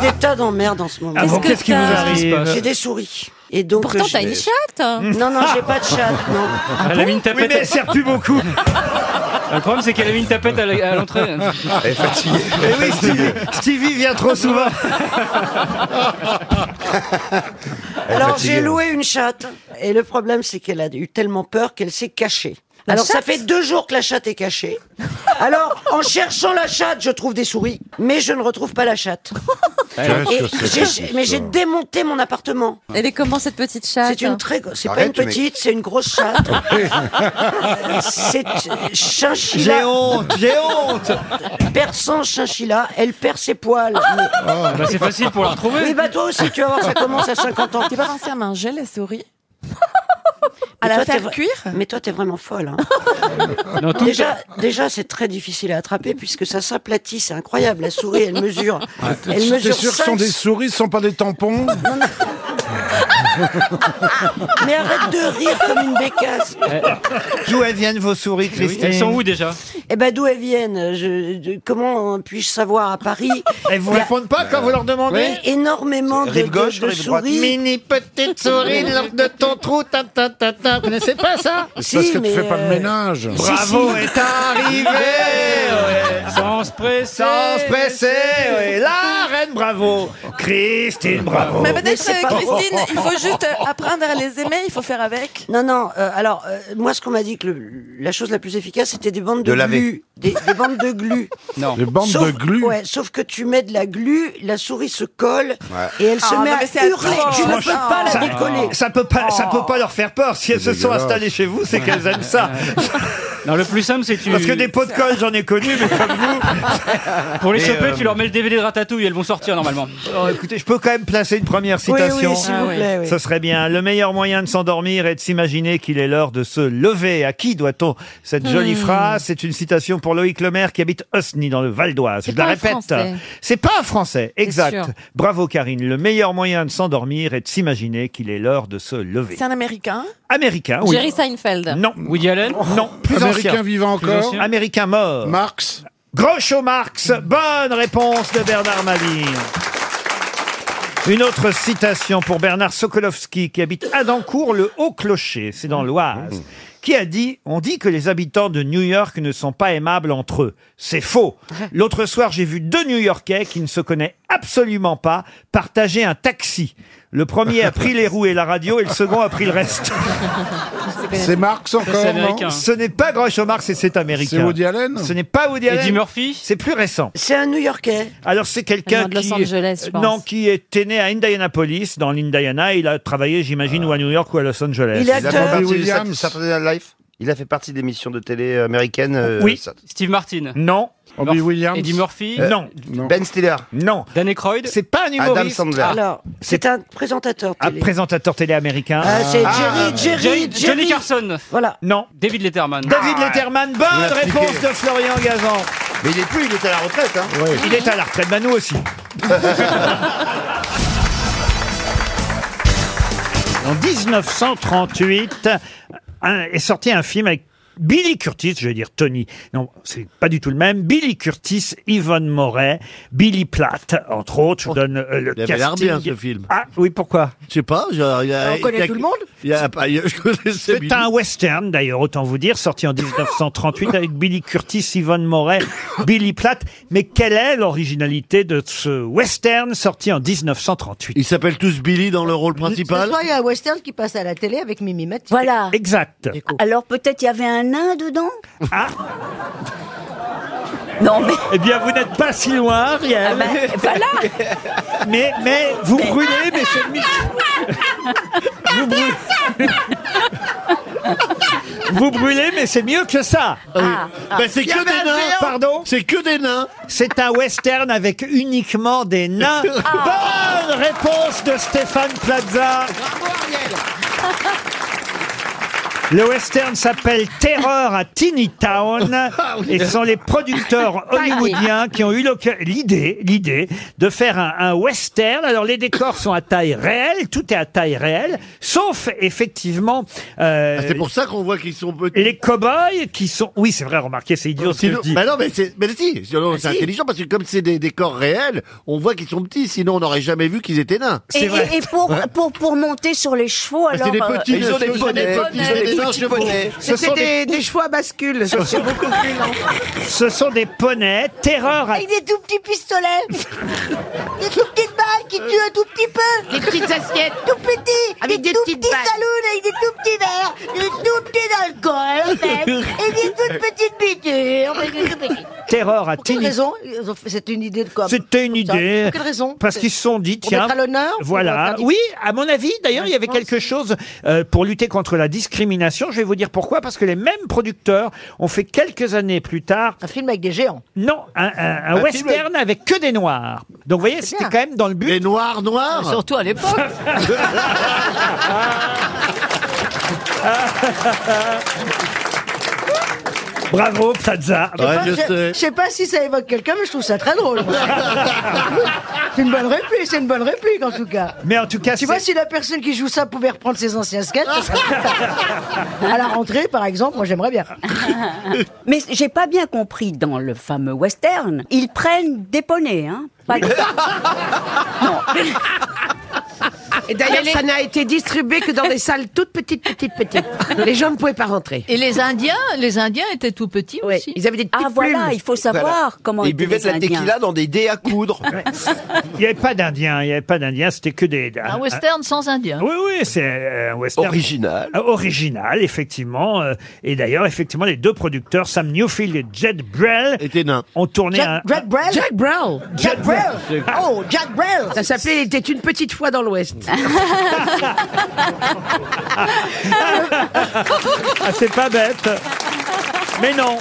des tas d'emmerdes en ce moment. Ah bon, Qu'est-ce qu'est-ce qui vous t'as- arrive J'ai des souris. Et donc, Pourtant, je- t'as une chatte Ah Non, non, j'ai pas de chatte, non. Elle a mis une tapette. Oui, mais elle sert plus beaucoup. Le problème, c'est qu'elle a mis une tapette à la- à l'entrée. Elle est fatiguée. Et oui, Stevie, Stevie vient trop souvent. Elle est Alors fatiguée. j'ai loué hein. une chatte et le problème c'est qu'elle a eu tellement peur qu'elle s'est cachée. La Alors ça chatte fait deux jours que la chatte est cachée. Alors en cherchant la chatte, je trouve des souris, mais je ne retrouve pas la chatte. Et Qu'est-ce que j'ai- c'est que mais ça j'ai démonté mon appartement. Elle est comment cette petite chatte C'est une très, gro- c'est pas une Arrête, mais- petite, c'est une grosse chatte. c'est euh, J'ai chinchilla, honte, j'ai honte. persan chinchilla. Elle perd ses poils. Mais- Ah bah, c'est facile pour la retrouver. Mais bah toi aussi, tu vas voir, ça commence à 50 ans. T'es pas pensé à manger les souris Mais À la toi, t'es faire vra- cuire Mais toi, t'es vraiment folle. hein. Non, tout- Déjà, déjà c'est très difficile à attraper puisque ça s'aplatit, c'est incroyable. La souris, elle mesure. Elle T'es mesure sûr que ce 5... sont des souris, ce sont pas des tampons Mais arrête de rire comme une bécasse. D'où elles viennent vos souris, Christine Eh. Elles sont où déjà Eh ben, d'où elles viennent je, de- Comment puis-je savoir à Paris Elles vous répondent pas quand vous leur demandez Il y a énormément de, de- Rive gauche, de rive droite. souris. Mini petite souris, lors de ton trou, ta ta ta ta. Vous connaissez pas ça Si, Parce que tu mais, fais pas de euh, ménage. Bravo est arrivé, ouais. Sans se presser. sans se presser, ouais. la reine bravo, Oh, Christine bravo. Mais Mais peut-être, c'est euh, pas- Christine, il faut juste euh, apprendre à les aimer, il faut faire avec. Non, non. euh, alors, euh, moi, ce qu'on m'a dit que le- la chose la plus efficace, c'était des bandes de, De laver. glu. Des, des bandes de glu. Non. Les bandes Sauf- de glu. Ouais, sauf que tu mets de la glu, la souris se colle Ouais. et elle se Ah, met non, à mais c'est hurler. atroce. Tu ne peux pas la Ça- décoller. Ça peut pas, ça peut pas leur faire peur. Si elles se sont dégueulasse. installées chez vous, c'est qu'elles aiment ça. Non, le plus simple, c'est tu. Parce que des pots de colle, j'en ai connu, mais comme vous. Pour les Et, choper, euh, tu leur mets le DVD de Ratatouille, elles vont sortir normalement. Oh, écoutez, je peux quand même placer une première citation. Oui, oui, s'il Ah vous oui. plaît. oui. Ce serait bien. Le meilleur moyen de s'endormir est de s'imaginer qu'il est l'heure de se lever. À qui doit-on cette jolie phrase C'est une citation pour Loïc Lemaire qui habite Osny dans le Val d'Oise. C'est Je la pas un répète. Français. C'est pas un français. Exact. sûr. Bravo Karine. Le meilleur moyen de s'endormir est de s'imaginer qu'il est l'heure de se lever. C'est un américain Américain, Ah oui. Jerry Seinfeld. Non, Woody Allen non, plus Américain ancien. vivant Plus encore. ancien. Américain mort. Marx. Groucho Marx, bonne réponse de Bernard Mabille. Une autre citation pour Bernard Sokolowski, qui habite Adancourt, le Haut-Clocher, c'est dans l'Oise, qui a dit On dit que les habitants de New York ne sont pas aimables entre eux. C'est faux. L'autre soir, j'ai vu deux New-Yorkais qui ne se connaissent absolument pas partager un taxi. Le premier a pris les roues et la radio, et le second a pris le reste. C'est Marx encore, c'est non américain. Ce n'est pas Groucho Marx et c'est américain. C'est Woody Allen Ce n'est pas Woody Eddie Allen. Murphy C'est plus récent. C'est un New Yorkais. Alors c'est quelqu'un Non, de Los qui Angeles, je pense. non qui était né à Indianapolis dans l'Indiana, il a travaillé j'imagine ou à New York ou à Los Angeles. Il est Il a fait acteur. Bobby partie de Williams. Saturday Night Live Il a fait partie des missions de télé américaines euh, Oui. ça- Steve Martin Non, Robbie Murphy- Williams. Eddie Murphy non, Non. Ben Stiller, non. Dan Aykroyd C'est pas un Adam humoriste, Ah. Sandler. Alors, c'est un présentateur un télé. présentateur télé américain. Ah, c'est Ah. Jerry, Jerry, Jerry- Johnny Jerry. Carson Voilà. Non. David Letterman David Ah, Letterman, bonne l'appliquez. réponse de Florian Gazan. Mais il est plus, il est à la retraite. Hein. Il est à la retraite, bah nous aussi. En 1938 un- est sorti un film avec Billy Curtis, je vais dire Tony. Non, c'est pas du tout le même. Billy Curtis, Yvonne Moret, Billy Platt, entre autres. Je vous donne euh, le Oh, Il avait l'air casting. bien, ce film. Ah oui, pourquoi Je sais pas. Genre, il y a- Ah, On connaît il y a- tout le monde il y a pas- il y a- Je connaissais C'est Billy. un western, d'ailleurs, autant vous dire, sorti en 1938 avec Billy Curtis, Yvonne Moret, Billy Platt. Mais quelle est l'originalité de ce western sorti en 1938 Ils s'appellent tous Billy dans le rôle principal. il y a un western qui passe à la télé avec Mimi Mati. Voilà. Exact. Alors peut-être il y avait un nain dedans Ah. Non mais Ah ben, Eh bien, vous n'êtes pas si loin, Ariel. voilà Mais, mais vous brûlez, mais c'est le mieux. Vous brûlez. Vous brûlez, mais c'est mieux que ça. Ah, hein. Bah, c'est que des nains. Pardon C'est que des nains. C'est un western avec uniquement des nains. Ah. Bonne réponse de Stéphane Plaza. Le western s'appelle Terreur à Tiny Town Ah et ce sont les producteurs hollywoodiens qui ont eu l'oc- l'idée, l'idée de faire un, un western. Alors les décors sont à taille réelle, tout est à taille réelle, sauf effectivement euh, Ah, C'est pour ça qu'on voit qu'ils sont petits. les cow-boys qui sont. Oui, c'est vrai, remarquez, c'est idiot ce que Sinon- je dis. bah non, mais c'est, mais si, Bah sinon, c'est si. intelligent parce que comme c'est des décors réels, on voit qu'ils sont petits. Sinon, on n'aurait jamais vu qu'ils étaient nains. Et, et- et pour, pour, pour monter sur les chevaux, Parce alors. que des euh, petits, ils ont des bonnets, ils ont des nains chevaux. Ce sont des, chevaux à bascule. ce sont des poneys. Terreur à Avec des Ah, tout petits pistolets. des tout petites balles qui tuent un tout petit peu. Des petites assiettes. Tout petit. Avec des tout petites petits balles. saloons avec des tout petits verres. Des tout petits alcools, même. Et des toutes petites bitures. Terreur à Pour quelle Tiny raison Ils ont fait- C'était une idée de quoi C'était une Comme ça. idée. Pour quelle raison Parce qu'ils se sont dit, Pour tiens. mettre à l'honneur Pour Voilà. faire du- Oui, à mon avis, d'ailleurs, il y avait quelque chose euh, pour lutter contre la discrimination. Je vais vous dire pourquoi. Parce que les mêmes producteurs ont fait quelques années plus tard, Un film avec des géants. non, un, un- un western avec que des noirs. Donc, vous voyez, c'était bien. Ah, quand même dans le but. Les noirs, noirs. Surtout à l'époque. Bravo, Plaza. Ouais, Enfin, je sais. Ah, bah, je sais pas si ça évoque quelqu'un, mais je trouve ça très drôle. c'est une bonne réplique, c'est une bonne réplique en tout cas. Mais en tout cas, Tu vois, c'est- si la personne qui joue ça pouvait reprendre ses anciens skates, à la rentrée, par exemple, moi j'aimerais bien. Mais j'ai pas bien compris dans le fameux western, ils prennent des poneys, hein. Pas des- Et d'ailleurs, ça n'a été distribué que dans des salles toutes petites, petites, petites. Les gens ne pouvaient pas rentrer. Et les Indiens, les Indiens étaient tout petits Ouais, aussi. Ils avaient des petites Ah voilà, plumes. il faut savoir comment Ils étaient buvaient les de la Indiens. tequila dans des dés à coudre. il n'y avait pas d'Indiens. Il n'y avait pas d'Indiens. C'était que des. Un western sans Indiens. Oui, oui, c'est euh, un western. Original. Euh, Original, effectivement. euh, Et d'ailleurs, effectivement, les deux producteurs, Sam Newfield et Jed Brel, Étaient nains. ont tourné un, Jack, Jack Brel Jack Brown. Jack Brel Oh, Jack Brel Ça s'appelait Il était une petite fois dans l'Ouest. Ah, c'est pas bête. Mais non.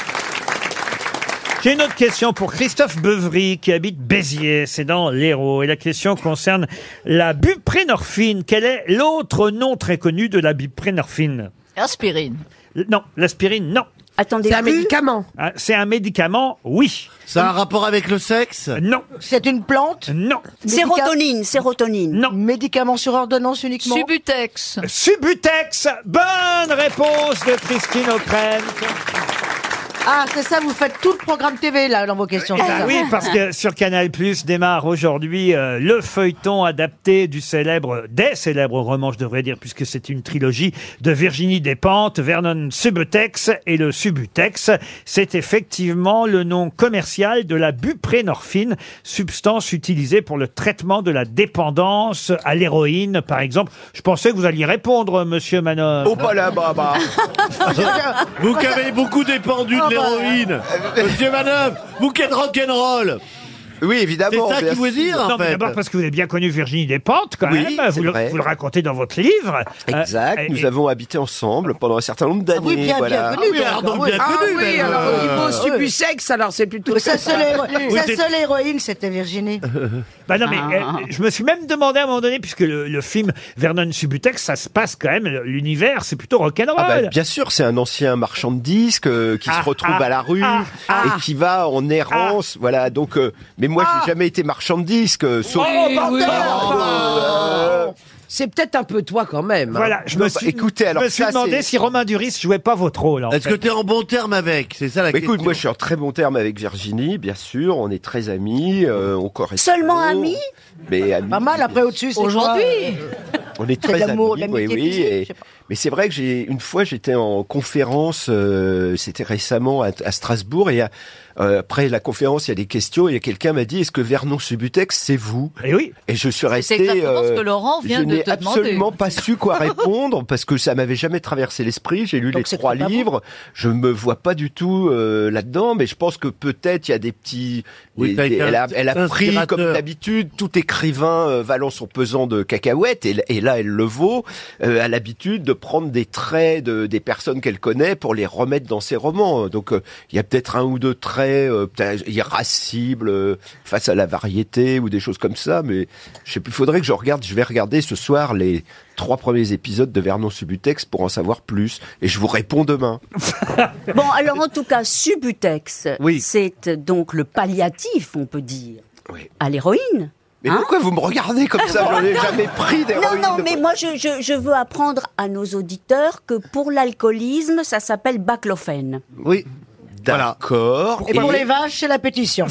J'ai une autre question pour Christophe Beuvry qui habite Béziers, c'est dans l'Hérault. Et la question concerne la buprenorphine. Quel est l'autre nom très connu de la buprenorphine Aspirine. L- Euh, Non, l'aspirine, non. Attendez, C'est un plus. médicament. Ah, C'est un médicament, oui. Euh, Ça a un rapport avec le sexe Non, C'est une plante non, Médica- sérotonine, sérotonine. non. Médicament sur ordonnance uniquement Subutex. Subutex, bonne réponse de Christine O'Krent. Ah, c'est ça, vous faites tout le programme TV là dans vos questions. c'est Eh ben ça oui, parce que sur Canal Plus démarre aujourd'hui euh, le feuilleton adapté du célèbre, des célèbres romans, je devrais dire, puisque c'est une trilogie de Virginie Despentes, Vernon Subutex et le Subutex. C'est effectivement le nom commercial de la buprenorphine, substance utilisée pour le traitement de la dépendance à l'héroïne, par exemple. Je pensais que vous alliez répondre, monsieur Manon. Oh, Au pas là-bas, bah. Vous qui avez beaucoup dépendu Ah de bah. l'héroïne. Monsieur Manœuvre, vous qui êtes rock'n'roll. Oui, évidemment. C'est ça bien qu'il veut sûr. dire, Non, en mais fait. d'abord parce que vous avez bien connu Virginie Despentes, quand Oui, même. hein, c'est Vous le, vrai. vous le racontez dans votre livre. Exact, Euh, nous et- avons habité ensemble pendant un certain nombre d'années. oui, bien, voilà. bien Ah oui, connu. alors donc, donc oui. bien Ah connu. oui, même. alors au niveau Euh, subusex, alors c'est plutôt... Sa seule, héro- sa c'est- seule héroïne, c'était Virginie. Bah non, mais Ah. euh, je me suis même demandé à un moment donné, puisque le, le film Vernon Subutex, ça se passe quand même, l'univers, c'est plutôt rock'n'roll. Ah bah, bien sûr, c'est un ancien marchand de disques euh, qui Ah, se retrouve ah, à la rue ah, et qui va en errance. Voilà, donc, euh, mais moi, Ah. j'ai jamais été marchand de disques, euh, sauf. euh, C'est peut-être un peu toi quand même. hein. voilà, je Non, me bah, suis, écoutez, alors je me suis ça, demandé c'est- si Romain Duris jouait pas votre rôle. en Est-ce que fait. t'es en bon terme avec C'est ça la Bah, question. écoute, moi, je suis en très bon terme avec Virginie, bien sûr. On est très amis, euh, on correspond. Seulement amis Mais amis. Pas mal, après au-dessus, c'est quoi Aujourd'hui, On est C'est de très amis, l'amour, oui, l'amitié oui. physique, et- je sais pas. Mais c'est vrai que j'ai une fois j'étais en conférence, euh, c'était récemment à, à Strasbourg et à- euh, après la conférence il y a des questions et quelqu'un m'a dit est-ce que Vernon Subutex c'est vous Eh oui, Et je suis c'est resté. exactement ce euh, que Laurent je vient de n'ai te demander. absolument pas su quoi répondre parce que ça m'avait jamais traversé l'esprit. J'ai lu Donc les c'est trois pas bon. livres. Je me vois pas du tout euh, là-dedans, mais je pense que peut-être il y a des petits. Oui, des- t'as des- été elle a, elle a un- pris inspirateur. comme d'habitude tout écrivain euh, valant son pesant de cacahuètes et, et là elle le vaut. Euh, à l'habitude de prendre des traits de des personnes qu'elle connaît pour les remettre dans ses romans. Donc euh, il y a peut-être un ou deux traits très euh, peut-être irascible euh, face à la variété ou des choses comme ça. Mais je sais plus. Faudrait que je regarde. Je vais regarder ce soir les trois premiers épisodes de Vernon Subutex pour en savoir plus. Et je vous réponds demain. Bon, alors en tout cas, Subutex, Oui. c'est euh, donc le palliatif, on peut dire, à l'héroïne. hein Mais pourquoi vous me regardez comme ça J'en ai jamais pris d'héroïne. Non, non, mais moi, je, je- je veux apprendre à nos auditeurs que pour l'alcoolisme, ça s'appelle baclofène. Oui. D'accord. Et pour les vaches, c'est la pétition.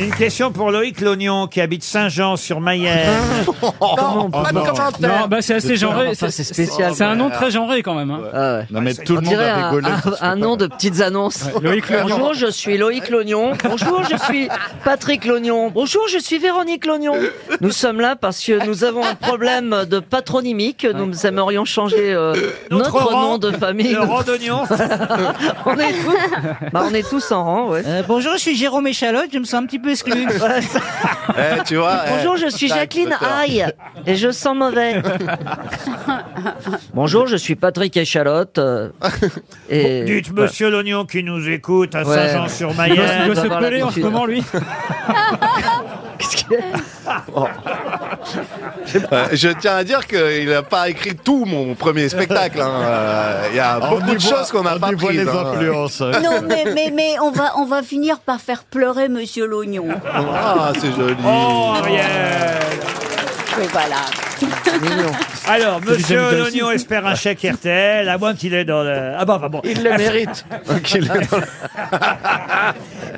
Une question pour Loïc Lognon qui habite Saint-Jean-sur-Mayenne. Oh, Oh, Non, pas de commentaire. Non, bah, c'est assez genré, Enfin, c'est- c'est spécial. c'est un nom très genré, quand même, hein. Ah ouais. Non, mais tout le On monde a dirait un- rigolé, ça se Un, fait un nom de petites annonces. Ouais, Loïc Lognon. Bonjour, je suis Loïc Lognon. Bonjour, je suis Patrick Lognon. Bonjour, je suis Véronique Lognon. Nous sommes là parce que nous avons un problème de patronymique. Nous aimerions changer euh, Notre notre, rang, nom de famille. le rang d'oignon. on est tous, bah, on est tous en rang, ouais. Euh, Bonjour, je suis Jérôme Échalote, je me sens un petit peu exclu. Eh, tu vois, eh, Bonjour, je suis t'as un Jacqueline peu tort. Aïe et je sens mauvais. Bonjour, je suis Patrick Échalote. euh, et... Dites Monsieur Lognon qui nous écoute à Ouais. Il doit- Saint-Jean-sur-Mayenne. il doit se peler en ce moment, lui. Euh, je tiens à dire qu'il n'a pas écrit tout mon premier spectacle. hein. Euh, Il y a On beaucoup de y voit- choses qu'on n'a on pas y voit prises. les hein. influences. Non, mais, mais, mais on, va, on va finir par faire pleurer Monsieur Lognon. Ah, c'est joli. Euh, Oh, Ariel Oui, voilà. Alors, C'est du Monsieur Jamie Dornan. Lognon espère un chèque RTL, à moins qu'il est dans le... Ah bah, bah, bon. Il le mérite.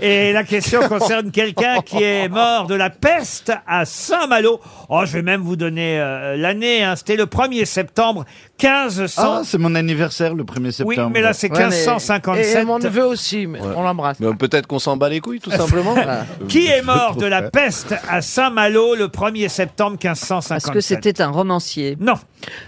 Et la question concerne quelqu'un qui est mort de la peste à Saint-Malo. Oh, je vais même vous donner euh, l'année. hein. C'était le 1er septembre 1500. Ah, c'est mon anniversaire le 1er septembre. Oui, mais là, c'est 1557. Et mon neveu aussi, mais on l'embrasse. Mais peut-être qu'on s'en bat les couilles, tout simplement. Qui est mort de la peste à Saint-Malo le 1er septembre 1557 Parce que c'était un romancier. Non.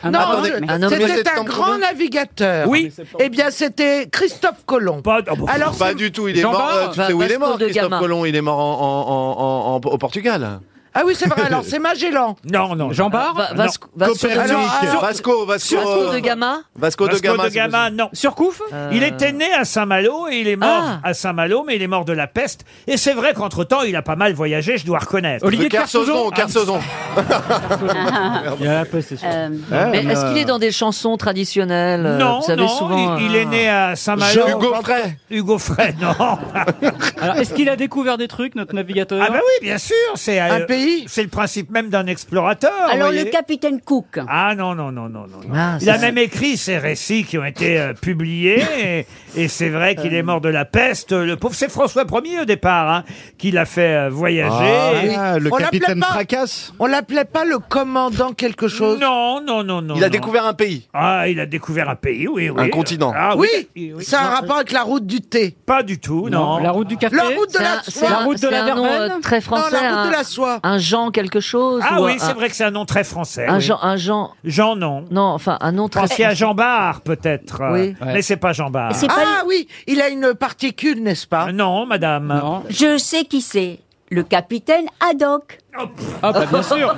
Un Non, homme- je- un homme- c'était Ah, un grand navigateur. Oui. Eh bien, c'était Christophe Colomb. Alors, pas c'est- du tout, il est mort. euh, Tu sais où il est mort, Christophe Colomb Il est mort en- en- en- en- en- au Portugal. Ah oui, c'est vrai. Alors, c'est Magellan. ah, Non, non. Jean Bart Va- Vas- Non. Vasco de- Copernic. Alors, alors- Vasco, Vasco, Vasco de euh, Gama Vasco de Gama. c'est possible. non. Surcouf Euh. Euh, Il était né à Saint-Malo et il est mort Ah. à Saint-Malo, mais il est mort de la peste. Et c'est vrai qu'entre-temps, il a pas mal voyagé, je dois reconnaître. Olivier De Kersauzon, Kersauzon. Il a la peste, Euh, Hein, Mais est-ce qu'il est dans des chansons traditionnelles euh, Non, vous savez, non, souvent, il, il est euh, né à Saint-Malo. Jean- Hugo Frey. Hugo Frey, non. Alors, est-ce qu'il a découvert des trucs, notre navigateur Ah bah oui, bien sûr, c'est euh, Un pays. C'est le principe même d'un explorateur. Alors, vous le voyez. Capitaine Cook. Ah non non non non non. non. Ah, il a ça, même écrit ses récits qui ont été euh, publiés et, et c'est vrai qu'il est mort de la peste. Le pauvre, c'est François Ier au départ hein, qui l'a fait euh, voyager. Ah, le On l'appelait capitaine pas- Fracasse. On l'appelait pas le commandant quelque chose Non, non, non, non. Il a découvert un pays. Ah, il a découvert un pays, oui, oui. Un continent. Ah, oui, oui, oui. ça a un rapport avec la route du thé. Pas du tout, non. La route du café La route de C'est la un- soie. c'est un- c'est un nom, euh, très français. Non, la route un, de la soie. Un Jean quelque chose. Ah ou oui, un- c'est vrai que c'est un nom très français. Un oui. Jean, un Jean. Jean non. Non, enfin un nom très. Pensez à Jean Bart, peut-être. euh, Oui. Mais c'est pas Jean Bart. Ah oui, il a une particule, n'est-ce pas Ah, Non, madame. Je sais qui c'est. Le capitaine Haddock. Oh, Ah bah bien sûr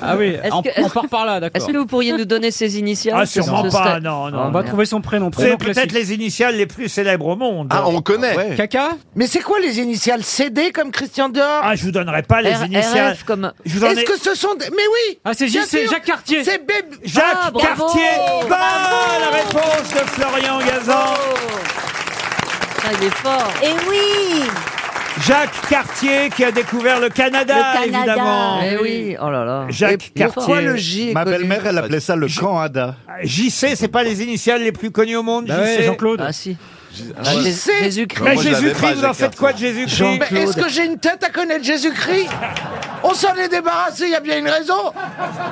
Ah oui, Est-ce on, que- on part par là, ah, d'accord. Est-ce que vous pourriez nous donner ses initiales Ah, sûrement Ce pas, serait- non, non. On va merde. trouver son prénom, C'est prénom peut-être classique. les initiales les plus célèbres au monde. Ah, on connaît. Caca Mais c'est quoi les initiales CD comme Christian Dior Ah, je vous donnerai pas les R- initiales. RF comme- Je vous en Est-ce ai- que ce sont des... Mais oui Ah, c'est bien J- c'est sûr. Jacques Cartier. C'est bébé... Jacques Ah, bravo. Cartier. Oh Bonne Bravo. réponse de Florian Gazan. Ah, il est fort. Et Eh oui Jacques Cartier qui a découvert le Canada, Le Canada. évidemment. Eh oui, oh là là. Jacques Et pourquoi Cartier. le J est Ma connu belle-mère, elle appelait ça le Canada. JC, c'est pas les initiales les plus connues au monde, JC. Ah si. Ah, Jé- c'est- Jésus-Christ. Mais Moi, je l'avais Jésus-Christ, pas, vous en Jacques faites quoi de Jésus-Christ Mais Est-ce que j'ai une tête à connaître Jésus-Christ On s'en est débarrassé, il y a bien une raison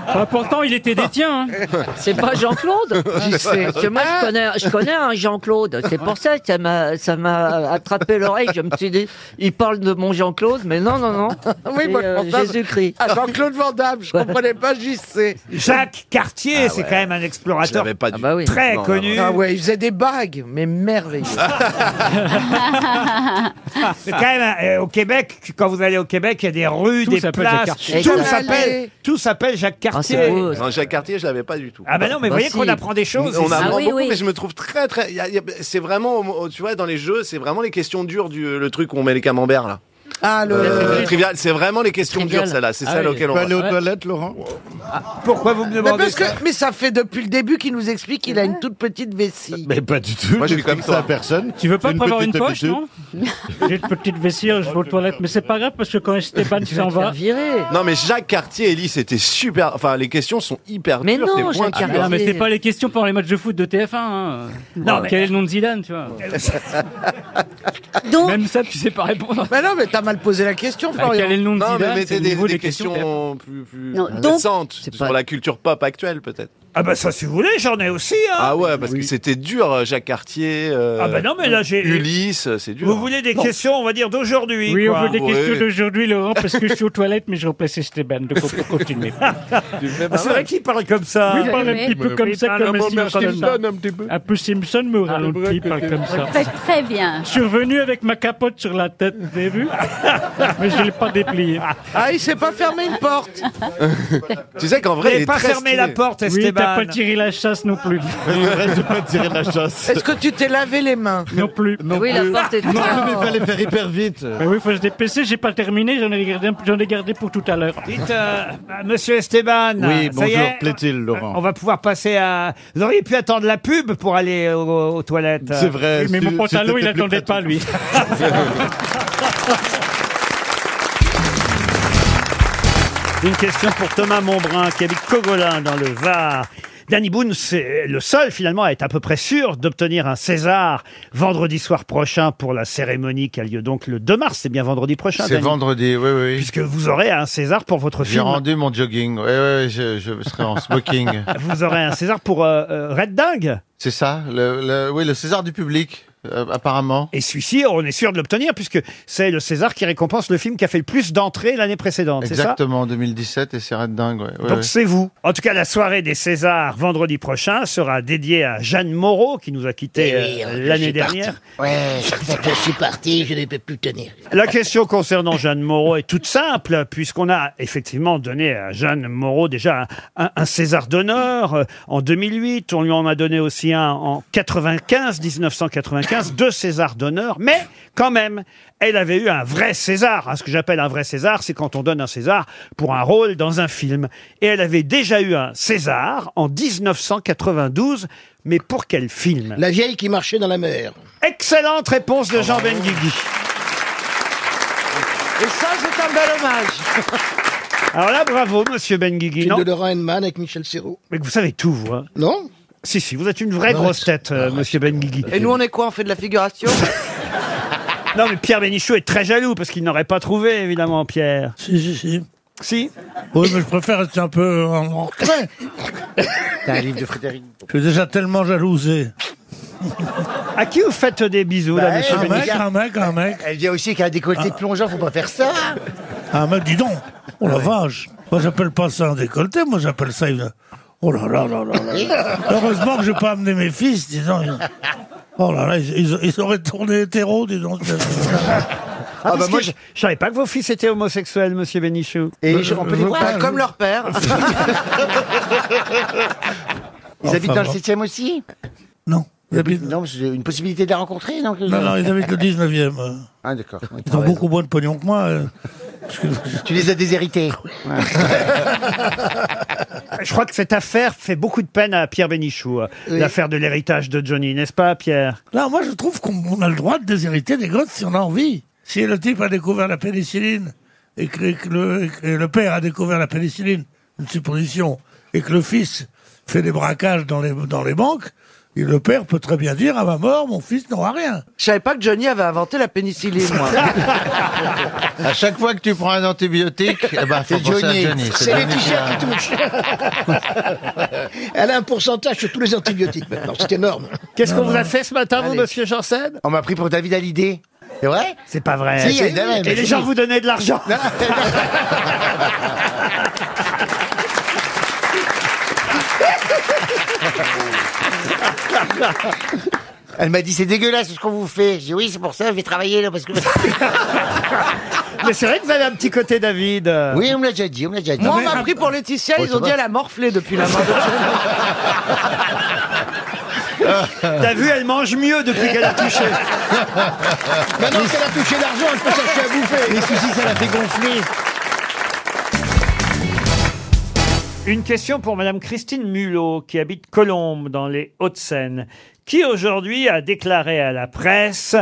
Ah, pourtant, il était des tiens. hein. C'est pas Jean-Claude J'y sais. Parce que moi, je connais, je connais un Jean-Claude. C'est pour ça que ça m'a, ça m'a attrapé l'oreille. Je me suis dit, il parle de mon Jean-Claude, mais non, non, non. Oui, C'est, moi, je euh, pensais- Jésus-Christ. Ah, Jean-Claude Van Damme, je comprenais pas JC. Jacques Cartier, Ah c'est quand même un explorateur très Non, connu. Ah ouais, il faisait des bagues, mais merveilleux. Ah, C'est quand même, euh, au Québec, quand vous allez au Québec, il y a des rues, des s'appelle place. Tout s'appelle tout s'appelle Jacques Cartier. Non, Jacques Cartier, je l'avais pas du tout. Ah bah non, mais vous voyez qu'on apprend des choses. On ici. Ah apprend beaucoup, mais je me trouve très, très. y a- y a- C'est vraiment, au- au- tu vois, dans les jeux, c'est vraiment les questions dures du le truc où on met les camemberts là. Ah, le. Euh, trivial, c'est vraiment les questions Trivial. dures, celle-là. C'est Ah celle oui. auquel on Bah, Tu peux aller va. aux Ouais. toilettes, Laurent Ah, Pourquoi vous me demandez mais, parce que- ça mais ça fait depuis le début qu'il nous explique qu'il a une toute petite vessie. Mais pas du tout. Moi, je suis n'explique comme ça à toi. personne. Tu veux pas J'ai prévoir petite une poche, habitude. non J'ai une petite vessie, je vais aux toilettes, mais c'est pas grave parce que quand Esteban s'en va. Non, mais Jacques Cartier, Ellie, c'était super. Enfin, les questions sont hyper dures. c'est pointu. Ah, non, mais c'est pas les questions pendant les matchs de foot de TF1. hein. Non, mais- Quel est le nom de Zidane, tu vois Même ça, tu sais pas répondre. Mais non, mais t'as mal posé la question, Bah, quel est le nom de Non, mais Zidane C'est mettez le des, niveau des des questions, questions, d'ailleurs. plus, plus Non, donc- récentes sur la culture pop actuelle, peut-être. Ah bah ça, si vous voulez, j'en ai aussi. hein. Ah ouais, parce que c'était dur, euh, Jacques Cartier. euh, Ah bah non, mais là, j'ai- Ulysse, euh, c'est dur. Vous voulez des Non. questions, on va dire d'aujourd'hui. Oui, on quoi. veut des questions d'aujourd'hui, Laurent, parce que je suis aux toilettes, mais je remplace Esteban, donc on peut continuer. Ah, c'est vrai qu'il parle comme ça. Ah, Oui, il parle un petit peu comme ça, comme Simpson. Un peu Simpson, mais au ralenti, il parle comme ça. Très bien. Je suis revenu avec ma capote sur la tête, vous avez vu Mais je ne l'ai pas dépliée. Ah, il s'est pas fermé une porte. Tu sais qu'en vrai, il est très stylé. Oui, t'as pas tiré la chasse non plus. j'ai pas tiré la chasse. Est-ce que tu t'es lavé les mains Non plus. Oui, la plus. porte est Non, ouverte. mais fallait faire hyper vite. oui, faut se dépêcher, j'ai pas terminé, j'en ai gardé, j'en ai gardé pour tout à l'heure. Dites, euh, bah, monsieur Esteban. Oui, ça y bonjour, est, plaît-il, Laurent On va pouvoir passer à. Vous auriez pu attendre la pub pour aller au- aux, toilettes. C'est vrai, Oui, mais mon si- pantalon, si il t'étais plus attendait pas, lui. Une question pour Thomas Montbrun qui habite Cogolin dans le Var. Danny Boone, c'est le seul finalement à être à peu près sûr d'obtenir un César vendredi soir prochain pour la cérémonie qui a lieu donc le 2 mars. C'est bien vendredi prochain. C'est Danny. vendredi, oui, oui. Puisque vous aurez un César pour votre J'ai film. rendu mon jogging. Oui, oui, je, je serai en smoking. Vous aurez un César pour euh, euh, Red Dingue. C'est ça, le, le- oui, le César du public, euh, apparemment. Et celui-ci, on est sûr de l'obtenir puisque c'est le César qui récompense le film qui a fait le plus d'entrées l'année précédente. bah, c'est ça Exactement, en 2017, et c'est red dingue. ouais, ouais, Donc ouais. c'est vous. En tout cas, la soirée des Césars vendredi prochain sera dédiée à Jeanne Moreau qui nous a quittés Et, euh, euh, je l'année suis parti. dernière. Ouais, je suis parti, je ne peux plus tenir. La question concernant Jeanne Moreau est toute simple, puisqu'on a effectivement donné à Jeanne Moreau déjà un, un- un César d'honneur euh, en 2008, on lui en a donné aussi un en 95, 1995, deux Césars d'honneur, mais quand même, elle avait eu un vrai César. hein. Ce que j'appelle un vrai César, c'est quand on donne un César pour un rôle dans un film. Et elle avait déjà eu un César en 1992, mais pour quel film La vieille qui marchait dans la mer. Excellente réponse de Jean Benguigui. Et ça, c'est un bel hommage. Alors là, bravo, monsieur Benguigui. Film non de Laurent Henman avec Michel Serrault. Mais vous savez tout, vous. hein. Non Si, si, vous êtes une vraie Arrête. grosse tête, euh, monsieur Benguigui. Et nous, on est quoi On fait de la figuration Non, mais Pierre Bénichou est très jaloux parce qu'il n'aurait pas trouvé, évidemment, Pierre. Si, si, si. Si Oui, mais je préfère rester un peu en en retrait. T'as un livre de Frédéric. Je suis déjà tellement jalousé. À qui vous faites des bisous, Bah, là, monsieur un mec, Bénichou un mec, un mec. Elle dit aussi qu'un décolleté Ah. de plongeant, faut pas faire ça. Ah, mais dis donc Oh la vache Moi, j'appelle pas ça un décolleté, moi, j'appelle ça une... Oh là là là là là Heureusement que j'ai pas amené mes fils, dis donc Oh là là, ils, ils- ils auraient tourné hétéro, dis donc Ah, bah, moi, je je savais pas que vos fils étaient homosexuels, monsieur Bénichou. Et je- on peut les voir. Ah, Comme leur père. Ils Enfin, habitent dans bon. le 7 aussi Non. Ils habitent- Non, parce que j'ai une possibilité de la rencontrer non, que- Non, non, ils habitent le 19e. euh. Ah, d'accord. Oui, Ils ont beaucoup moins de pognon que moi. euh. Tu les as déshérités. Je crois que cette affaire fait beaucoup de peine à Pierre Bénichou. euh, L'affaire de l'héritage de Johnny, n'est-ce pas, Pierre Là, moi, je trouve qu'on on a le droit de déshériter des gosses si on a envie. Si le type a découvert la pénicilline et que, et que le, et que le père a découvert la pénicilline, une supposition, et que le fils fait des braquages dans les, dans les banques, et le père peut très bien dire à ma mort, mon fils n'aura rien. Je savais pas que Johnny avait inventé la pénicilline, moi. À chaque fois que tu prends un antibiotique, eh ben, faut C'est penser Johnny. à Johnny. C'est les Johnny qui a- t-shirts qui touchent. Elle a un pourcentage sur tous les antibiotiques maintenant. C'est énorme. Qu'est-ce qu'on vous a fait ce matin, vous, Allez. monsieur Janssen On m'a pris pour David Hallyday. C'est vrai C'est pas vrai. Si, évidemment, Et les mais gens si. vous donnaient de l'argent. Elle m'a dit c'est dégueulasse ce qu'on vous fait. J'ai dit oui c'est pour ça je vais travailler là parce que. Mais c'est vrai que vous avez un petit côté David. Oui on me l'a déjà dit, on me l'a déjà dit. Moi, on m'a pris pour Laetitia, Oh, ils ça ont dit va. elle a morflé depuis la main. Ah. T'as vu, elle mange mieux depuis qu'elle a touché. Maintenant qu'elle a touché l'argent, elle peut chercher à bouffer. Les soucis ça l'a fait gonfler. Une question pour Madame Christine Mulot, qui habite Colombes, dans les Hauts-de-Seine, qui aujourd'hui a déclaré à la presse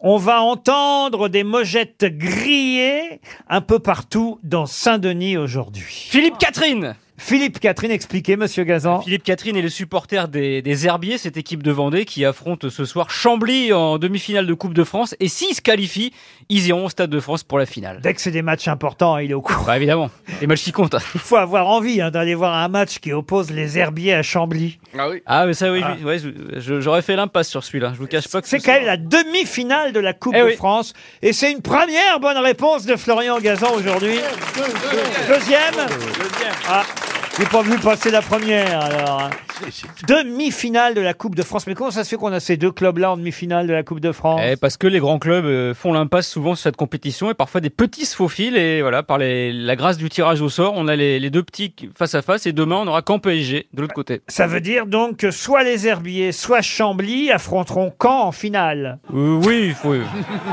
On va entendre des mogettes grillées un peu partout dans Saint-Denis aujourd'hui. Philippe Catherine Philippe Catherine, expliquez, monsieur Gazan. Philippe Catherine est le supporter des, des Herbiers, cette équipe de Vendée qui affronte ce soir Chambly en demi-finale de Coupe de France. Et s'ils se qualifient, ils iront au Stade de France pour la finale. Dès que c'est des matchs importants, il est au courant. Bah évidemment, les matchs qui comptent. Il faut avoir envie hein, d'aller voir un match qui oppose les herbiers à Chambly. Ah oui. Ah mais ça oui, oui, ouais, je- je- j'aurais fait l'impasse sur celui-là. Je vous cache pas que C'est quand même la demi-finale de la Eh Coupe de France. Et c'est une première bonne réponse de Florian Gazan aujourd'hui. Deuxième Ah, j'ai pas vu passer la première alors. hein. Demi-finale de la Coupe de France. Mais comment ça se fait qu'on a ces deux clubs-là en demi-finale de la Coupe de France Eh, parce que les grands clubs euh, font l'impasse souvent sur cette compétition et parfois des petits se faufilent et voilà par les- la grâce du tirage au sort on a les, les deux petits qui- face à face et demain on aura qu'en PSG de l'autre côté. Ça veut dire donc que soit les Herbiers, soit Chambly affronteront Caen en finale. Euh, oui, faut,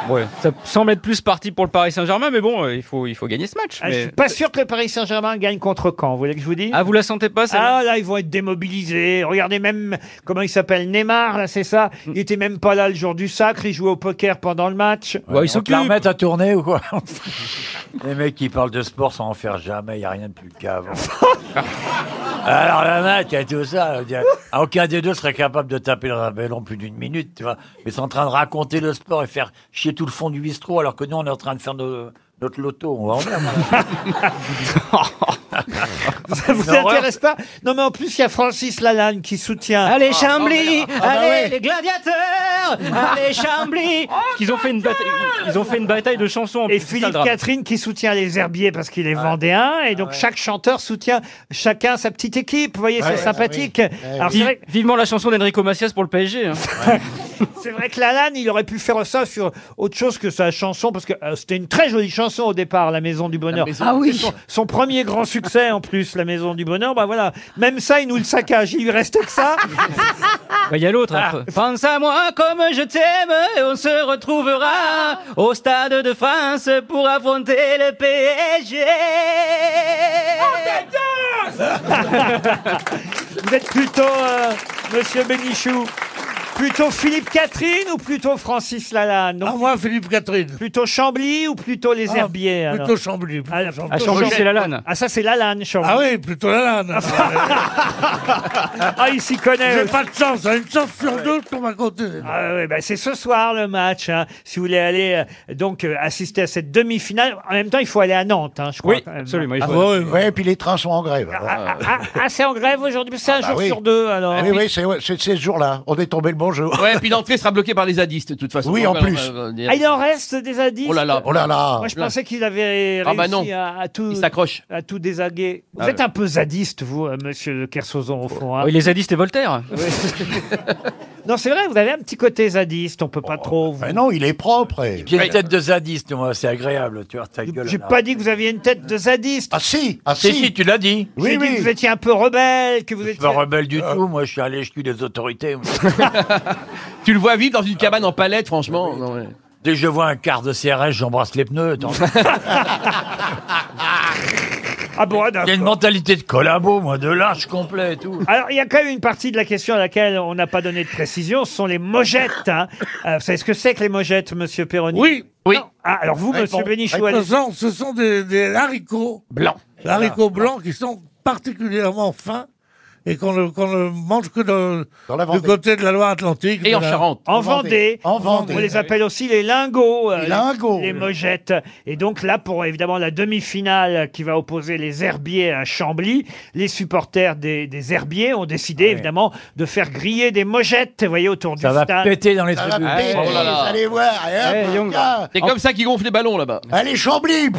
ouais. ça semble être plus parti pour le Paris Saint-Germain mais bon euh, il faut il faut gagner ce match. Ah, Je mais- suis pas sûr que le Paris Saint-Germain gagne contre Caen. Vous voulez que je vous dise Ah, vous la sentez pas Ah là, ils vont être démobilisés. Regardez même comment il s'appelle Neymar là, c'est ça. Mm. Il était même pas là le jour du sacre. Il jouait au poker pendant le match. Ouais, ils te la remettent à tourner ou quoi Les mecs qui parlent de sport sans en faire jamais, il n'y a rien de plus qu'avant. Alors la match, il y a tout ça. je veux dire, Aucun des deux serait capable de taper dans un ballon plus d'une minute, tu vois. Mais c'est en train de raconter le sport et faire chier tout le fond du bistrot, alors que nous, on est en train de faire nos- notre loto. On va en faire, moi. Ça vous Une horreur. intéresse pas Non, mais en plus, il y a Francis Lalanne qui soutient. Allez, Chambly Allez, les gladiateurs Allez, Chambly Qu'ils ont fait une bataille ils ont fait une bataille de chansons en Et plus, c'est ça, le Philippe drame. Catherine qui soutient les Herbiers parce qu'il est vendéen. Et donc, chaque chanteur soutient chacun sa petite équipe. Vous voyez, Ouais, ah c'est ouais, sympathique. Alors, c'est Vive- vrai que- Vivement la chanson d'Enrico Macias pour le PSG. hein. C'est vrai que Lalanne, il aurait pu faire ça sur autre chose que sa chanson, parce que euh, c'était une très jolie chanson au départ, La Maison du Bonheur. Maison- Ah oui. C'est Son, son premier grand succès en plus, La Maison du Bonheur, bah voilà. Même ça, il nous le saccage, il lui reste que ça. Bah, Il y a l'autre. Ah, Pense à moi comme je t'aime et on se retrouvera au Stade de France pour affronter le PSG. Vous êtes plutôt, euh, monsieur Bénichou, plutôt Philippe Catherine ou plutôt Francis Lalanne Ah, moi, Philippe Catherine. Plutôt Chambly ou plutôt les Ah, Herbiers alors Plutôt Chambly. Plutôt Ah, Chambly. ah, Chambly, c'est Lalanne. Ah, ça, c'est Lalanne, Chambly. Ah oui, plutôt Lalanne. ah, il s'y connaît. J'ai pas de chance, hein, une chance sur deux qu'on m'a compté. Ah ouais, bah, c'est ce soir le match. hein. Si vous voulez aller euh, donc euh, assister à cette demi-finale, en même temps il faut aller à Nantes, hein, je crois. Oui, quand même. absolument, il Ah, faut aller. Ah, Ouais, et puis les trains sont en grève. Euh, Ah, ah, c'est en grève aujourd'hui, mais c'est un bah jour oui. sur deux alors. Ah, Eh Oui, oui, c'est ouais, c'est- c'est ce jour-là. On est tombé le bon jour. Ouais, puis l'entrée sera bloquée par les zadistes, de toute façon. euh, Oui, en On va- plus. on va- on va dire. Ah, il en reste des indices. Oh là là. Oh là là. Moi, je pensais qu'il avait réussi Ah bah non. à, à tout. Il s'accroche. À tout désaguer. Vous Ah êtes ouais. un peu zadiste, vous, euh, Monsieur Kersozon, au fond. hein. Oui, les zadistes et Voltaire. Non, c'est vrai. Vous avez un petit côté zadiste. On peut pas trop. vous- non, il est propre. J'ai une tête de zadiste, moi, c'est agréable, tu vois, ta gueule. J'ai là. pas dit que vous aviez une tête de zadiste. Ah si, Ah, si, si, tu l'as dit. J'ai dit que vous étiez un peu rebelle, que vous Je suis étiez. Euh. pas rebelle du tout, moi, je suis allé cul des autorités. moi. Tu le vois vivre dans une cabane en palette, franchement. Non, ouais. Dès que je vois un quart de CRS, j'embrasse les pneus. attends. Ah bon, Il y a une mentalité de collabo, moi, de large complet et tout. Alors, il y a quand même une partie de la question à laquelle on n'a pas donné de précision, ce sont les mogettes. hein. Euh, vous savez ce que c'est que les mogettes, monsieur Perroni Oui. Oui. Ah, alors vous, monsieur Bénichou, allez- Ce Ah, sont, ce sont des, des haricots Blancs. Des haricots blancs qui sont particulièrement fins et qu'on ne, qu'on ne mange que dans- du côté de la Loire-Atlantique. de la- En Vendée. On les appelle aussi les lingots. euh, Les lingots. Les mogettes. Et donc là, pour évidemment la demi-finale qui va opposer les herbiers à Chambly, les supporters des, des herbiers ont décidé évidemment de faire griller des mogettes, vous voyez, autour du Ça va stade. péter dans les Ça va tribunes. péter, Oh là là. allez voir. Eh, Eh, C'est comme ça qu'ils gonflent les ballons là-bas. Allez, Chambly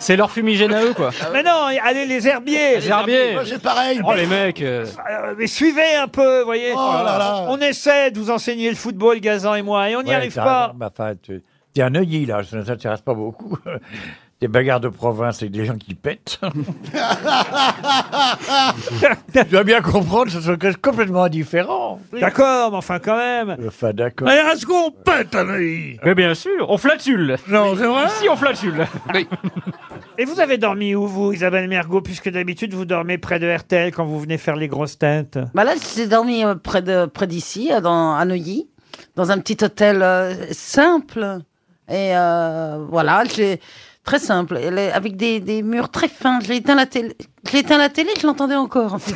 C'est leur fumigène à eux, quoi. Mais non, allez les herbiers. Les herbiers. Moi, c'est pareil. Oh, les mecs. euh. Euh, mais suivez un peu, vous voyez. Oh là là. On essaie de vous enseigner le football, Gazan et moi, et on n'y Ouais, arrive t'as pas. raison, mais enfin, tu- t'es un œilli, là, ça ne t'intéresse pas beaucoup. Des bagarres de province avec des gens qui pètent. tu dois bien comprendre, ce sont des choses complètement différent. D'accord, mais enfin quand même. Enfin, d'accord. Allez, est-ce qu'on pète un œil Mais bien sûr, on flatule. Non, c'est vrai Si, on flatule. Et vous avez dormi où, vous, Isabelle Mergot, puisque d'habitude vous dormez près de RTL quand vous venez faire les grosses têtes Bah là, j'ai dormi euh, près de près d'ici, euh, dans à Neuilly, dans un petit hôtel euh, simple. Et euh, voilà, j'ai très simple, Et les- avec des, des murs très fins. J'ai éteint la télé, j'ai éteint la télé, je l'entendais encore.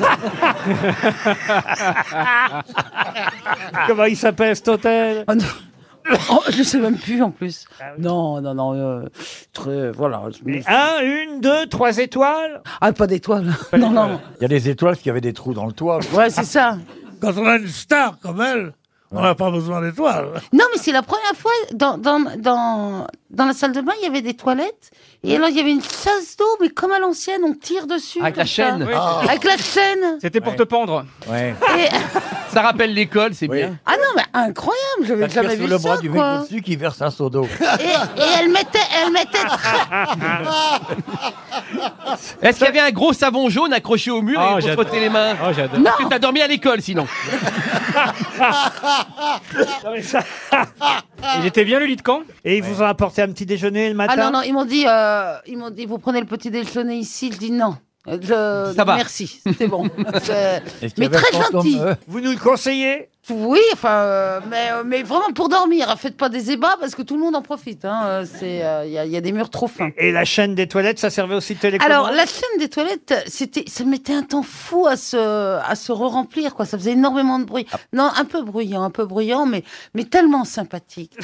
Ah. Comment il s'appelle cet hôtel Ah, Oh, Ah Je sais même plus en plus. Non, non, non. euh, très- voilà. je me- Un, une, deux, trois étoiles Ah, pas d'étoiles. Non, non. Il y a des étoiles qui avaient des trous dans le toit. Ouais, c'est ça. Quand on a une star comme elle, on n'a pas besoin d'étoiles. Non, mais c'est la première fois dans, dans, dans, dans la salle de bain, il y avait des toilettes. Et alors, il y avait une chasse d'eau, mais comme à l'ancienne, on tire dessus. Avec la comme ça. Ah. chaîne. Oui, c'est- Avec la chaîne. C'était pour te pendre. Ouais. Et- Ça rappelle l'école, c'est bien. Ah non, mais incroyable, j'avais T'attires jamais sous vu le bras ça, du mec quoi. dessus qui verse un seau d'eau. Et, et elle mettait, elle mettait très- Ah. Est-ce qu'il y avait un gros savon jaune accroché au mur Ah, et pour j'adore. frotter les mains Oh, j'adore. Parce que t'as dormi à l'école, sinon. Il était bien le lit de camp Et ils vous ont apporté un petit déjeuner le matin Ah non, non, ils m'ont dit, euh, ils m'ont dit, vous prenez le petit déjeuner ici. Je dis non. Euh, Je, Ça va. Merci, c'était bon. Euh, Est-ce qu'il y mais avait très un fantôme, gentil. euh Vous nous le conseillez Oui, enfin, euh, mais, euh, mais vraiment pour dormir. hein, Faites pas des ébats parce que tout le monde en profite. hein. Euh, C'est, il y, a- y a des murs trop fins. Et la chaîne des toilettes, ça servait aussi de télécommande Alors, la chaîne des toilettes, c'était, ça mettait un temps fou à se, à se re-remplir, quoi. Ça faisait énormément de Ah. bruit. Non, un peu bruyant, un peu bruyant, mais, mais tellement sympathique.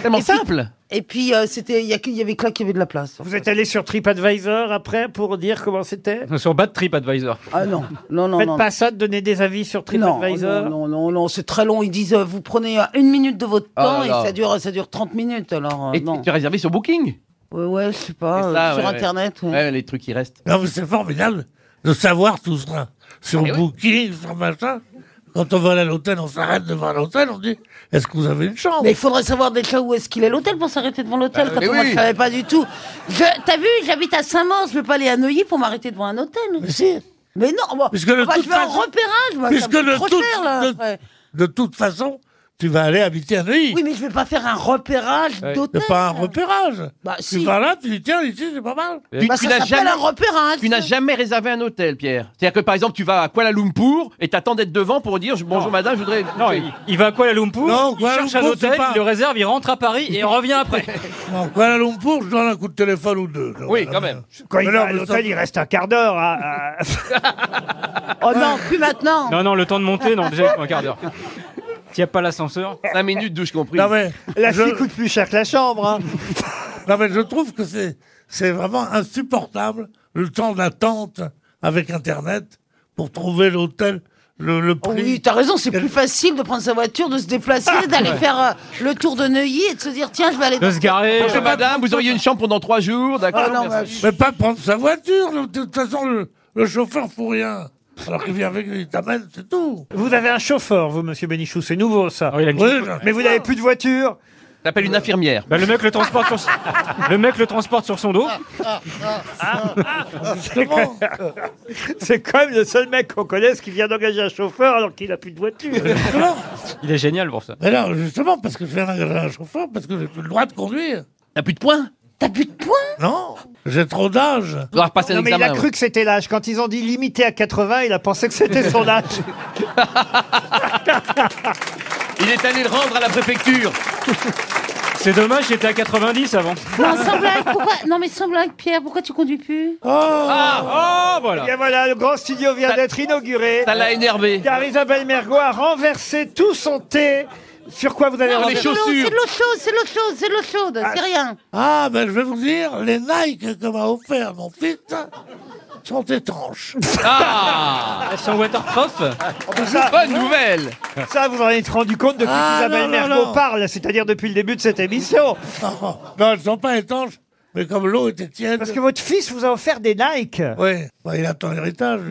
tellement simple. Et puis, euh, c'était, il y, a- il y avait que là qu'il y avait de la place. Vous êtes allé sur TripAdvisor après pour dire comment c'était Sur Bad Trip Advisor. Ah non, non, non. Faites non, pas non. ça de donner des avis sur Non, TripAdvisor non, non, non, non, c'est très long. Ils disent, euh, vous prenez euh, une minute de votre Oh temps là et là. ça dure, ça dure 30 minutes. Alors, euh, Et non. tu as réservé sur Booking Ouais, ouais, je sais pas, C'est euh, ça, sur ouais, ouais. Internet. ouais. Ouais, les trucs qui restent. Non, mais c'est formidable de savoir tout ça. Sur Eh oui. Booking, sur machin. Quand on va aller à l'hôtel, on s'arrête devant l'hôtel, on dit Est-ce que vous avez une chambre Mais il faudrait savoir déjà où est-ce qu'il est l'hôtel pour s'arrêter devant l'hôtel. Bah, quand mais moi, oui. je savais pas du tout. Je, t'as vu, j'habite à Saint-Maur, je vais pas aller à Neuilly pour m'arrêter devant un hôtel. Mais si. Mais non, moi, Puisque de moi, toute Ah bah, je vais en façon- repérage, moi, ça Puisque me coûte de trop toute- cher, là. de- après. De toute façon, tu vas aller habiter à Neuilly. Oui, mais je vais pas faire un repérage Ouais. d'hôtel. C'est pas un repérage. Bah, tu si. vas là, tu dis Tiens, ici, c'est pas mal. Tu, Bah, Euh, tu ça n'as s'appelle jamais, un repérage. tu n'as jamais réservé un hôtel, Pierre. C'est-à-dire que par exemple, tu vas à Kuala Lumpur et t'attends d'être devant pour dire je- bonjour madame, je voudrais. Non, il, il va à Kuala Lumpur, Non, il Kuala cherche un Lumpur, hôtel, c'est pas- il le réserve, il rentre à Paris et il revient après. Non, Kuala Lumpur, je donne un coup de téléphone ou deux. Oui, quand même. Quand il Mais va non, à mais l'hôtel, ça- il reste un quart d'heure. Ah, à- à- Oh non, plus maintenant. Non, non, le temps de monter, non, déjà, il faut un quart d'heure. S'il n'y a pas l'ascenseur. 5 minutes, douche compris. Non, mais La je- fille coûte plus cher que la chambre. hein. Non, mais je trouve que c'est, c'est vraiment insupportable le temps d'attente avec Internet pour trouver l'hôtel, le, le Oh prix. Ah, oui, t'as raison, c'est plus facile de prendre sa voiture, de se déplacer, d'aller Ouais. faire euh, le tour de Neuilly et de se euh, dire tiens, je vais aller. dans- Bonjour euh, madame, vous auriez une chambre pendant 3 jours, d'accord Ah, non, merci. Mais pas prendre sa voiture, le- de toute façon, le, le chauffeur fout rien. Alors qu'il vient avec lui, il t'amène, c'est tout. Vous avez un chauffeur, vous, monsieur Bénichou, c'est nouveau ça. Ah, une- Oui, j'en ai mais vous n'avez plus de voiture. T'appelles une infirmière. Bah, le, mec le, transporte sur... son- le mec le transporte sur son dos. Ah, C'est quand même le seul mec qu'on connaisse qui vient d'engager un chauffeur alors qu'il n'a plus de voiture. Justement. Il est génial pour ça. Mais non, justement, parce que je viens d'engager un chauffeur, parce que j'ai plus le droit de conduire. T'as plus de points T'as plus de points Non, j'ai trop d'âge. Tu dois repasser Non, mais il l'examen. a cru que c'était l'âge. Quand ils ont dit limité à 80, il a pensé que c'était son âge. Il est allé le rendre à la préfecture. C'est dommage, j'étais à 90 avant. Non, sans blague, pourquoi Non, mais sans blague, Pierre, pourquoi tu conduis plus Ah, oh, voilà. Et voilà, le grand studio vient d'être inauguré. Ça l'a énervé. Car Isabelle Mergo a renversé tout son thé. Sur quoi vous avez Non, renversé c'est de les l'eau, chaussures. C'est de l'eau chaude, c'est de l'eau chaude, c'est de l'eau chaude, c'est rien. Ah, ben je vais vous dire, les Nike que m'a offert mon fils sont étanches. Ah Elles sont waterproof. Bonne nouvelle Ça, vous en êtes rendu compte depuis Ah, qu'Isabelle non, non, Mergo non. parle, c'est-à-dire depuis le début de cette émission. Non, non, elles sont pas étanches. Mais comme l'eau était tiède. Parce que votre fils vous a offert des Nike. Oui. Bah, il attend l'héritage.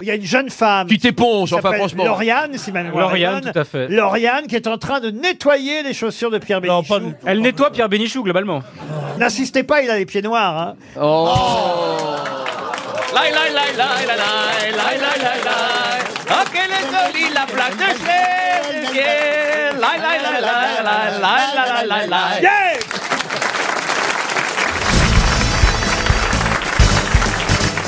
Il y a une jeune femme. Tu t'éponges, qui enfin, s'appelle franchement. Lauriane, si ma mémoire est Lauriane, bonne. tout à fait. Lauriane qui est en train de nettoyer les chaussures de Pierre Bénichou. Elle nettoie Pierre Bénichou, globalement. N'insistez pas, il a les pieds noirs. hein. Laï, laï, laï, laï, laï, laï, laï, laï, laï, laï. Oh, quelle est jolie la plaque de Schnee, de Schnee. Laï, laï, laï, laï, laï, laï, laï, laï, laï, laï. Yeah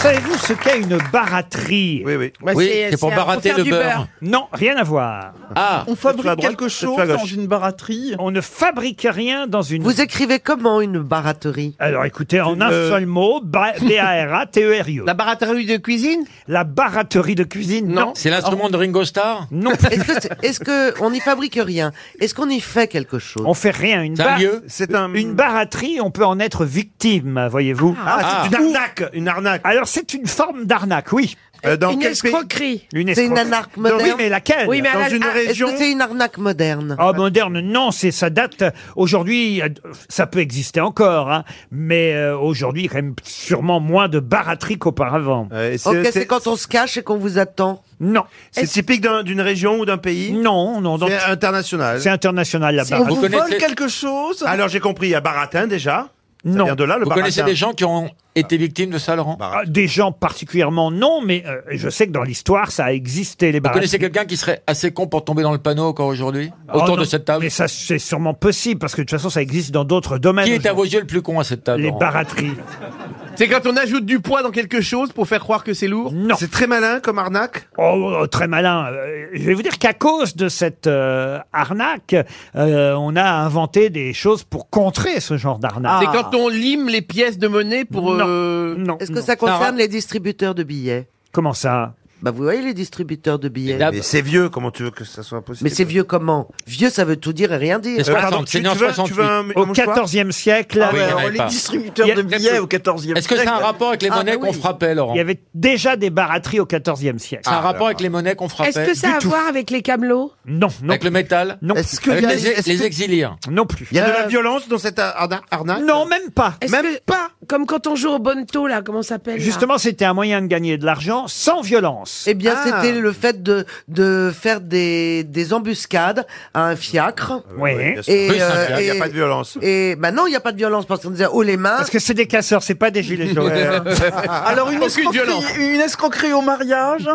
Savez-vous ce qu'est une baratterie Oui, oui. Bah, Oui, c'est- c'est pour c'est à- barater pour faire le du beurre. beurre. Non, rien à voir. Ah, On fabrique à droite, quelque faites-le chose à gauche. dans une baratterie On ne fabrique rien dans une... Vous écrivez comment une baratterie Alors écoutez, en un euh, Euh. seul mot, ba- B-A-R-A-T-E-R-I-E. La baratterie de cuisine E La baratterie de cuisine, non. C'est l'instrument de Ringo Starr Non. Est-ce que, c'est- est-ce que on n'y fabrique rien Est-ce qu'on y fait quelque chose On fait rien. Une C'est un bar- lieu C'est un- Une baratterie, on peut en être victime, voyez-vous. Ah, Ah. c'est une arnaque, une arnaque. Alors c'est une forme d'arnaque, oui. une escroquerie. Une C'est une escroquerie. arnaque Dans- moderne. Oui, mais laquelle Oui, mais à la- ah, Est-ce que c'est une arnaque moderne Ah, moderne, non, c'est ça date. Aujourd'hui, euh, ça peut exister encore, hein, mais euh, aujourd'hui, il y a quand même sûrement moins de baratterie qu'auparavant. Ok, c'est quand on se cache et qu'on vous attend. Non. C'est typique d'un- d'une région ou d'un pays Non, non. C'est international. C'est international la C'est- baratterie. on vous Vous connaissez- vole quelque chose Alors j'ai compris, il y a Baratin déjà. Non. vient de là, le Vous Baratin. connaissez des gens qui ont été victimes de ça, Laurent Ah, Des gens particulièrement non, mais euh, je sais que dans l'histoire, ça a existé les Vous baratteries. connaissez quelqu'un qui serait assez con pour tomber dans le panneau encore aujourd'hui Oh Autour non, de cette table Mais ça, c'est sûrement possible, parce que de toute façon, ça existe dans d'autres domaines. Qui est à vos yeux le plus con à cette table Les Laurent baratteries. C'est quand on ajoute du poids dans quelque chose pour faire croire que c'est lourd Non. C'est très malin comme arnaque Oh, oh, très malin. Euh, Je vais vous dire qu'à cause de cette euh, arnaque, euh, on a inventé des choses pour contrer ce genre d'arnaque. C'est quand on lime les pièces de monnaie pour... Ah. Non. euh, Non. Est-ce que ça concerne les distributeurs de billets Comment ça Bah vous voyez les distributeurs de billets. Mais c'est vieux, comment tu veux que ça soit impossible Mais c'est vieux comment Vieux, ça veut tout dire et rien dire. C'est Euh, pardon, 60, c'est tu- né en tu veux- tu 68. veux un- Au comment je vois 14e siècle, Ah ouais, euh, alors, il y les avait- distributeurs il y a- de billets au 14e Est-ce que siècle. ça a un rapport avec les Ah, monnaies bah qu'on oui. frappait, Laurent Il y avait déjà des baratteries au 14e siècle. C'est un rapport avec les monnaies qu'on frappait. Est-ce que ça a à voir avec les camelots Non, non. Avec le métal Non. Est-ce que Avec y a- les- est-ce les que- exiliés Non plus. Il y a de Euh, Euh, la violence dans cette arna- arnaque Non, même pas. Même pas Comme quand on joue au bonneto, là, comment ça s'appelle là Justement, c'était un moyen de gagner de l'argent sans violence. Ah. Eh bien, c'était le fait de, de faire des, des embuscades à un fiacre. Oui. Et, Oui, c'est un euh, fiacre, il y a et- pas de violence. Et bah non, il n'y a pas de violence parce qu'on disait haut les mains. Parce que c'est des casseurs, c'est pas des gilets jaunes. Alors, une Aucune escroquerie- violence. une escroquerie au mariage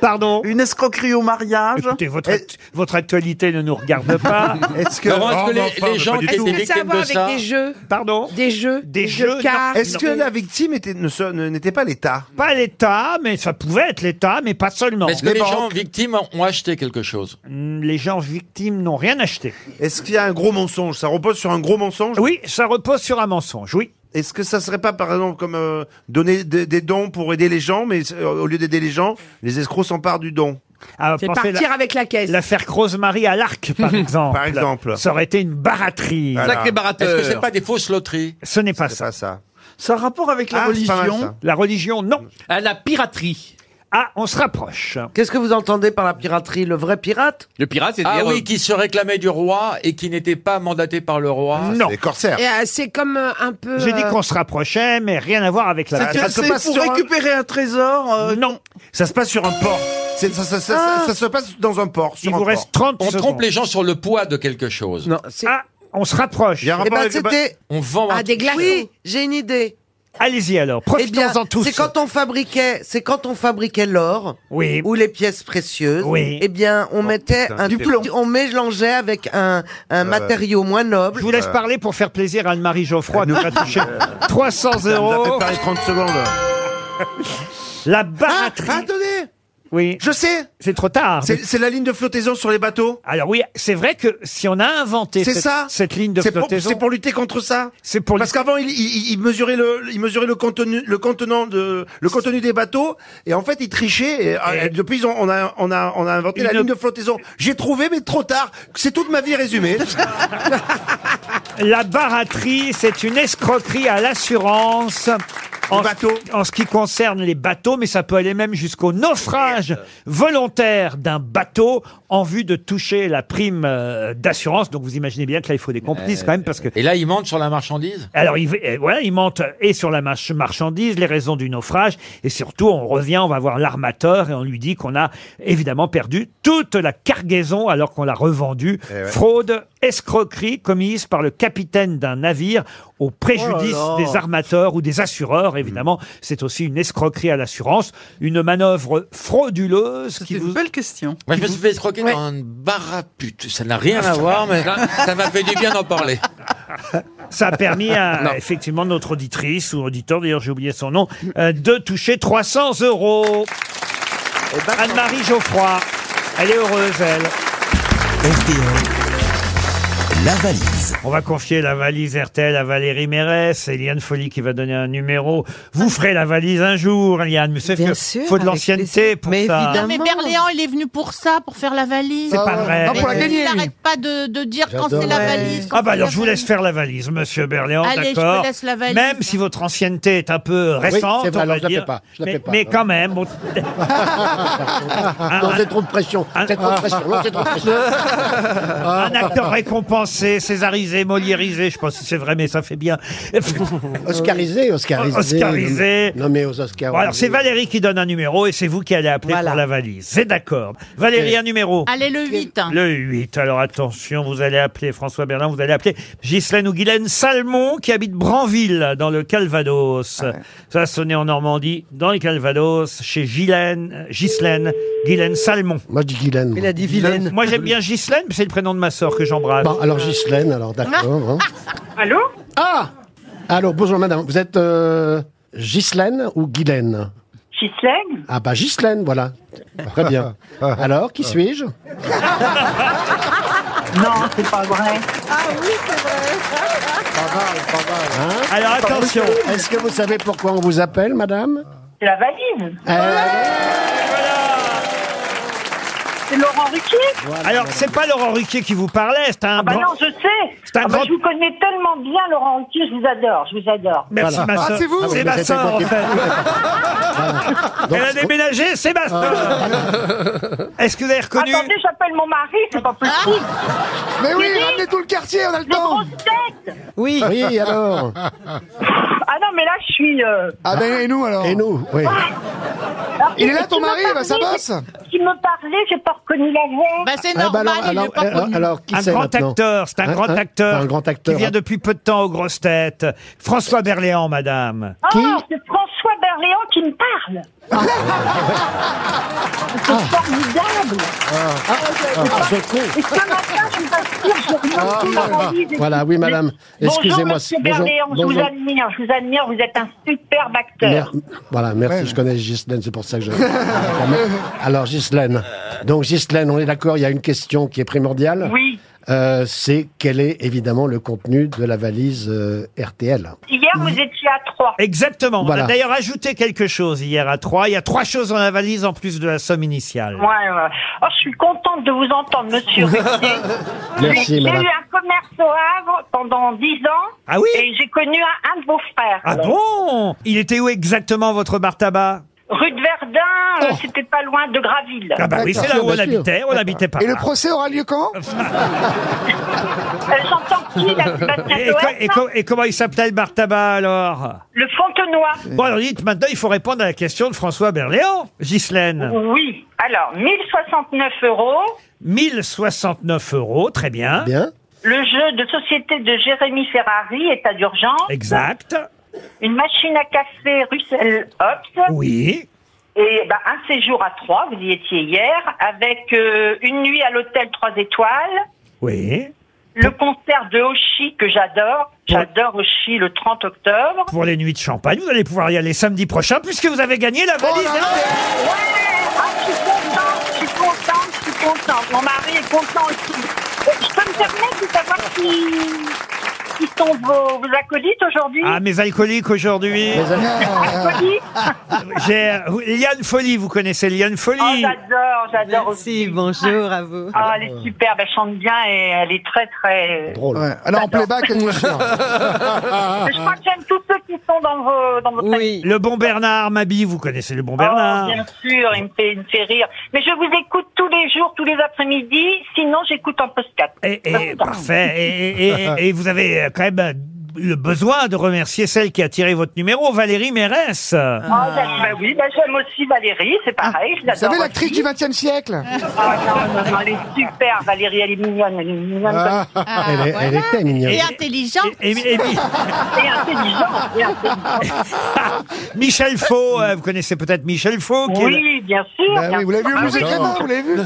Pardon Une escroquerie au mariage Écoutez, votre, act- votre actualité ne nous regarde pas. Oh, Est-ce que- Laurent, est-ce que les- les gens qui étaient Est-ce que ça a à voir avec des jeux Pardon Des jeux Des, jeux de cartes Est-ce que Non. la victime était- ne se- ne- n'était pas l'État Pas l'État, mais ça pouvait être l'État, mais pas seulement. Est-ce que les, gens victimes ont acheté quelque chose Mm, les gens victimes n'ont rien acheté. Est-ce qu'il y a un gros mensonge Ça repose sur un gros mensonge Oui, ça repose sur un mensonge, oui. Est-ce que ça serait pas, par exemple, comme euh, donner des, des dons pour aider les gens, mais euh, au lieu d'aider les gens, les escrocs s'emparent du don Ah, C'est pensez partir la- avec la caisse. L'affaire Rosemary à l'arc, par exemple. Par exemple. Ça aurait été une baratterie. Est-ce que c'est pas des fausses loteries Ce n'est pas ça. Ça a rapport avec la Ah, c'est pas mal, religion ça. La religion, non. La piraterie. Ah, on se rapproche. Qu'est-ce que vous entendez par la piraterie Le vrai pirate Le pirate, c'est Ah dire, oui, euh, qui se réclamait du roi et qui n'était pas mandaté par le roi. Non. Les corsaires. Et, euh, C'est comme euh, un peu. J'ai dit euh, qu'on se rapprochait, mais rien à voir avec la C'est- baratterie. c'est pour récupérer un trésor Non. Ça se passe sur un port. C'est- Ça, ça- ça- Ah. ça se passe dans un port. Sur Il un vous reste port. 30 On secondes. trompe les gens sur le poids de quelque chose. Ah, on se rapproche. Il y a un Eh rapport ben, avec le ba- c'était- Ah, On vend un- Oui, j'ai une idée. Allez-y alors, Eh bien, profitons-en tous. c'est quand on fabriquait, c'est quand on fabriquait l'or Oui. ou les pièces précieuses. Oui. Eh bien, on mettait Oh, putain, un du plomb. on mélangeait avec un, un matériau moins noble. Je vous laisse Euh. parler pour faire plaisir à Anne-Marie Geoffroy, nous a touché 300 Ça me euros. fait parler 30 secondes. La baratterie. Ah, attendez oui, Je sais c'est trop tard. C'est c'est la ligne de flottaison sur les bateaux Alors oui, c'est vrai que si on a inventé C'est cette, ça cette ligne de C'est pour, flottaison, c'est pour lutter contre ça c'est pour Parce qu'avant, il, il- il mesurait le, il mesurait le contenu, le contenant de, le contenu des bateaux, et en fait, il trichait. Et, euh, depuis, ils ont- on a, on a, on a inventé la Une- ligne de flottaison. J'ai trouvé, mais trop tard. C'est toute ma vie résumée. la baratterie, c'est une escroquerie à l'assurance. en, ce- en ce qui concerne les bateaux, mais ça peut aller même jusqu'au naufrage volontaire d'un bateau en vue de toucher la prime euh, d'assurance. Donc vous imaginez bien que là, il faut des complices quand même parce que. Euh, Et là, il monte sur la marchandise Alors, il, euh, voilà, il monte et sur la march- marchandise, les raisons du naufrage, et surtout, on revient, on va voir l'armateur, et on lui dit qu'on a évidemment perdu toute la cargaison alors qu'on l'a revendue. Eh ouais. Fraude, escroquerie commise par le capitaine d'un navire au préjudice Oh là Hmm. là. des armateurs ou des assureurs, évidemment. C'est aussi une escroquerie à l'assurance, une manœuvre frauduleuse qui vous... belle question. Moi, je me suis fait escroquer dans une barre à pute. Ah, Ça n'a rien à voir, mais ça m'a fait du bien d'en parler. Ça a permis Non. à, effectivement, notre auditrice ou auditeur, d'ailleurs j'ai oublié son nom, euh, de toucher 300 euros. Anne-Marie Geoffroy, elle est heureuse, elle. La valise. On va confier la valise RTL à Valérie Mérès, Eliane Folly qui va donner un numéro. Vous ferez la valise un jour, Eliane, mais c'est Ah. Bien que- sûr, faut de avec l'ancienneté pour ça. Non, mais Berléand, il est venu pour ça, pour faire la valise. C'est pas vrai. Non, pour la Mais gagner, Il lui. n'arrête pas de, de dire quand c'est la valise. quand Ah bah c'est alors la je vous laisse faire la valise, Monsieur Berléand, Allez, je te d'accord. laisse la valise. Même si votre ancienneté est un peu Oui, récente, c'est vrai, on va alors je la dire. fais pas, je la mais, fais pas. mais quand même. on- Ah, Non, c'est trop de pression. Ah, C'est trop de pression. Non, c'est trop de pression. un acteur récompensé, césarisé, moliérisé, je pense que c'est vrai, mais ça fait bien. Oscarisé, Oscarisé. Oscarisé. Non, mais aux Oscars. Bon, alors c'est Valérie qui donne un numéro et c'est vous qui allez appeler pour la valise. C'est d'accord. Valérie, un numéro. Allez, le 8. Le 8. Alors attention, vous allez appeler François Bernard, vous allez appeler Ghislaine ou Guylaine Salmon qui habite Branville dans le Calvados. Ça sonnait en Normandie, dans le Calvados, chez Ghislaine, Ghislaine, Ghislaine Salmon. Moi je dis Guylaine. Il a dit Vilaine. Moi j'aime bien Ghislaine, mais c'est le prénom de ma sœur que j'embrasse. Bon, alors Ghislaine, alors d'accord. hein. Allô Ah Alors, bonjour madame, vous êtes euh, Ghislaine ou Guylaine Ghislaine Ah bah Ghislaine, voilà. Très bien. Alors, qui suis-je Non, c'est pas vrai. Ah oui, c'est vrai. Hein Hein Alors attention. Est-ce que vous savez pourquoi on vous appelle, madame C'est la valise. C'est Laurent Ruquier Alors c'est pas Laurent Ruquier qui vous parlait, c'est un Bah grand- non, je sais. C'est un Ah bah, grand- je vous connais tellement bien, Laurent Ruquier, je vous adore, je vous adore. Merci ma Ah, sœur. C'est ma sœur en fait. Elle a déménagé, c'est ma Ah. sœur. Est-ce que vous avez reconnu Attendez, j'appelle mon mari, c'est pas possible. Ah. Mais oui, Thierry, ramenez tout le quartier, on a le les temps. grosses têtes. Oui. Oui, alors Ah non, mais là, je suis. euh, Ah, Ah ben et nous alors Et nous, oui. alors, Il est qui- là, ton qui me mari, parlait, bah, ça bosse Qui me parlait, j'ai pas reconnu la voix. Bah Ah, bah, alors, alors, alors, alors, qui un c'est grand maintenant Hein, acteur, c'est un, grand acteur, un grand acteur. qui vient depuis peu de temps aux grosses têtes. François Berléand, madame. Ah, c'est François Berléand qui me parle. Ah. c'est formidable. Euh, ah, ce con. Et ce matin, je vous assure, j'ai remonté la valise et ah, Voilà, tout. oui, madame. Excusez-moi, Bonjour, monsieur bonjour, Berléand, je vous bonjour. admire, je vous admire, vous êtes un superbe acteur. Mer- voilà, merci, je connais Ghislaine, c'est pour ça que je... Alors, Ghislaine, donc Ghislaine, on est d'accord, il y a une question qui est primordiale Oui. Euh, c'est quel est évidemment le contenu de la valise euh, RTL Hier, vous étiez à 3. Exactement. On Mhm. Voilà. a d'ailleurs ajouté quelque chose hier à trois. Il y a trois choses dans la valise en plus de la somme initiale. Ouais, ouais. Oh, je suis contente de vous entendre, monsieur Ruquier. Merci, J'ai eu madame. un commerce au Havre pendant 10 ans. Ah oui Et j'ai connu un, un de vos frères. Ah Alors, bon Il était où exactement votre bar tabac Rue de Verdun, euh, c'était pas loin de Graville. Oh. Ah bah oui, c'est là où on habitait. On habitait pas. Et le là. procès aura lieu quand Euh, J'entends qui, là, Sébastien Et, co- Toen et co- et comment il s'appelait le bar tabac alors Le Fontenoy. Bon alors dites, maintenant il faut répondre à la question de François Berléand, Ghislaine. Oui. Alors, 1069 euros. 1069 euros, très bien. Bien. Le jeu de société de Jérémy Ferrari, état d'urgence. Exact. Une machine à café Russell Hobbs. Oui. Et bah, un séjour à trois, vous y étiez hier, avec euh, une nuit à l'hôtel 3 étoiles, Oui. le concert de Hoshi que j'adore, j'adore Hoshi le 30 octobre. Pour les nuits de champagne, vous allez pouvoir y aller samedi prochain puisque vous avez gagné la valise. Hein. Ah, je suis contente, je suis contente, je suis contente. Mon mari est content aussi. Euh, Je peux me permettre de savoir qui, qui sont vos, vos acolytes aujourd'hui Ah, mes alcooliques aujourd'hui. Ah, Acolytes J'ai euh, vous- Liane Folie, vous connaissez Liane Folie Oh, j'adore, j'adore aussi. bonjour à vous. Ah, elle est superbe, elle chante bien et elle est très, très... Drôle. Alors, en playback, elle nous chante. Je crois que j'aime tous ceux qui sont dans, vos, dans votre famille. Le bon Bernard Mabi, vous connaissez le bon Bernard. Oh, bien sûr, il me, fait, il me fait rire. Mais je vous écoute tous les jours, tous les après-midi. Sinon, j'écoute en post-cat. Et parfait. Et, et- et- et vous avez euh, quand même euh, le besoin de remercier celle qui a tiré votre numéro, Valérie Mérès. Oh, j'aime- bah oui, bah j'aime aussi Valérie, c'est pareil. je Vous savez l'adore l'actrice aussi. du XXe siècle Ah, non, non, non, elle est super, Valérie, elle est mignonne, elle est mignonne. Ah, comme- elle est- elle voilà. était mignonne. Et intelligente. Et, et- et intelligente, et intelligente. Michel Faux, euh, vous connaissez peut-être Michel Faux. qui est le- Oui, bien sûr. Bah oui, vous l'avez vu au musée Grévin, vous l'avez vu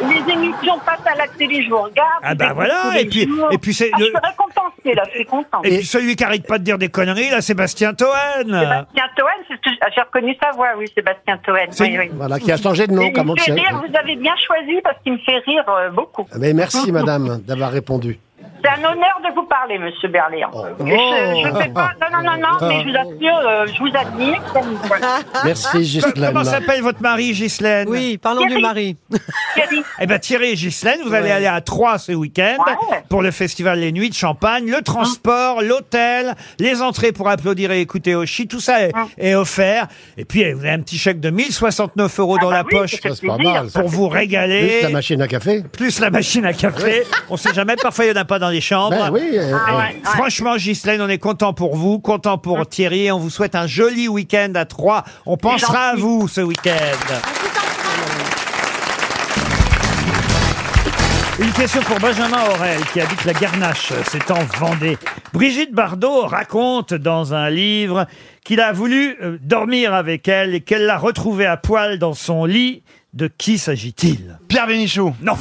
Les émissions passent à la télé, je vous regarde. Ah, bah je vous voilà, écoute tous et les puis- jours. et puis c'est Ah, le- Je suis récompensée, là, je suis contente. Et puis celui qui arrête pas de dire des conneries, là, Sébastien Toen. Sébastien Toen, c'est tout- ah, j'ai reconnu sa voix, oui, Sébastien Toen. C'est- oui, oui. Voilà, qui a changé de nom, Et il comme on me fait le sait. Ah, rire, vous avez bien choisi parce qu'il me fait rire euh, beaucoup. Mais merci, madame, d'avoir répondu. C'est un honneur de vous parler, monsieur Berléand. Oh. Je ne sais pas, non, non, non, non, mais je vous assure, euh, je vous admire. comme- voilà. Merci, Ghislaine. Comment s'appelle votre mari, Ghislaine Oui, parlons du mari. Eh ben Thierry et Ghislaine, vous allez Ouais. aller à Troyes ce week-end pour le festival Les Nuits de Champagne. Le transport, l'hôtel, les entrées pour applaudir et écouter Oshi, tout ça est, est offert. Et puis, eh, vous avez un petit chèque de 1069 euros dans la poche Ça, Ah bah c'est pas mal. ça. pour vous régaler. Juste la machine à café. Plus la machine à café. On sait jamais, parfois il n'y en a pas dans les chambres. Ben oui, euh, Ah ouais, ouais. Franchement, Ghislaine, on est content pour vous, content pour Thierry. et On vous souhaite un joli week-end à Troyes. On pensera à vous ce week-end. Une question pour Benjamin Aurel, qui habite la Garnache, c'est en Vendée. Brigitte Bardot raconte dans un livre qu'il a voulu euh, dormir avec elle et qu'elle l'a retrouvée à poil dans son lit. De qui s'agit-il Pierre Bénichou. Non.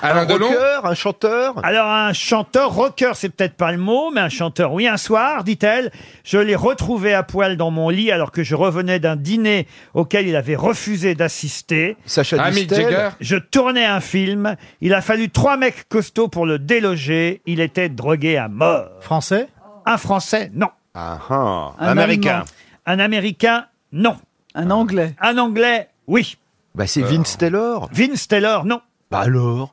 Un rocker, un chanteur Alors un chanteur, rocker c'est peut-être pas le mot, mais un chanteur. Oui, un soir, dit-elle, je l'ai retrouvé à poil dans mon lit alors que je revenais d'un dîner auquel il avait refusé d'assister. Sacha Ah, Mick Distel Jagger Je tournais un film, il a fallu trois mecs costauds pour le déloger, il était drogué à mort. Français Un Français, non. ah. Un Américain. Allemand. Un Américain, non. Un Anglais Un Anglais, oui. Euh, Bah, c'est Vince Taylor. Vince Taylor, non. Bah alors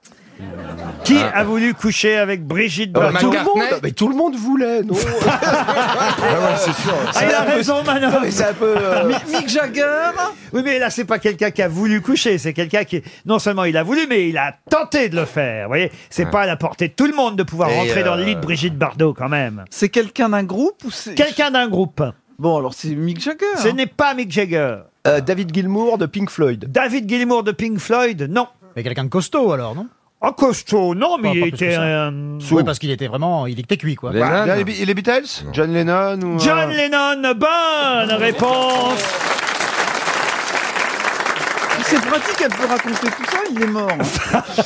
Qui a voulu coucher avec Brigitte Ah, Bardot tout le monde, mais tout le monde voulait, non Ah c'est sûr. Ah, il a raison, Manon. c'est un peu. euh, Mick Jagger. Oui, mais là, c'est pas quelqu'un qui a voulu coucher. C'est quelqu'un qui, non seulement il a voulu, mais il a tenté de le faire. Vous voyez, c'est pas à la portée de tout le monde de pouvoir Et, rentrer dans le lit de euh, Brigitte Bardot, quand même. C'est quelqu'un d'un groupe ou c'est. Quelqu'un d'un groupe. Bon, alors c'est Mick Jagger. Ce n'est pas Mick Jagger. Euh, David Gilmour de Pink Floyd. David Gilmour de Pink Floyd, non. Mais quelqu'un de costaud, alors, non En costaud, non, mais Pas- il pas plus que était. ça. euh, Oui, parce qu'il était vraiment, il était cuit, quoi. Bah, les, les Beatles John Lennon ou, John euh, Lennon, bonne réponse C'est pratique, elle peut raconter tout ça, il est mort.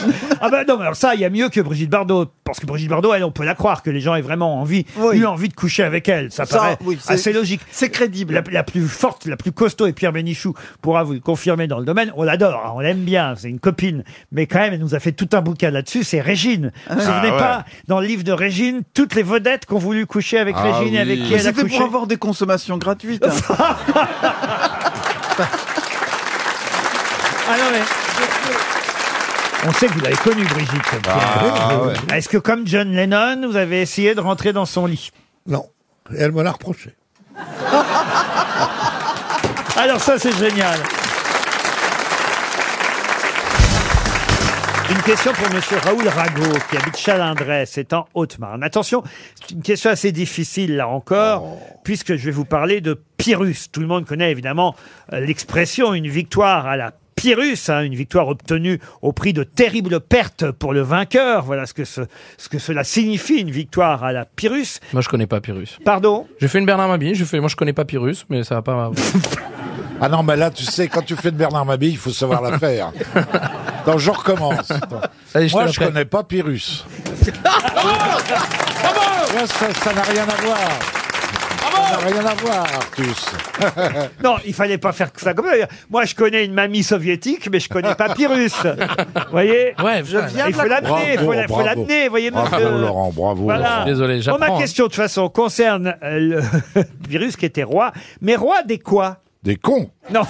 Ah ben non, mais alors ça, il y a mieux que Brigitte Bardot, parce que Brigitte Bardot, elle, on peut la croire que les gens aient vraiment envie, eu envie de coucher avec elle. Ça, Ça, paraît oui, c'est- assez logique. C'est crédible. La, la plus forte, la plus costaud, et Pierre Bénichou pourra vous le confirmer dans le domaine. On l'adore, hein, on l'aime bien, c'est une copine, mais quand même, elle nous a fait tout un bouquin là-dessus. C'est Régine. Vous Ah vous souvenez ouais. pas dans le livre de Régine toutes les vedettes qui ont voulu coucher avec Régine et avec qui elle a C'était couché pour avoir des consommations gratuites. hein. Ah non, mais. On sait que vous l'avez connue, Brigitte. Ah, ouais. Est-ce que, comme John Lennon, vous avez essayé de rentrer dans son lit Non. Et elle me l'a reproché. Alors ça, c'est génial. Une question pour Monsieur Raoul Rago, qui habite Chalindrey, c'est en Haute-Marne. Attention, c'est une question assez difficile là encore, puisque je vais vous parler de Pyrrhus. Tout le monde connaît évidemment euh, l'expression une victoire à la Pyrrhus, hein, une victoire obtenue au prix de terribles pertes pour le vainqueur. Voilà ce que, ce, ce que cela signifie, une victoire à la Pyrrhus. Moi, je connais pas Pyrrhus. Pardon J'ai fait une Bernard Mabille, je fais, moi, je connais pas Pyrrhus, mais ça va pas. Ah non, mais là, tu sais, quand tu fais de Bernard Mabille, il faut savoir la faire. Attends, je recommence. Attends. Allez, je te Moi, la je prête. connais pas Pyrrhus. Bravo Ouais, ça ça n'a rien à voir. Ça n'a rien à voir, Artus. Non, il fallait pas faire que ça comme ça. Moi, je connais une mamie soviétique, mais je connais pas Pyrrhus. Vous voyez Ouais, je viens Il faut l'amener, il faut la- faut l'amener, vous voyez, Bravo, monsieur. Laurent, bravo. Voilà. Laurent. Bon, hein. ma question, de toute façon, concerne euh, le virus qui était roi, mais roi des quoi Des cons Non.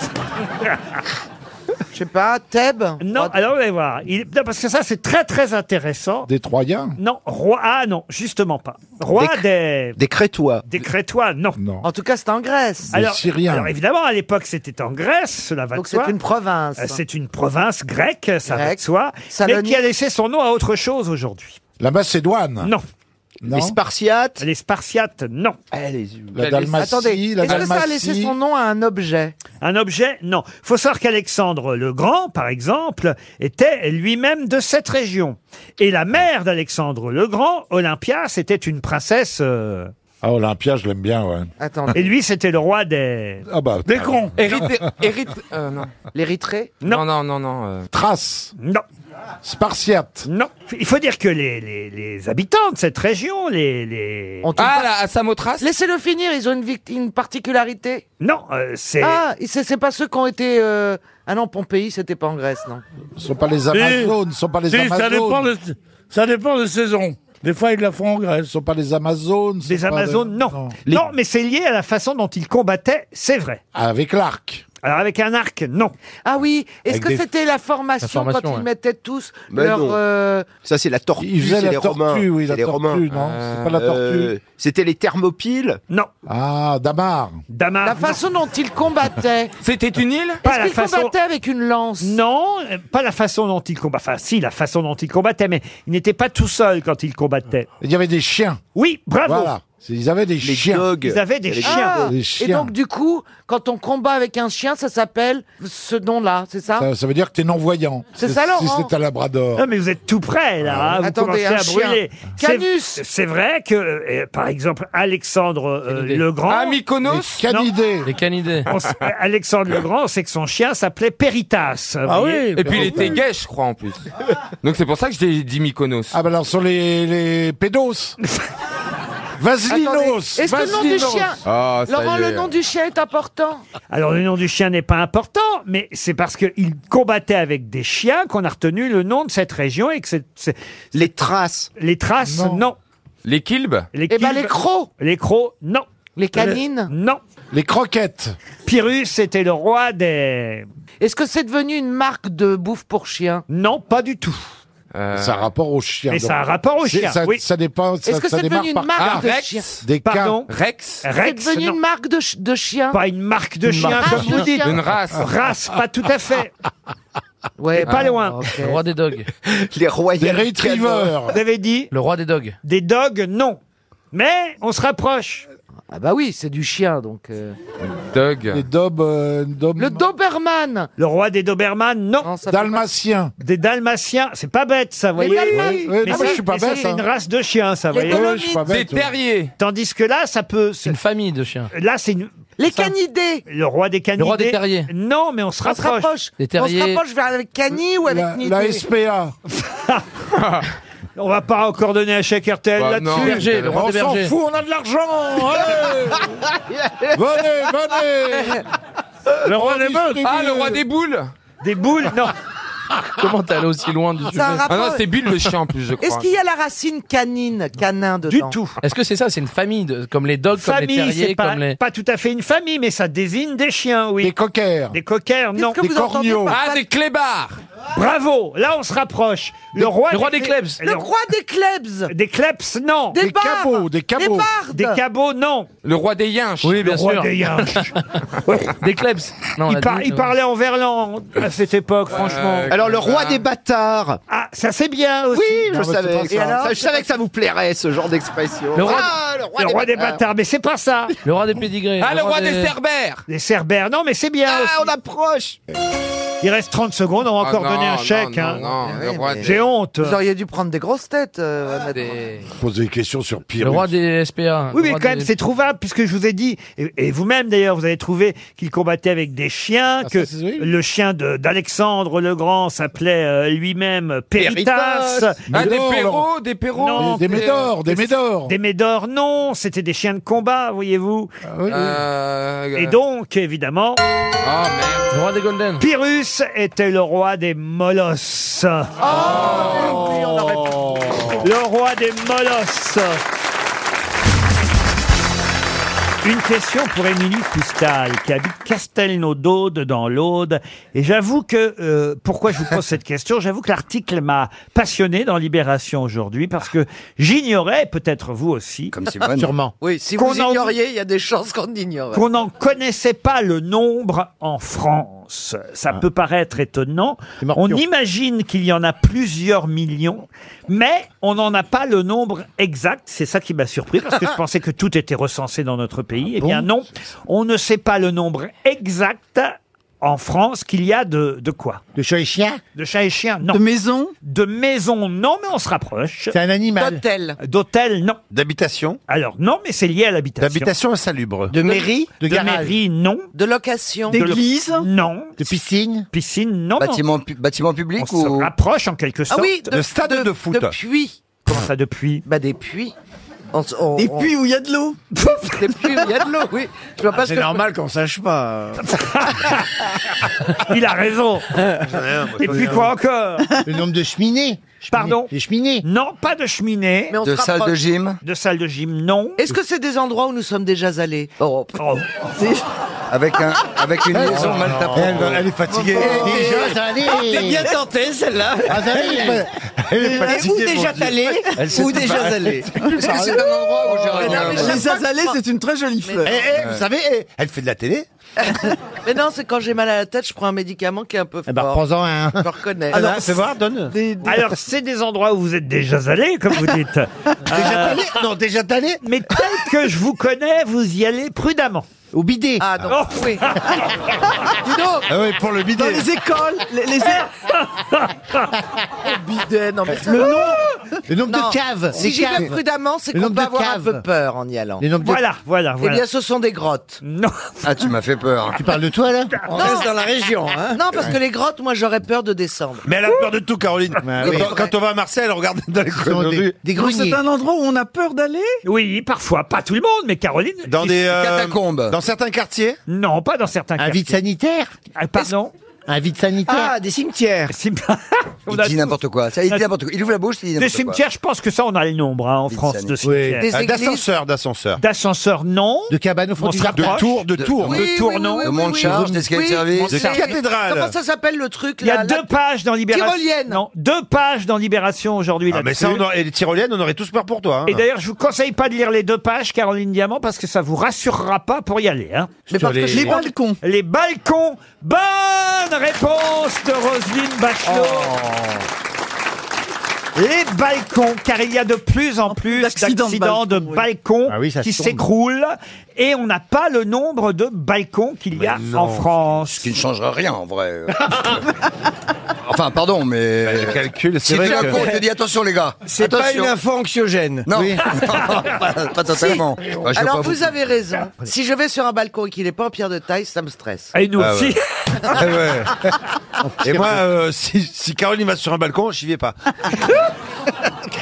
Je sais pas, Thèbes Non, alors on va voir. Il- non, parce que ça, c'est très très intéressant. Des Troyens Non, roi. Ah non, justement pas. Roi des. Des Crétois. Des Crétois, non. En tout cas, c'est en Grèce. Alors, alors, évidemment, à l'époque, c'était en Grèce, cela va Donc de c'est soi. une province. Euh, C'est une province grecque, ça va Grecque. de soi, mais Salonique. qui a laissé son nom à autre chose aujourd'hui. La Macédoine Non. Les Spartiates Les Spartiates, non. Eh, La Dalmatie, Attendez, la est-ce que ça a laissé Dalmatie. son nom à un objet Un objet Non. Faut savoir qu'Alexandre le Grand, par exemple, était lui-même de cette région. Et la mère d'Alexandre le Grand, Olympia, c'était une princesse... euh, Ah, Olympia, je l'aime bien, ouais. Et lui, c'était le roi des... Ah bah, Des cons. Hérité... L'Érythrée Non, euh, non, non. non euh. Thrace Non. Spartiate Non. Il faut dire que les, les, les habitants de cette région, les... les... Ah, là, à Samothrace Laissez-le finir, ils ont une, vict- une particularité. Non, euh, c'est... Ah, et c'est c'est pas ceux qui ont été... euh, Ah non, Pompéi, c'était pas en Grèce, non. Ce sont pas les Amazones, ce sont pas les Si, Ça dépend, Amazones. de, ça dépend des saisons. Des fois, ils la font en Grèce. Ce sont pas les Amazones. Les Amazones, non. Non, mais c'est lié à la façon dont ils combattaient, c'est vrai. Avec l'arc. Alors avec un arc, non. Ah oui, est-ce Avec que des- c'était la formation, La formation, quand ils ouais. mettaient tous Ben leur... non. euh, Ça, c'est la tortue. Ils faisaient c'est la les tortue, Romains. oui, la C'est les tortue, Romains. euh, non, c'est pas la tortue. C'était les thermopiles Euh, Non. Ah, Damar. Damar. La façon dont ils combattaient. C'était une île Pas Est-ce la qu'ils façon- combattaient avec une lance Non, euh, pas la façon dont ils combattaient. Enfin, si, la façon dont ils combattaient, mais ils n'étaient pas tout seuls quand ils combattaient. Ah. Il y avait des chiens. Oui, bravo. Voilà. C'est- Ils avaient des chiens. Ils avaient des chiens. Ah, Des Et chiens. donc, du coup, quand on combat avec un chien, ça s'appelle ce nom-là, c'est ça ça, ça veut dire que t'es non-voyant. C'est ça, Si Laurent c'est un labrador. Non, mais vous êtes tout près, là. hein, vous Ah Attendez, commencez un à chien. brûler. C'est- Canus C'est vrai que, euh, par exemple, Alexandre euh, le Grand. Ah, Mykonos Non. Les canidés. On s- euh, Alexandre le Grand, c'est que son chien s'appelait Péritas. Ah vous voyez Et puis il était gay, je crois, en plus. Donc c'est pour ça que j'ai dit Mykonos. Ah, bah alors, ce sont les, les pédos. Vasilinos. Est-ce que le nom du Vasilinos. chien Ah, ça Laurent, y est. le nom du chien est important. Alors le nom du chien n'est pas important, mais c'est parce qu'il combattait avec des chiens qu'on a retenu le nom de cette région et que c'est... c'est- Les traces. Les traces, non. Les kilbes Les Eh ben, quilles- les crocs. Les crocs, non. Euh, Les canines Non. Les croquettes. Pyrrhus était le roi des... Est-ce que c'est devenu une marque de bouffe pour chien Non, pas du tout. Ça a rapport aux chiens. Mais donc. ça a rapport aux C'est- chiens, Ça, oui. ça dépend. ça- Est-ce que ça c'est démarre devenu par- une marque Ah, de Rex. chien Des cas. Pardon Rex Rex, C'est devenu non. une marque de, ch- de chien Pas une marque de Une chien, marque de comme vous chien. dites. Une race. Race, pas tout à fait. Mais Ouais, pas loin. Le roi des dogs. Les royaux. Des retrievers. Vous avez dit Le roi des dogs. des dogs, non. Mais on se rapproche. Ah bah oui, c'est du chien donc. euh. Des Dog. dobs. euh, dom- Le Doberman. Le roi des Doberman, non. Dalmatiens. Des Dalmatiens, Ah, c'est pas bête ça, vous voyez. Dalmatiens. Oui, oui, Mais non, mais ça, je suis pas mais ça, bête. c'est hein. une race de chiens, ça, vous Ouais, voyez. ouais, je suis pas Des bête. ouais. terriers. Tandis que là, ça peut. Une famille de chiens. Là, c'est une- Les canidés. le roi des canidés. Le roi des terriers. Non, mais on se On se rapproche. rapproche. Des On se terriers. rapproche vers avec cani ou avec La, nidé la SPA. On va pas encore donner un chèque RTL Bah, non. là-dessus. Berger, le roi On des s'en bergers. fout, on a de l'argent. allez. venez, Eh, venez. Le roi des meutes Ah, le roi des boules Des boules, non. Comment t'es allé aussi loin du sujet a Ah un non, rapport- c'est Bulle le chien en plus, je Est-ce crois. qu'il y a la racine canine, canin Du dedans tout. Est-ce que c'est ça C'est une famille, de- comme les dogs, comme les famille, c'est terriers, pas, comme les... pas tout à fait une famille, mais ça désigne des chiens, oui. Des coquers. Des coquers, non. Qu'est-ce Des que vous entendez corneaux. par Ah, pas- des clébards Bravo, là on se rapproche. Le roi, le roi des clé- Klebs. le Le roi- roi des Klebs. des Klebs, non. Des, Des barres. cabots, des Des cabots. bardes. Des cabots, non. Le roi des yinches Oui, bien le roi sûr. des Yinches. Des klebs Non, on il, a par- dit- il parlait en verlan à cette époque, franchement. Euh, Alors, le roi des bâtards. Ah, ça c'est bien aussi. Oui, je mais c'est savais. pas ça. Et ça. alors Ça, je savais que ça vous plairait, ce genre d'expression. Le roi- Ah, le roi le roi des bâtards, Ah, mais c'est pas ça. Le roi des pédigrés. Ah, le roi des cerbères Les Cerbères, non, mais c'est bien Ah, aussi. on approche. Il reste 30 secondes, on va Ah encore non, donner un non, chèque. non, hein. non, Mais oui, mais- J'ai honte. Eh Vous auriez dû prendre des grosses têtes. euh, honnêtement. Poser des questions sur Pyrrhus. Le roi des SPA. Oui, mais quand même, c'est trouvable, puisque je vous ai dit, et, et vous-même d'ailleurs, vous avez trouvé qu'il combattait avec des chiens, Ah, que le chien de- d'Alexandre le Grand s'appelait euh, lui-même Péritas. Péritas. Ah, des Médor, Perros, Laurent. des Perros. Non, Des- des Médors, des Médors. Ah, Des Médors, non, c'était des chiens de combat, voyez-vous. oui. Euh, Et donc, évidemment... Le roi des Golden. Pyrrhus était le roi des Molosses. Oh. Le roi des molosses. Une question pour Émilie Coustal, qui habite Castelnaudaude dans l'Aude. Et j'avoue que, euh, pourquoi je vous pose cette question, j'avoue que l'article m'a passionné dans Libération aujourd'hui, parce que j'ignorais, peut-être vous aussi, Comme Sûrement. Oui, si vous Qu'on en- ignoriez, il y a des chances qu'on ignore. qu'on n'en connaissait pas le nombre en France. Ça peut paraître étonnant. On imagine qu'il y en a plusieurs millions, mais on n'en a pas le nombre exact. C'est ça qui m'a surpris parce que je pensais que tout était recensé dans notre pays. Eh bien non, on ne sait pas le nombre exact en France qu'il y a de, de quoi De chats et chiens De chats et chiens, non. De maisons De maisons, non, mais on se rapproche. C'est un animal D'hôtel D'hôtel, non. D'habitation Alors non, mais c'est lié à l'habitation. D'habitation insalubre. De mairie De, De garage mairie, non. De location. De lo- Non. De piscine Piscine, non. Bâtiment public On se rapproche en quelque sorte. Ah De puits. Comment ça, de puits Bah, des puits. Des puits où il y a de l'eau. Des puits où il y a de l'eau, oui. Je vois pas ce que je- Ah, qu'on sache pas. Il a raison. Et puis quoi encore Le nombre de cheminées. Pardon Des cheminées Non, pas de cheminée. Mais on se De rapproche. salles de gym De salles de gym, non. Est-ce que c'est des endroits où nous sommes déjà allés Oh. Oh. Avec, un, avec une Oh, liaison mal non. tapée. Elle va- elle est fatiguée. Déjà allé. T'es bien tentée, celle-là. Ah, ça y est. Elle est Mais fatiguée, où déjà mon Dieu. allée Elle s'est Où plus déjà parlée. allée Elle s'est plus C'est parlée. un endroit où j'ai Oh, rien non, mais à voir. les azalées, c'est une très jolie fleur. Eh, eh, vous savez, eh, elle fait de la télé Mais non, c'est quand j'ai mal à la tête, je prends un médicament qui est un peu fort. Eh ben, prends-en un. Je le reconnais. Alors, fais voir, donne. Alors, c'est des endroits où vous êtes déjà allés, comme vous dites. Déjà allé Non, déjà allé Mais tel que je vous connais, vous y allez prudemment. Au bidet. Ah non. Oh. Oh. oui. Dis donc. Ah oui, pour le bidet. Dans les écoles, les, les Le bidet, Euh, Ah, non mais ça- Euh, Le nom- le nombre de Non. caves, Si les j'y vais caves. prudemment, c'est Le qu'on nombre peut de avoir un caves. peu peur en y allant. Les nombres de- Voilà, voilà, voilà. Eh bien, ce sont des grottes. Non. Ah, tu m'as fait peur. Tu parles de toi, là On Non. reste dans la région, hein Non, parce que les grottes, moi, j'aurais peur de descendre. Mais elle a peur de tout, Caroline. Ah oui. quand, quand on va à Marseille, elle regarde dans les coins de rue. Donc, C'est un endroit où on a peur d'aller Oui, parfois, pas tout le monde, mais Caroline. Dans des, euh, Catacombes. dans certains quartiers Non, pas dans certains Un quartiers. vide sanitaire Ah, Pardon Un vide sanitaire Ah, des cimetières On a dit tout. n'importe quoi. Ça, il dit n'importe quoi. Il ouvre la bouche, il dit Des n'importe quoi. cimetières, je pense que ça, on a le nombre hein, en France de cimetières. Des Euh, églises Ah, d'ascenseurs, d'ascenseurs. D'ascenseurs, non. De cabanes au fond On du se jardin. rapproche. De tours, non. Comment ça s'appelle le truc Il y a là, la- deux pages dans Libération. Tyrolienne. Non, deux pages dans Libération aujourd'hui. Ah, mais ça, on là-dessus. aurait- et les tyroliennes, on aurait tous peur pour toi. hein. Et d'ailleurs, je vous conseille pas de lire les deux pages, Caroline Diamant, parce que ça vous rassurera pas pour y aller. Hein. Sur parce que les- je- les balcons. Les balcons. Bonne réponse de Roselyne Bachelot. Oh. Les balcons, car il y a de plus en plus d'accidents de d'accidents de balcons, oui. balcons Ah oui, ça qui tombe. s'écroulent et on n'a pas le nombre de balcons qu'il y a en France. Ce qui ne changera rien, en vrai. Euh, enfin, pardon, mais... le calcul, c'est si vrai tu as que- un con, je te dis attention, les gars. C'est pas attention. une info anxiogène. Non, Oui. pas, pas totalement. Si. Bah, je veux Alors pas vous, avez raison. Si je vais sur un balcon et qu'il n'est pas en pierre de taille, ça me stresse. Et nous Ah aussi. ouais. Ouais. Et moi, euh, si, si Caroline va sur un balcon, j'y vais pas.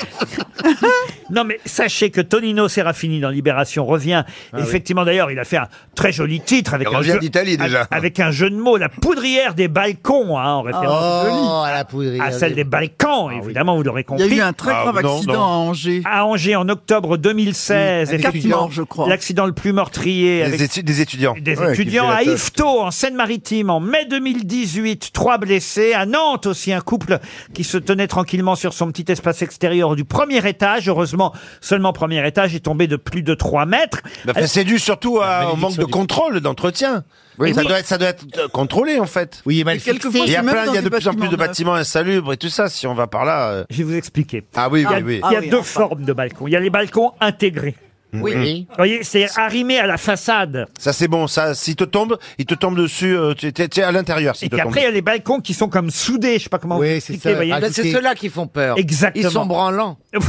Non, mais sachez que Tonino Serafini dans Libération revient. Ah Effectivement, d'ailleurs, il a fait un très joli titre avec Il un revient jeu, d'Italie, déjà. avec- Avec un jeu de mots, la poudrière des balcons, hein, en référence Oh, à la poudrière. Ah à celle des Balkans. Évidemment, vous l'aurez Il y a compris. eu un très Ah, grave non, accident non. à Angers. À Angers, en octobre 2016. Oui, avec effectivement. quatre morts, je crois. L'accident le plus meurtrier. Des avec- étu- des étudiants. Des Ouais, qui étudiants fait la à tête. Yvetot, en Seine-Maritime, en mai 2018. Trois blessés. À Nantes aussi, un couple qui se tenait tranquillement sur son petit espace extérieur du premier étage. Heureusement, seulement premier étage est tombé de plus de 3 mètres. Bah, enfin, c'est dû surtout à- au manque de contrôle, d'entretien. Oui, ça, oui. doit être, ça doit être euh, contrôlé, en fait. Oui, mal fixé. quelquefois, il y a, c'est même plein, dans il y a de des plus en plus bâtiments de euh, neufs. bâtiments insalubres et tout ça, si on va par là. euh. Je vais vous expliquer. Ah oui, il y a, oui, oui. il y a deux formes de balcons. Il y a les balcons intégrés. Oui. Vous voyez, c'est arrimé à la façade. Ça c'est bon, ça, s'il te tombe, il te tombe dessus, euh, tu t'es t'es à l'intérieur s'il Et te puis tombe. après, il y a les balcons qui sont comme soudés, je sais pas comment vous expliquer, voyez. Bah, c'est ceux-là qui font peur. Exactement. Ils sont branlants. C'est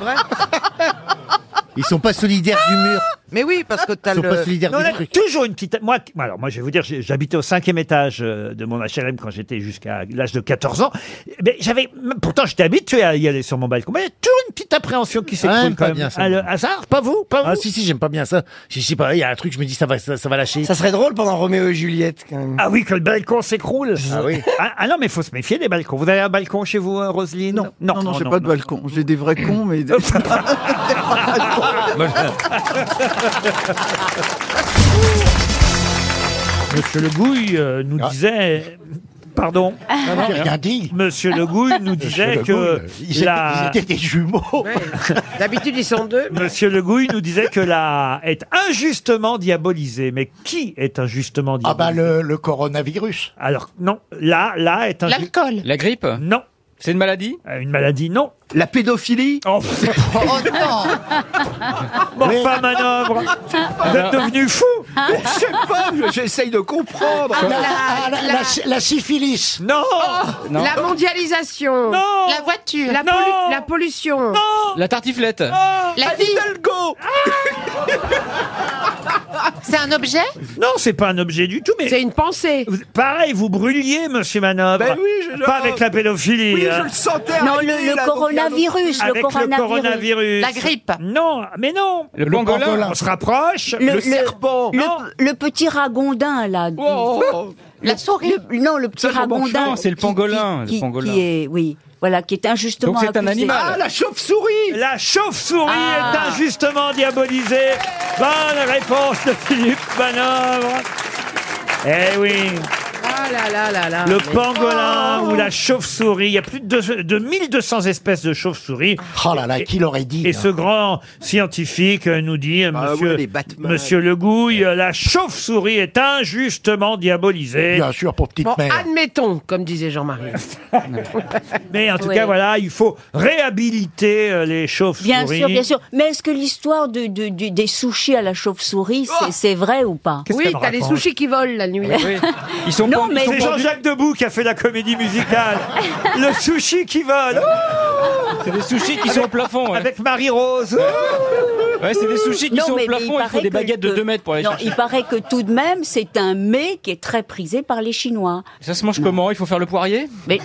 vrai Ils sont pas solidaires du mur. Mais oui, parce que t'as Ah, Ils sont le. pas solidaires du truc. Toujours une petite. Moi, moi, alors moi, je vais vous dire, j'ai- j'habitais au cinquième étage euh, de mon HLM quand j'étais jusqu'à l'âge de 14 ans. Mais j'avais, pourtant, j'étais habitué à y aller sur mon balcon. Mais il y a toujours une petite appréhension qui Ah, s'écroule j'aime pas quand même. bien ça. Ah, le hasard, pas vous, pas vous. Ah si si j'aime pas bien ça. Je sais pas, il y a un truc je me dis ça va ça, ça va lâcher. Ça serait drôle pendant Roméo et Juliette quand même. Ah oui, que le balcon s'écroule. Ah oui. Ah, ah non, mais il faut se méfier des balcons. Vous avez un balcon chez vous, hein, Roselyne Non, non, non, j'ai pas de balcon. J'ai des vrais cons, mais. Monsieur Le Gouille euh, nous disait. Pardon Non, non, j'ai rien Monsieur Le Gouille nous disait Monsieur Le que. Gouille, ils étaient- ils étaient des Oh. jumeaux D'habitude, ils sont deux. Monsieur Le Gouille nous disait que la est injustement diabolisée. Mais qui est injustement diabolisée Ah, bah le, coronavirus. Alors, non. La, la est injustement. L'alcool. La grippe Non. C'est une maladie Une maladie, non. La pédophilie Oh, Oh non Bon, enfin, manœuvre Ah, Ah. Vous êtes devenu fou Je sais pas, je- j'essaye de comprendre. La, Ah. la- la- la syphilis. Non. Non. La mondialisation. La voiture. La, Non. pollu- la pollution. La tartiflette. Ah. La vie. C'est un objet Non, c'est pas un objet du tout, mais. C'est une pensée. Pareil, vous brûliez, monsieur Manœuvre. Ben oui, je- Pas avec la pédophilie. Oui, je hein. le sentais Non, arriver, le- le là, donc il y a un coronavirus, le Avec coronavirus. coronavirus. La grippe. Non, mais non. Le Le pangolin. pangolin. On se rapproche. Le, le- le- le petit ragondin, là. la souris. non, le petit Oh. Ça, c'est bon ragondin. champ, c'est le qui- pangolin, Qui, le pangolin. qui est, oui, voilà, qui est injustement Donc c'est un accusé. animal. Ah, la chauve-souris La chauve-souris Ah. est injustement diabolisée. Bonne réponse de Philippe Manœuvre. Eh oui. Ah là là là là. Le Mais- pangolin Oh. ou la chauve-souris. Il y a plus de, deux- de 1200 espèces de chauves-souris. Oh là là, qui l'aurait dit hein Et ce grand scientifique euh, nous dit, euh, monsieur, monsieur Le Gouille, euh, la chauve-souris est injustement diabolisée. Bien sûr, pour petite Bon, admettons, comme disait Jean-Marie. Mais en tout ah, Ouais. cas, voilà, il faut réhabiliter euh, les chauves-souris. Bien sûr, bien sûr. Mais est-ce que l'histoire de, de- du- des sushis à la chauve-souris, c'est- Oh c'est vrai ou pas Qu'est-ce Oui, qu'elle me t'as les raconte sushis qui volent la nuit. Eh Ils sont Non, mais- C'est Jean-Jacques Debout qui a fait la comédie musicale. le sushi qui vole. Oh C'est des sushis qui sont au plafond. Ouais, Avec Marie-Rose. Ouais, c'est des sushis qui Non, sont mais- mais au plafond. Il paraît faut des que- baguettes de que- 2 mètres pour aller non, chercher. Il paraît que tout de même, c'est un mets qui est très prisé par les Chinois. Ça se mange comment Il faut faire le poirier Mais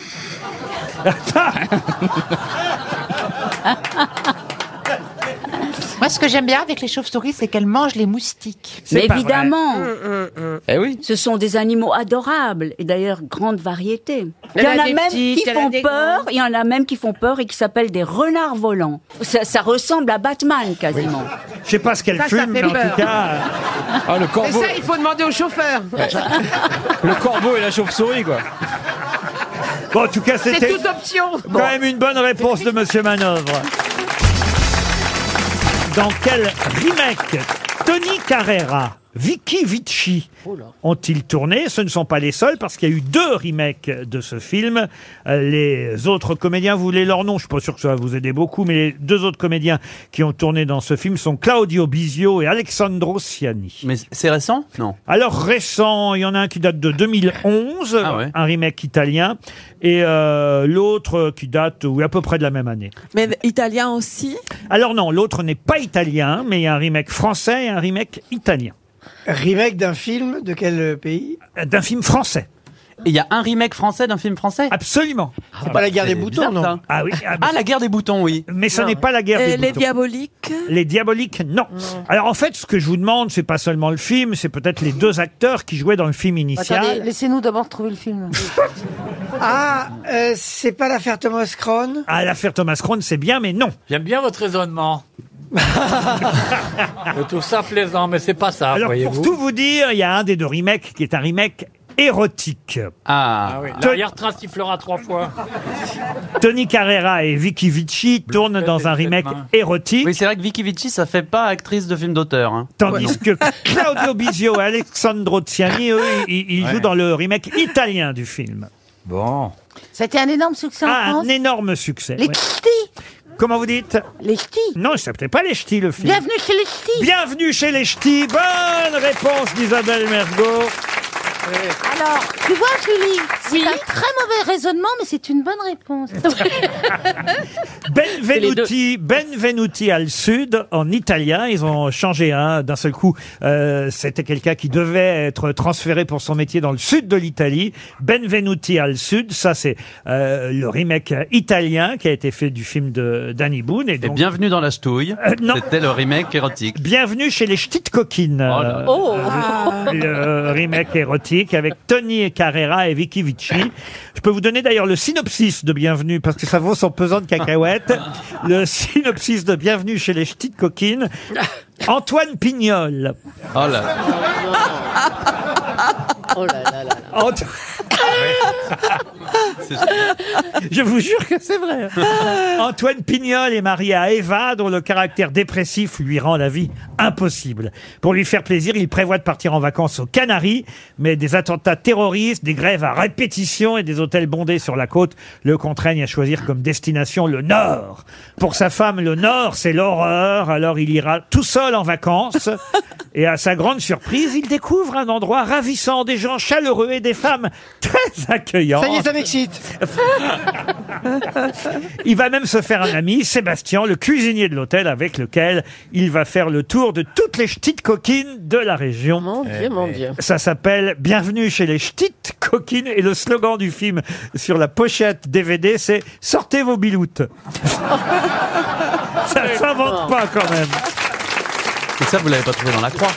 Moi, ce que j'aime bien avec les chauves-souris, c'est qu'elles mangent les moustiques. Mais évidemment Mm, Mm. Eh oui Ce sont des animaux adorables, et d'ailleurs, grande variété. Il Il y y en en a a des même petites, qui il y en a font des peur, grandes. il y en a même qui font peur et qui s'appellent des renards volants. Ça, ça ressemble à Batman, quasiment. Je sais pas ce qu'elle Ça, ça fume, fait mais en peur. tout cas. Ah, le Mais corbeau. ça, il faut demander au chauffeur. Ah, Ah, Le corbeau et la chauve-souris, quoi. Bon, en tout cas, C'est c'était toute option. quand même une bonne réponse de Monsieur Manœuvre. Dans quel remake Tony Carrera, Vicky Vici ont-ils tourné Ce ne sont pas les seuls parce qu'il y a eu deux remakes de ce film. Euh, Les autres comédiens, vous voulez leur nom Je suis pas sûr que ça va vous aider beaucoup, mais les deux autres comédiens qui ont tourné dans ce film sont Claudio Bisio et Alexandro Siani. Mais c'est récent Non. Alors récent, il y en a un qui date de 2011, Ah ouais. un remake italien, et euh, l'autre qui date oui à peu près de la même année. Mais italien aussi Alors non, l'autre n'est pas italien, mais il y a un remake français et un remake italien. Euh, Remake d'un film de quel pays D'un film français. Il y a un remake français d'un film français Absolument. C'est pas la guerre des boutons, non Ah oui. Ah, Ah, la guerre des boutons, oui. Mais ce n'est pas la guerre des Euh, Les boutons. diaboliques Les diaboliques, non. Alors en fait, ce que je vous demande, c'est pas seulement le film, c'est peut-être les deux acteurs qui jouaient dans le film initial. Bah, Attendez, Laissez-nous d'abord trouver le film. Ah, euh, c'est pas l'affaire Thomas Crown Ah, l'affaire Thomas Crown, c'est bien, mais non. J'aime bien votre raisonnement. Je trouve ça plaisant, mais c'est pas ça, Alors, Ah, voyez-vous. pour tout vous dire, il y a un des deux remakes qui est un remake érotique. Ah oui, l'arrière-train sifflera trois fois. Tony Carrera et Vicky Vici tournent dans un remake érotique. Oui, c'est vrai que Vicky Vici, ça fait pas actrice de film d'auteur. hein. Tandis que Claudio Bisio et Alexandro Ziani, eux, ils, ils jouent dans le remake italien du film. Bon. C'était un énorme succès en Ah, France. un énorme succès. Les ouais. Kitty Comment vous dites Les ch'tis. Non, il s'appelait pas les ch'tis, le film. Bienvenue chez les ch'tis. Bienvenue chez les ch'tis. Bonne réponse d'Isabelle Mergot. Alors, tu vois, Julie, c'est un très mauvais raisonnement, mais c'est une bonne réponse. Benvenuti, Benvenuti al Sud, en italien. Ils ont changé hein, d'un seul coup. Euh, C'était quelqu'un qui devait être transféré pour son métier dans le sud de l'Italie. Benvenuti al Sud, ça c'est euh, le remake italien qui a été fait du film de Danny Boone. Et donc, Bienvenue dans la Stouille. Euh, C'était le remake érotique. bienvenue chez les ch'tites coquines. Euh, Oh. le remake érotique avec Tony Carrera et Vicky Vici. Je peux vous donner d'ailleurs le synopsis de Bienvenue parce que ça vaut son pesant de cacahuètes. Le synopsis de Bienvenue chez les petites coquines. Antoine Pignol. Oh là. Oh là là là. Anto- Ah Je vous jure que c'est vrai. Antoine Pignol est marié à Eva, dont le caractère dépressif lui rend la vie impossible. Pour lui faire plaisir, il prévoit de partir en vacances aux Canaries, mais des attentats terroristes, des grèves à répétition et des hôtels bondés sur la côte le contraignent à choisir comme destination le Nord. Pour sa femme, le Nord, c'est l'horreur, alors il ira tout seul en vacances. Et à sa grande surprise, il découvre un endroit ravissant, des gens chaleureux et des femmes très accueillantes. Ça y est, ça m'excite. Il va même se faire un ami, Sébastien, le cuisinier de l'hôtel, avec lequel il va faire le tour de toutes les ch'tites coquines de la région. Mon Eh Dieu, ben, mon Dieu. Ça s'appelle Bienvenue chez les ch'tites coquines et le slogan du film sur la pochette DVD, c'est Sortez vos biloutes. ça ne s'invente pas quand même. Et ça, vous l'avez pas trouvé dans la croix.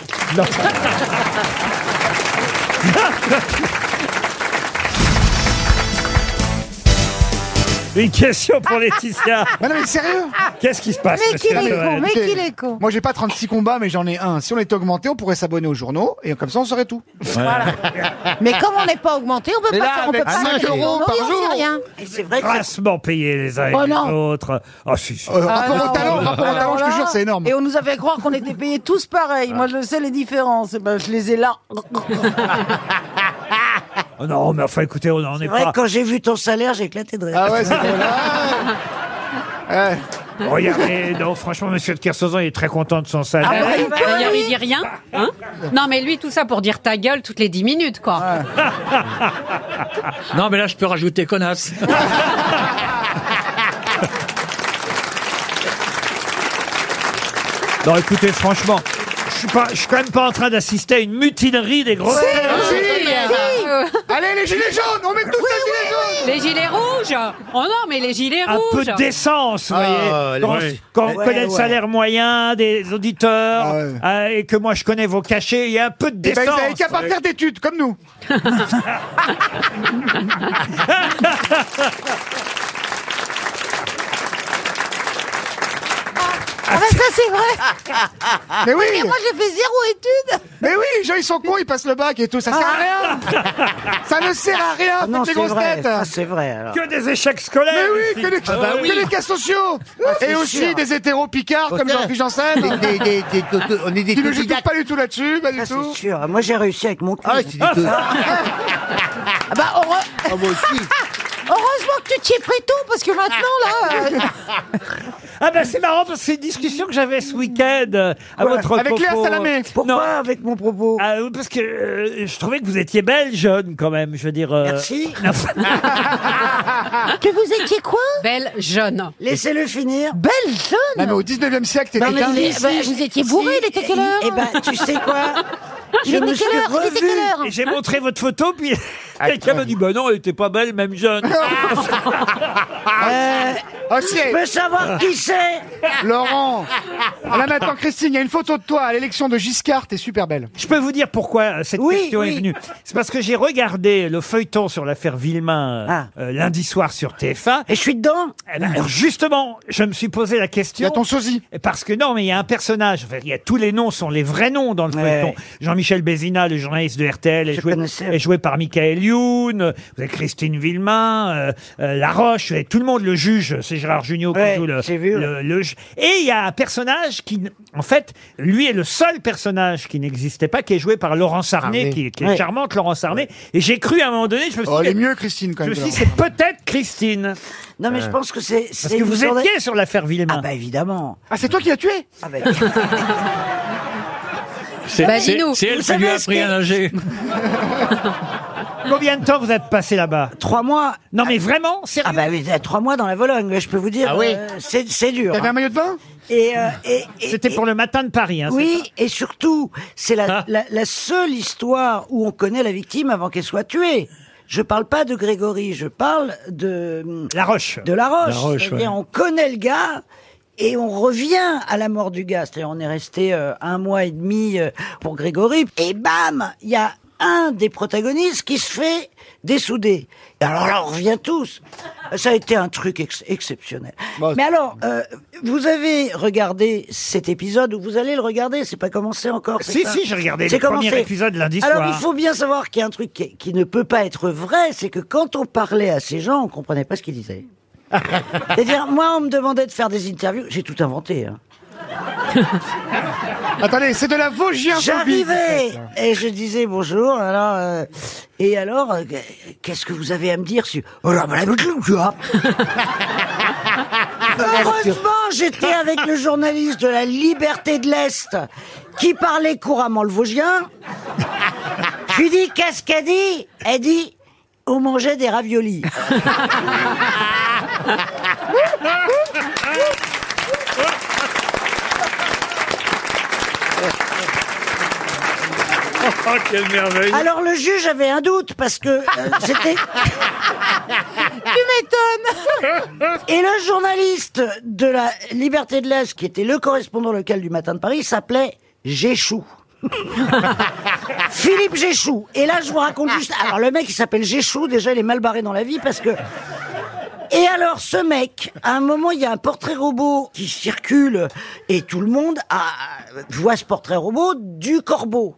Une question pour Laetitia. Mais non, mais sérieux Qu'est-ce qui se passe Mais monsieur qu'il est Toen con, mais qu'il est con Moi j'ai pas 36 combats, mais j'en ai un. Si on était augmenté, on pourrait s'abonner aux journaux, et comme ça on saurait tout. Voilà. Mais comme on n'est pas augmenté, on peut Mais pas là, faire- on peut avec pas 5 faire- euros Oui, par on sait jour. rien. Grassement payés les uns et Oh les non. Ah, autres. Ah, si, si. Euh, rapport au talent, rapport au talent, je te jure, c'est énorme. Et on nous avait fait croire qu'on était payés tous pareil. Moi, je sais les différences. Et ben, je les ai là. Ah Oh non, mais enfin, écoutez, on n'en est, C'est vrai pas. que quand j'ai vu ton salaire, j'ai éclaté de rire. Ah ouais, c'est Ah. vrai. Regardez, non, franchement, monsieur de Kersauzon, il est très content de son salaire. bah, Ah, bah, D'ailleurs, il dit rien. hein non, mais lui, tout ça pour dire ta gueule toutes les 10 minutes, quoi. Ah. Non, mais là, je peux rajouter connasse. Non, écoutez, franchement, je suis pas, je suis quand même pas en train d'assister à une mutinerie des grosses. Si, têtes. si, si. Allez, les gilets jaunes, on met tous les Les gilets rouges Oh non, mais les gilets Un peu rouges d'essence, vous Ah, voyez. Quand, oui. quand on Ouais, connaît le ouais. salaire moyen des auditeurs euh, et que moi je connais vos cachets, il y a un peu de Ah, Eh ben, décence. vous avez qu'à pas Ouais. faire d'études, comme nous. Ah bah ça c'est vrai Mais oui. Mais Ah. moi j'ai fait zéro étude Mais oui, les gens ils sont cons, ils passent le bac et tout, ça sert à rien. Ah. Ça ne sert à rien, Ah non, toutes les c'est grosses vrai, têtes. ça, c'est vrai, alors. Que des échecs scolaires. Mais oui, que des, Ah bah que oui. des cas sociaux. Ah, c'est et aussi sûr. des hétéros picards comme Putain. Jean-Philippe Janssen. Des- des- des- des- on est des Qui ne jouent autodidactes. pas du tout là-dessus, pas du tout. Ah, C'est sûr. Moi, j'ai réussi avec mon cul. Ah, bah, heureux- Ah, Heureusement que tu t'y es pris tôt parce que maintenant là... euh, Ah ben c'est marrant parce que c'est une discussion que j'avais ce week-end euh, à Ouais, votre avec Léa propos. Salamé. Pourquoi avec mon propos Ah, euh, Parce que euh, je trouvais que vous étiez belle jeune quand même, je veux dire. euh, Merci. non, Ah. Que vous étiez quoi Belle jeune. Laissez-le finir. Belle jeune Non, mais au 19e siècle, t'étais Non, mais quelqu'un. il est- bah, Vous étiez bourré, il était quelle heure Eh ben, tu sais quoi Il Je était me quelle suis heure Il était revu. quelle heure Et j'ai montré votre photo puis Ah, quelqu'un m'a dit bah non elle était pas belle même jeune. Euh. Je veux savoir qui c'est Ah, Laurent Là maintenant, Christine, il y a une photo de toi à l'élection de Giscard, t'es super belle. Je peux vous dire pourquoi euh, cette question est oui. venue. C'est parce que j'ai regardé le feuilleton sur l'affaire Villemain euh, euh, lundi soir sur TF1. Et je suis dedans Eh ben, Alors justement, je me suis posé la question. Il y a ton sosie. Parce que non, mais il y a un personnage. Enfin, il y a tous les noms sont les vrais noms dans le feuilleton. Jean-Michel Bézina, le journaliste de RTL, est joué, est joué par Michael Youn, vous avez Christine Villemain, euh, euh, Laroche, et tout le monde le juge, c'est Gérard Jugnot qui joue le, le- le ju- Et il y a un personnage qui, n- en fait, lui est le seul personnage qui n'existait pas, qui est joué par Laurence Arnay, Arnay. qui, qui est Ouais. charmante, Laurence Arnay. Et j'ai cru à un moment donné, je me suis Oh, elle dit, est mieux, Christine, quand je même. me suis dit, c'est peut-être Christine. Euh. Non, Euh. mais je pense que c'est- Parce c'est que vous une journée- étiez sur l'affaire Villemain. Ah, bah, évidemment. Ah, c'est toi qui l'as tué C'est Bah, c'est- dis-nous, c'est elle vous qui lui savez a ce appris qu'est- à nager. Combien de temps vous êtes passé là-bas Trois mois. Non mais vraiment, sérieux Ah bah oui, trois mois dans la Vologne, je peux vous dire. Ah oui. euh, c'est, c'est dur. T'avais hein. un maillot de bain et, euh, et- et- C'était pour et- le matin de Paris. hein, Ah. Oui, et surtout, c'est la, la, la seule histoire où on connaît la victime avant qu'elle soit tuée. Je parle pas de Grégory, je parle de hum, La Roche. De La Roche. La Roche, C'est-à-dire, ouais. on connaît le gars. Et on revient à la mort du gars. C'est-à-dire, on est resté euh, un mois et demi euh, pour Grégory. Et bam, il y a un des protagonistes qui se fait dessouder. Et alors là, on revient tous. Ça a été un truc ex- exceptionnel. Mais alors, euh, vous avez regardé cet épisode ou vous allez le regarder C'est pas commencé encore. c'est Si, ça si, j'ai regardé C'est le premier commencé. épisode lundi Alors, soir. il faut bien savoir qu'il y a un truc qui, qui ne peut pas être vrai, c'est que quand on parlait à ces gens, on comprenait pas ce qu'ils disaient. C'est-à-dire, moi, on me demandait de faire des interviews. J'ai tout inventé. hein. Attendez, c'est de la Vosgienphobie. J'arrivais en et je disais bonjour. Alors, euh, et alors, euh, qu'est-ce que vous avez à me dire sur Oh là, bah, la boucle, tu vois. Heureusement, j'étais avec le journaliste de la Liberté de l'Est qui parlait couramment le Vosgien. Je lui dis qu'est-ce qu'elle dit Elle dit on mangeait des raviolis. Oh, quelle merveille Alors le juge avait un doute parce que euh, c'était. tu m'étonnes. Et le journaliste de la Liberté de l'Est, qui était le correspondant local du Matin de Paris, s'appelait Géchou. Philippe Géchou. Et là, je vous raconte juste. Alors le mec, il s'appelle Géchou. Déjà, il est mal barré dans la vie parce que. Et alors, ce mec, à un moment, il y a un portrait robot qui circule et tout le monde a- voit ce portrait robot du corbeau.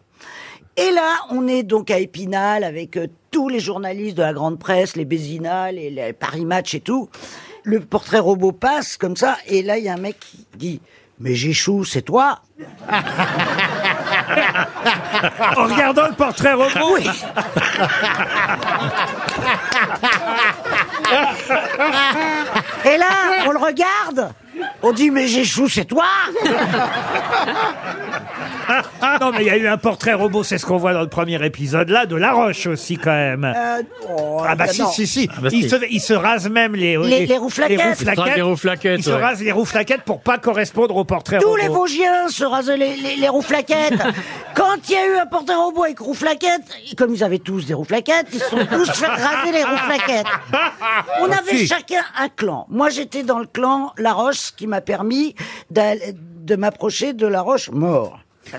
Et là, on est donc à Épinal avec euh, tous les journalistes de la grande presse, les Bézina, les, les Paris Match et tout. Le portrait robot passe comme ça, et là, il y a un mec qui dit Mais Géchou, c'est toi Oh, regardant le portrait robot Oui. Et là, on le regarde, on dit Mais Géchou, c'est toi non, mais il y a eu un portrait robot, c'est ce qu'on voit dans le premier épisode là, de La Roche aussi quand même. Euh, oh, ah bah si, non. si, si, bah il, si. se, il se rase même les... Les- les rouflaquettes. les Il Il se rase les se ouais. rase les rouflaquettes pour pas correspondre au portrait Tous robot. les Vosgiens se rasaient les, les, les rouflaquettes. Quand il y a eu un porteur robot avec rouflaquettes, comme ils avaient tous des rouflaquettes, ils se sont tous fait raser les rouflaquettes. On Ah, avait si. chacun un clan. Moi, j'étais dans le clan La Roche, ce qui m'a permis d'aller- de m'approcher de La Roche mort.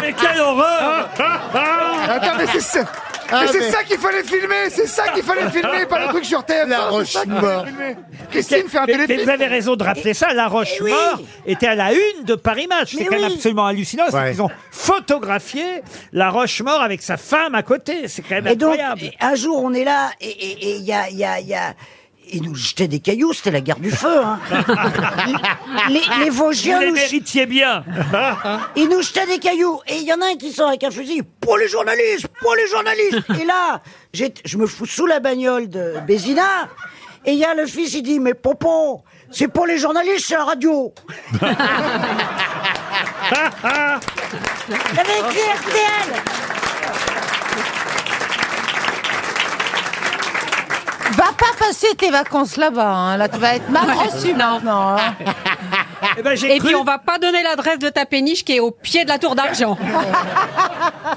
Mais quelle horreur Attends, mais c'est ça. Ah, mais c'est mais- ça qu'il fallait filmer, c'est ça qu'il fallait filmer, pas le truc sur TF. La Roche mort. Christine fait un Mais- mais téléfilm. vous avez raison de Eh, rappeler ça, La Roche mort était à la une de Paris Match. C'est quand même absolument hallucinant. c'est qu'ils ont photographié La Roche mort avec sa femme à côté. C'est quand même Et donc, incroyable. un jour, on est là, et- et et il y a, il y a, il y a... Ils nous jetaient des cailloux, c'était la guerre du feu. Hein. les, les Vosgiens Vous les nous jetaient- méritiez bien. Ils nous jetaient des cailloux. Et il y en a un qui sort avec un fusil. Pour les journalistes Pour les journalistes Et là, j'ai- je me fous sous la bagnole de Bézina. Et il y a le fils, il dit Mais Pompon, c'est pour les journalistes, c'est la radio Il avait écrit RTL Va pas passer tes vacances là-bas. hein. Là, tu vas être mal reçu maintenant. hein. Eh ben, j'ai Et cru- puis on va pas donner l'adresse de ta péniche qui est au pied de la tour d'argent.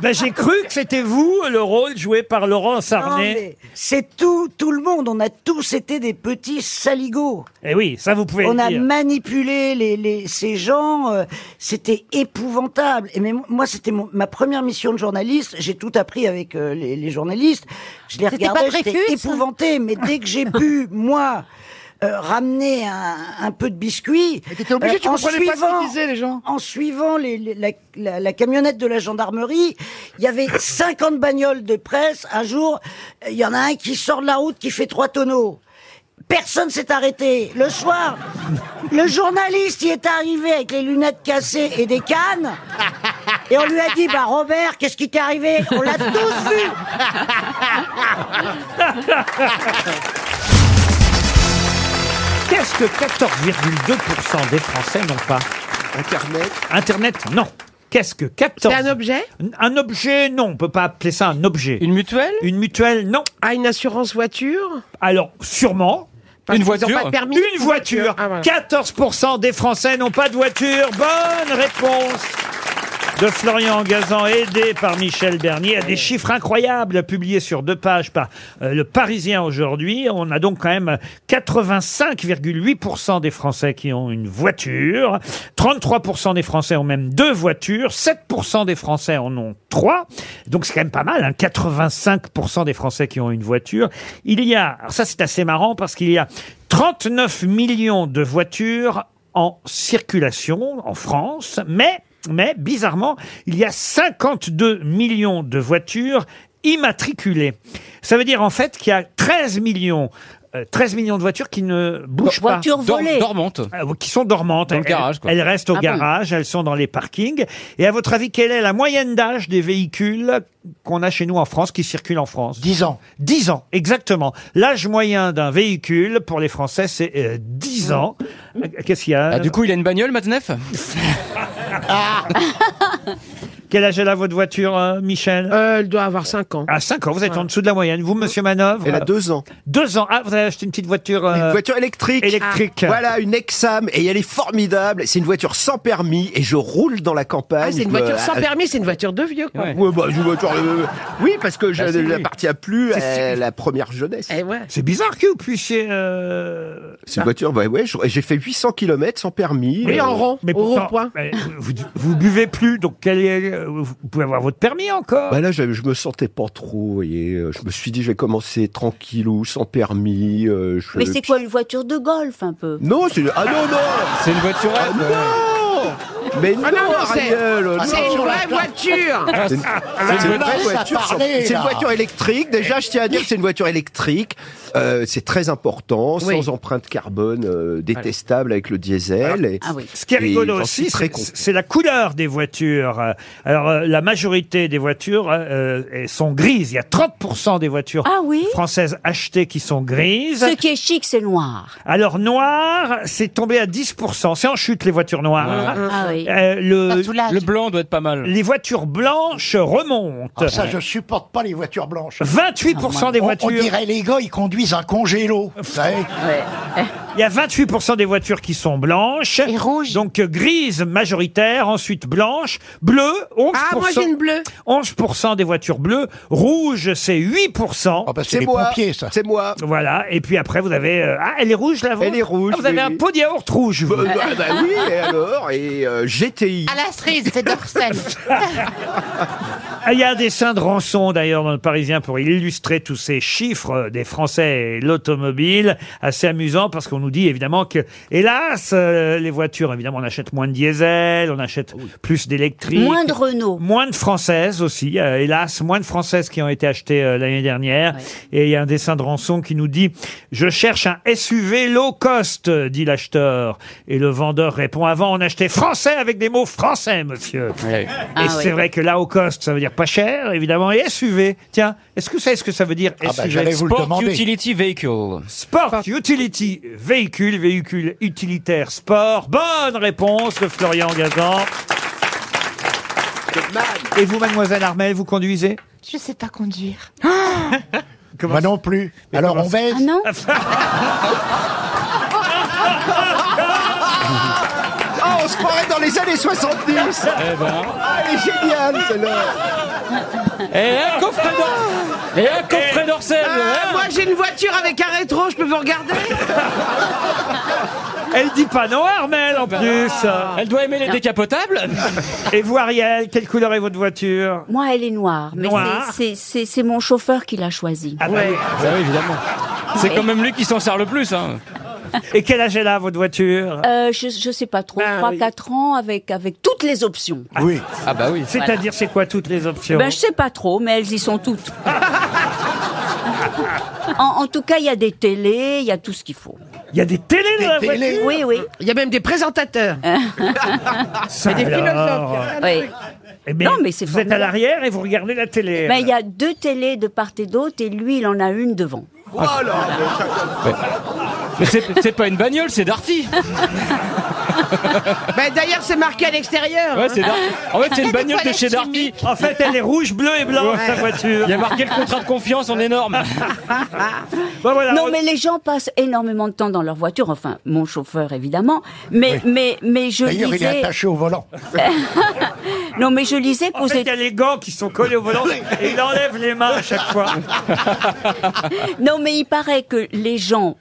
Ben, J'ai cru que c'était vous, le rôle joué par Laurent Non, Sarnet. mais C'est tout, tout le monde. On a tous été des petits saligots. Eh oui, ça vous pouvez On le a dire. manipulé les, les- ces gens, euh, c'était épouvantable. Et mais mo- moi, c'était mon- ma première mission de journaliste. J'ai tout appris avec euh, les, les journalistes. Je les C'était regardais, pas j'étais Dreyfus épouvantée. Mais dès que j'ai pu, moi, euh, ramener un, un peu de biscuits. t'étais obligé, tu en comprenais pas ce qu'ils suivant- disaient, les gens. En suivant les- les- la, la- la camionnette de la gendarmerie, il y avait 50 bagnoles de presse. Un jour, il y en a un qui sort de la route qui fait trois tonneaux. Personne s'est arrêté. Le soir, le journaliste y est arrivé avec les lunettes cassées et des cannes. Et on lui a dit, bah Robert, qu'est-ce qui t'est arrivé On l'a tous vu Qu'est-ce que 14,2% des Français n'ont pas Internet Internet, non. Qu'est-ce que 14 C'est un objet Un objet, non. On peut pas appeler ça un objet. Une mutuelle Une mutuelle, non. Ah, une assurance voiture Alors, sûrement. Parce Une qu'ils ont voiture pas de permis. Une voiture. Ah, voilà. 14% des Français n'ont pas de voiture. Bonne réponse de Florian Gazan, aidé par Michel Bernier, à des chiffres incroyables publiés sur deux pages par euh, le Parisien aujourd'hui. On a donc quand même 85,8% des Français qui ont une voiture, 33% des Français ont même deux voitures, 7% des Français en ont trois. Donc c'est quand même pas mal, hein, 85% des Français qui ont une voiture. Il y a, alors ça c'est assez marrant parce qu'il y a 39 millions de voitures en circulation en France, mais mais bizarrement, il y a 52 millions de voitures immatriculées. Ça veut dire en fait qu'il y a 13 millions euh, 13 millions de voitures qui ne bougent pas. voitures Dor- volées. dormantes. Euh, Qui sont dormantes. Dans le Elles- garage, quoi. Elles restent au Ah bon garage, elles sont dans les parkings. Et à votre avis, quelle est la moyenne d'âge des véhicules qu'on a chez nous en France, qui circulent en France 10 ans. 10 ans, exactement. L'âge moyen d'un véhicule, pour les Français, c'est euh, Mmh. 10 ans. Euh, Qu'est-ce qu'il y a Ah. Ah, du coup, il a une bagnole, Matnef Quel âge elle a votre voiture, euh, Michel Elle doit avoir 5 ans. Ah, 5 ans, vous êtes en dessous de la moyenne. Vous, monsieur Manov Elle a deux ans. 2 ans. Ah, vous avez acheté une petite voiture. euh, Une voiture électrique. Ah. Électrique. Voilà, une Exam. Et elle est formidable. C'est une voiture sans permis. Et je roule dans la campagne. Ah, c'est une Euh, voiture sans à- permis, c'est une voiture de vieux, quoi. Ouais, bah, une voiture, euh, oui, parce que je Bah, c'est lui. n'appartiens plus C'est- à la première jeunesse. Eh ouais. C'est bizarre que vous puissiez. euh, Cette voiture, bah ouais, je- j'ai fait 800 km sans permis. Mais Euh, en rond, Mais au pourtant- rond-point. vous, vous buvez plus, donc quel est- euh, vous pouvez avoir votre permis encore. Bah là, je, je me sentais pas trop, vous voyez. Euh, Je me suis dit, je vais commencer tranquillou, sans permis. euh, je- Mais c'est quoi une voiture de golf un peu Non, c'est ah non non. C'est une voiture. Ah, non. Mais non, Ah non, non, c'est- Ariel, non. c'est une vraie voiture. C'est une- Ah, c'est une ça vraie voiture. parlait, sur- C'est une là. voiture électrique. Déjà, je tiens à dire que c'est une voiture électrique. Euh, c'est très important, sans empreinte carbone euh, détestable avec le diesel. Et, ah Ce qui est et rigolo j'en suis aussi, très c'est- content. c'est la couleur des voitures. Euh, Alors, euh, la majorité des voitures euh, euh, sont grises. Il y a 30% des voitures françaises achetées qui sont grises. Ce qui est chic, c'est noir. Alors, noir, c'est tombé à 10%. C'est en chute, les voitures noires. Ouais. Ah oui. Euh, le, Le blanc doit être pas mal. les voitures blanches remontent. Ah, ça, je supporte pas les voitures blanches. Ah, 28% des On- On voitures. dirait les gars, ils conduisent un congélo. Vous savez Il y a 28% des voitures qui sont blanches. Et rouges. Donc euh, grises majoritaire, ensuite blanche, bleu, 11%. Ah, moi, j'ai une bleue. 11% des voitures bleues. Rouge, c'est 8%. c'est les moi. pompiers, ça. C'est moi. Voilà. Et puis après, vous avez. euh, ah, elle est rouge, la vôtre Elle est rouge. Ah, vous avez oui, un oui. pot de yaourt rouge. vous. Bah, bah, bah oui, et alors Et euh, GTI. À la cerise, c'est Dorsel. Ah, Il y a un dessin de rançon d'ailleurs dans le Parisien pour illustrer tous ces chiffres euh, des Français et l'automobile. Assez amusant parce qu'on nous dit évidemment que, hélas, euh, les voitures, évidemment, on achète moins de diesel, on achète plus d'électrique. Moins de Renault. Moins de françaises aussi, euh, hélas, moins de françaises qui ont été achetées euh, l'année dernière. Et il y a un dessin de rançon qui nous dit Je cherche un SUV low cost, dit l'acheteur. Et le vendeur répond Avant, on achetait français avec des mots français, monsieur. Et Ah oui. c'est vrai que là, low cost, ça veut dire pas cher, évidemment. Et SUV, tiens, est-ce que vous savez ce que ça veut dire Ah bah, SUV Sport Utility Vehicle. Sport Utility Véhicule, véhicule utilitaire sport. Bonne réponse de Florian Gazan. Et vous, mademoiselle Armel, vous conduisez Je sais pas conduire. Ah Moi non plus. Alors, on baise Ah non Ah, on se croirait dans les années 70 Eh ben. Ah, elle est géniale, celle-là Et un coffret d'or- Et un coffret d'Orsel Ah, hein. moi, j'ai une voiture avec un rétro, je peux vous regarder Elle dit pas non, Armel, en plus. Bah Elle doit aimer les décapotables. Et vous, Ariel, quelle couleur est votre voiture Moi, elle est noire. Mais Noire. c'est- c'est- c'est c'est mon chauffeur qui l'a choisie. Ah bah oui. Bah oui, évidemment. C'est quand même lui qui s'en sert le plus. Hein. Et quel âge elle a, votre voiture Euh, je, je sais pas trop, Ben 3-4 oui. ans avec, avec toutes les options. Oui. Ah bah oui. C'est-à-dire, Voilà. c'est quoi toutes les options Ben, je sais pas trop, mais elles y sont toutes. en, en tout cas, il y a des télés, il y a tout ce qu'il faut. Il y a des télés dans la voiture Oui, oui. Il y a même des présentateurs. Ça Et des alors. philosophes. Oui. Eh ben, Non, mais c'est Vous êtes à formidable. l'arrière et vous regardez la télé. Ben, il y a deux télés de part et d'autre, et lui, il en a une devant. Mais c'est c'est pas une bagnole, c'est Darty. Bah, Ben, D'ailleurs, c'est marqué à l'extérieur. Ouais, c'est Darty. En fait, c'est une bagnole de chez Darty. En fait, elle est rouge, bleue et blanche, Ouais. sa voiture. Il y a marqué le contrat de confiance en énorme. non, mais les gens passent énormément de temps dans leur voiture, enfin, mon chauffeur évidemment, mais, mais, mais je D'ailleurs, il est lisais... attaché au volant. non, mais je lisais En qu'aux fait, il y a les gants qui sont collés au volant et il enlève les mains à chaque fois. Éta- Non, mais il paraît que les gens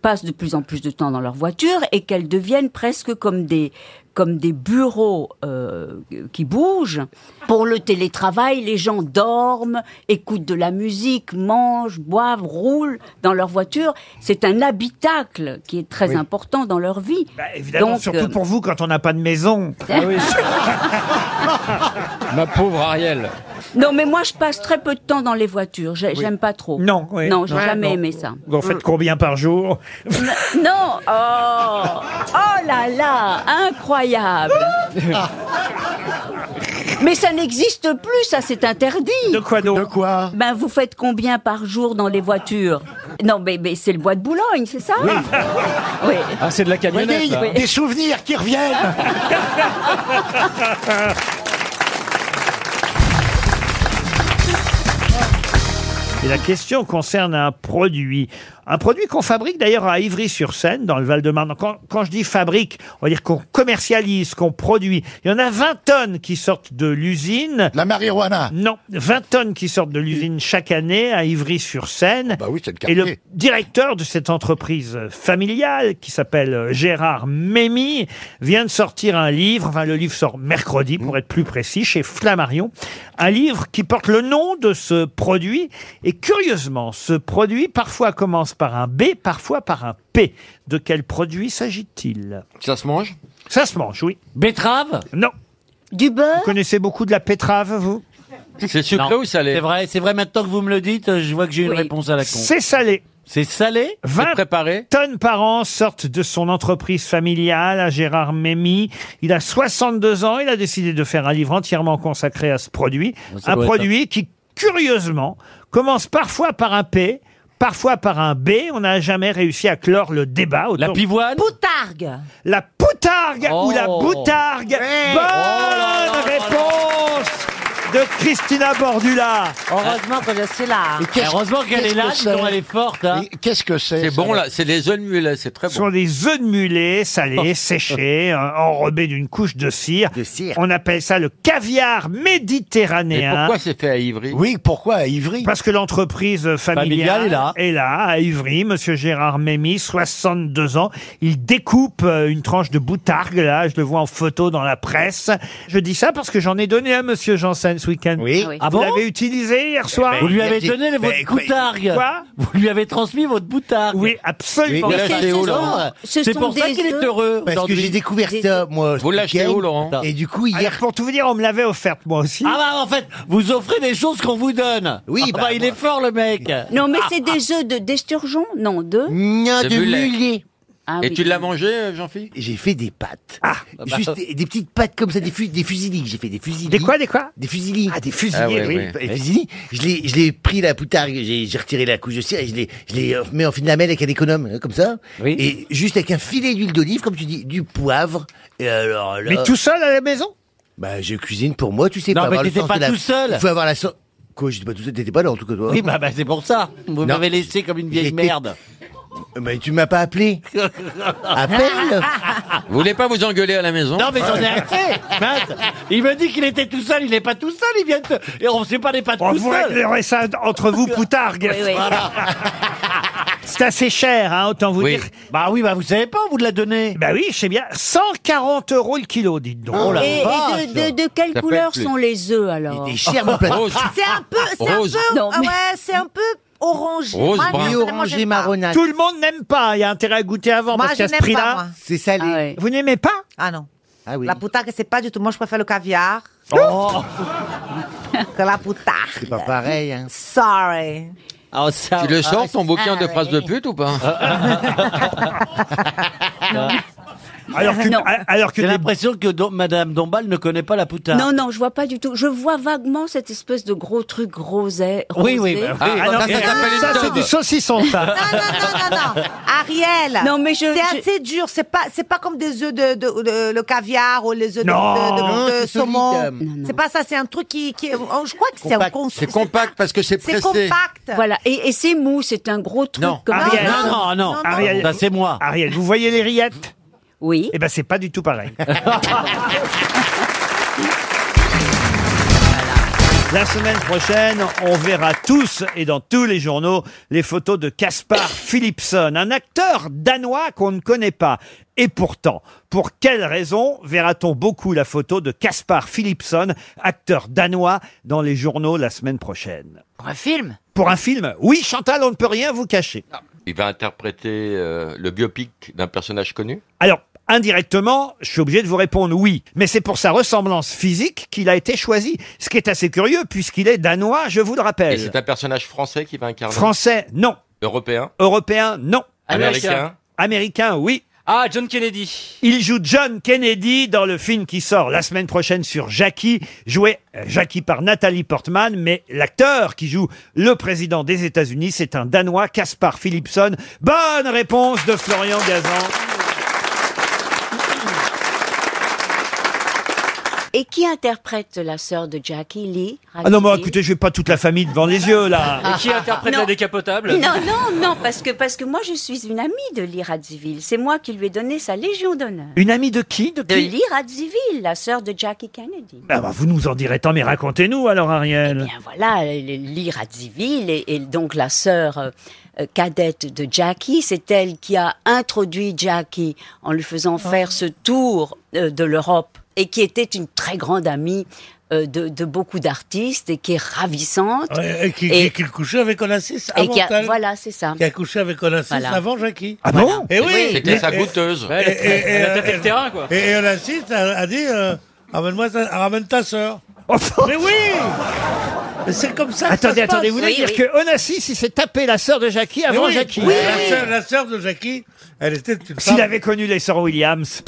passent de plus en plus de temps dans leur voiture et qu'elles deviennent presque comme des comme des bureaux euh, qui bougent. Pour le télétravail, les gens dorment, écoutent de la musique, mangent, boivent, roulent dans leur voiture. C'est un habitacle qui est très Oui. important dans leur vie. Bah, Évidemment, Donc, surtout euh, pour vous quand on n'a pas de maison. Ma pauvre Ariel. Non, mais moi, je passe très peu de temps dans les voitures. J'ai- J'aime pas trop. Non, oui. Non, j'ai Ouais, jamais non. aimé ça. Vous en faites combien par jour Non Oh Oh là là Incroyable Mais ça n'existe plus, ça, c'est interdit De quoi donc De quoi Ben, vous faites combien par jour dans les voitures Non, mais, mais c'est le bois de Boulogne, c'est ça Oui. Ah, c'est de la camionnette. là. des souvenirs qui reviennent. Et la question concerne un produit. Un produit qu'on fabrique d'ailleurs à Ivry-sur-Seine, dans le Val-de-Marne. Quand, quand je dis fabrique, on va dire qu'on commercialise, qu'on produit. Il y en a 20 tonnes qui sortent de l'usine. La marijuana Non, 20 tonnes qui sortent de l'usine chaque année à Ivry-sur-Seine. Bah oui, c'est le Et quartier. le directeur de cette entreprise familiale, qui s'appelle Gérard Mémy, vient de sortir un livre, enfin le livre sort mercredi Mmh. pour être plus précis, chez Flammarion, un livre qui porte le nom de ce produit. Et curieusement, ce produit parfois commence par un B, parfois par un P. De quel produit s'agit-il Ça se mange Ça se mange, oui. Betterave Non. Du beurre Vous connaissez beaucoup de la pétrave, vous C'est sucré ou salé C'est vrai, c'est vrai. Maintenant que vous me le dites, euh, je vois que j'ai une réponse à la con. C'est salé. C'est salé 20 tonnes par an sortent de son entreprise familiale à Gérard Mémy. Il a 62 ans, il a décidé de faire un livre entièrement consacré à ce produit. ça Un doit produit qui, curieusement, commence parfois par un P, parfois par un B. On n'a jamais réussi à clore le débat. La pivoine Poutargue La poutargue ou la Oh. boutargue Ouais. Bonne Oh là là là réponse de Christina Bordula Heureusement que je suis hein. là. Heureusement qu'elle est là, sinon elle est forte. hein. Qu'est-ce que c'est C'est bon, là, c'est les œufs de mulet, c'est très Ce sont des œufs de mulet salés, séchés, euh, enrobés d'une couche de cire. On appelle ça le caviar méditerranéen. Et pourquoi c'est fait à Ivry Ah. Oui, pourquoi à Ivry Parce que l'entreprise euh, familiale, Familiale est là. à Ivry. Monsieur Gérard Mémy, 62 ans. Il découpe euh, une tranche de boutargue, là. Je le vois en photo dans la presse. Je dis ça parce que j'en ai donné à monsieur Janssen ce week-end. Oui. Ah Vous bon l'avez utilisé hier soir Vous lui avez donné les- votre boutargue. Quoi Vous lui avez transmis votre boutargue. Oui, absolument. Mais c'est- où, c'est- Laurent c'est Ce sont pour ça des qu'il est œufs. heureux. Parce que aujourd'hui. j'ai découvert ça, moi. Vous l'achetez où, Laurent Et du coup, hier. pour tout vous dire, on me l'avait offerte, moi aussi. Ah bah en fait, vous offrez des choses qu'on vous donne. Oui, bah, il est fort le mec. Non, mais c'est des œufs de d'esturgeon Non, de Non, De de mulet. mulet. Ah Et oui. tu l'as mangé, euh, Jean-Philippe J'ai fait des pâtes. Ah. Ah, Juste des, des petites pâtes comme ça, des, fu- des fusillis. J'ai fait des fusillis. Des quoi, des quoi Des fusillis. Ah, des fusillis, Ah ouais, ouais. Des fusillis. Je l'ai, je l'ai pris la poutargue, j'ai, j'ai retiré la couche de cire et je l'ai, je l'ai euh, mis en filamelle avec un économe, hein, comme ça. Et juste avec un filet d'huile d'olive, comme tu dis, du poivre. Et alors là- Mais tout seul à la maison Bah, je cuisine pour moi, tu sais. Non, faut mais avoir le t'étais sens pas de la- tout seul. Il faut avoir la sauce. Quoi, j'étais pas tout seul, t'étais pas là, en tout cas, toi. Oui, bah, bah, c'est pour ça. Vous m'avez laissé comme une vieille merde. Mais tu m'as pas appelé. Appelle. Vous voulez pas vous engueuler à la maison Non, mais j'en ai assez. Mince. Il me dit qu'il était tout seul. Il est pas tout seul. Il vient de... Et on sait pas les pas Bon, tout vous seul. réglerez ça entre vous, poutargue. Oui, oui. Voilà. C'est assez cher, hein, autant vous dire. Bah oui, bah vous savez pas, on vous de la donner. Bah oui, je sais bien. 140 euros le kilo, dites donc. Oh la et, et de, de, de quelle Ça fait couleur plus. sont les œufs alors est cher, mon plateau. Rose. C'est un peu, Rose. Un peu, Non, ah mais- ouais, c'est un peu orangé. Rose Moi, brun. personnellement, Mi-orangé, j'aime pas. marronade. Tout le monde n'aime pas. Il y a intérêt à goûter avant Moi, parce je qu'à ce n'aime pas, moi. prix-là, C'est salé. Vous n'aimez pas Ah non. Ah oui. La putarque, c'est pas du tout. Moi, je préfère le caviar. que la putarque. C'est pas pareil, hein. Sorry. Tu le sors ton bouquin Ah, de oui. phrases de pute ou pas Alors que, alors J'ai l'impression que Do- Madame Dombal ne connaît pas la poutarde. Non, non, je vois pas du tout. Je vois vaguement cette espèce de gros truc rosé. Oui, oui, rosé. bah oui. Ah, Ça, ça non, s'appelle une ça, c'est daube. du saucisson, ça. Ariel. Non, mais je- C'est je- assez dur. C'est pas, c'est pas comme des œufs de, de- de- le caviar ou les œufs de, Non. de- Non, de- de c'est saumon. solide. Non, C'est pas ça. C'est un truc qui, qui est- oh, je crois que c'est un con- C'est compact parce que c'est C'est pressé. compact. Voilà. Et, et c'est mou, c'est un gros truc. Non. comme Ariel. ça. Ah, Non, non, non. Ariel. Ça, c'est moi. Ariel, vous voyez les rillettes Oui. Eh ben, c'est pas du tout pareil. La semaine prochaine, on verra tous et dans tous les journaux les photos de Caspar Philipson, un acteur danois qu'on ne connaît pas. Et pourtant, pour quelle raison verra-t-on beaucoup la photo de Caspar Philipson, acteur danois, dans les journaux la semaine prochaine Pour un film Pour un film Oui, Chantal, on ne peut rien vous cacher. Il va interpréter euh, le biopic d'un personnage connu Alors, indirectement, je suis obligé de vous répondre oui. Mais c'est pour sa ressemblance physique qu'il a été choisi. Ce qui est assez curieux, puisqu'il est danois, je vous le Et rappelle. c'est un personnage français qui va incarner Français, non. Européen Européen, non. Américain. Américain, Américain, oui. Ah, John Kennedy. Il joue John Kennedy dans le film qui sort la semaine prochaine sur Jackie, joué euh, Jackie par Nathalie Portman, mais l'acteur qui joue le président des États-Unis, c'est un Danois, Caspar Philipson. Bonne réponse de Florian Gazan. Et qui interprète la sœur de Jackie Lee Ah non, mais écoutez, je vais pas toute la famille devant les yeux, là. Et qui interprète la Ah, Non. décapotable Non, non, non, parce que, parce que moi, je suis une amie de Lee Radzivill. C'est moi qui lui ai donné sa Légion d'honneur. Une amie de qui De De qui Lee Radzivill, la sœur de Jackie Kennedy. Ah bah, Vous nous en direz tant, mais racontez-nous alors, Ariel. Voilà, le- Lee Radzivill et, et donc la sœur euh, euh, cadette de Jackie, c'est elle qui a introduit Jackie en lui faisant Ah. faire ce tour euh, de l'Europe et qui était une très grande amie euh, de, de beaucoup d'artistes et qui est ravissante. Ouais, et qui, Et- qui- qui couchait avec Onassis Et avant qui a- elle. voilà, c'est ça. Qui a couché avec Onassis Voilà. avant Jackie. Ah bon Et oui C'était sa Et- goûteuse. et- et- et- Elle a tapé et- le terrain, quoi. Et, et Onassis a, a dit euh, ramène-moi ta, ramène ta sœur. Mais oui Mais C'est comme ça que Attendez, ça se attendez, passe. vous voulez dire que Onassis, il s'est tapé la sœur de Jackie Mais avant oui, Jackie Euh, Hein. La, sœur, la sœur de Jackie, elle était une femme. S'il avait connu les sœurs Williams.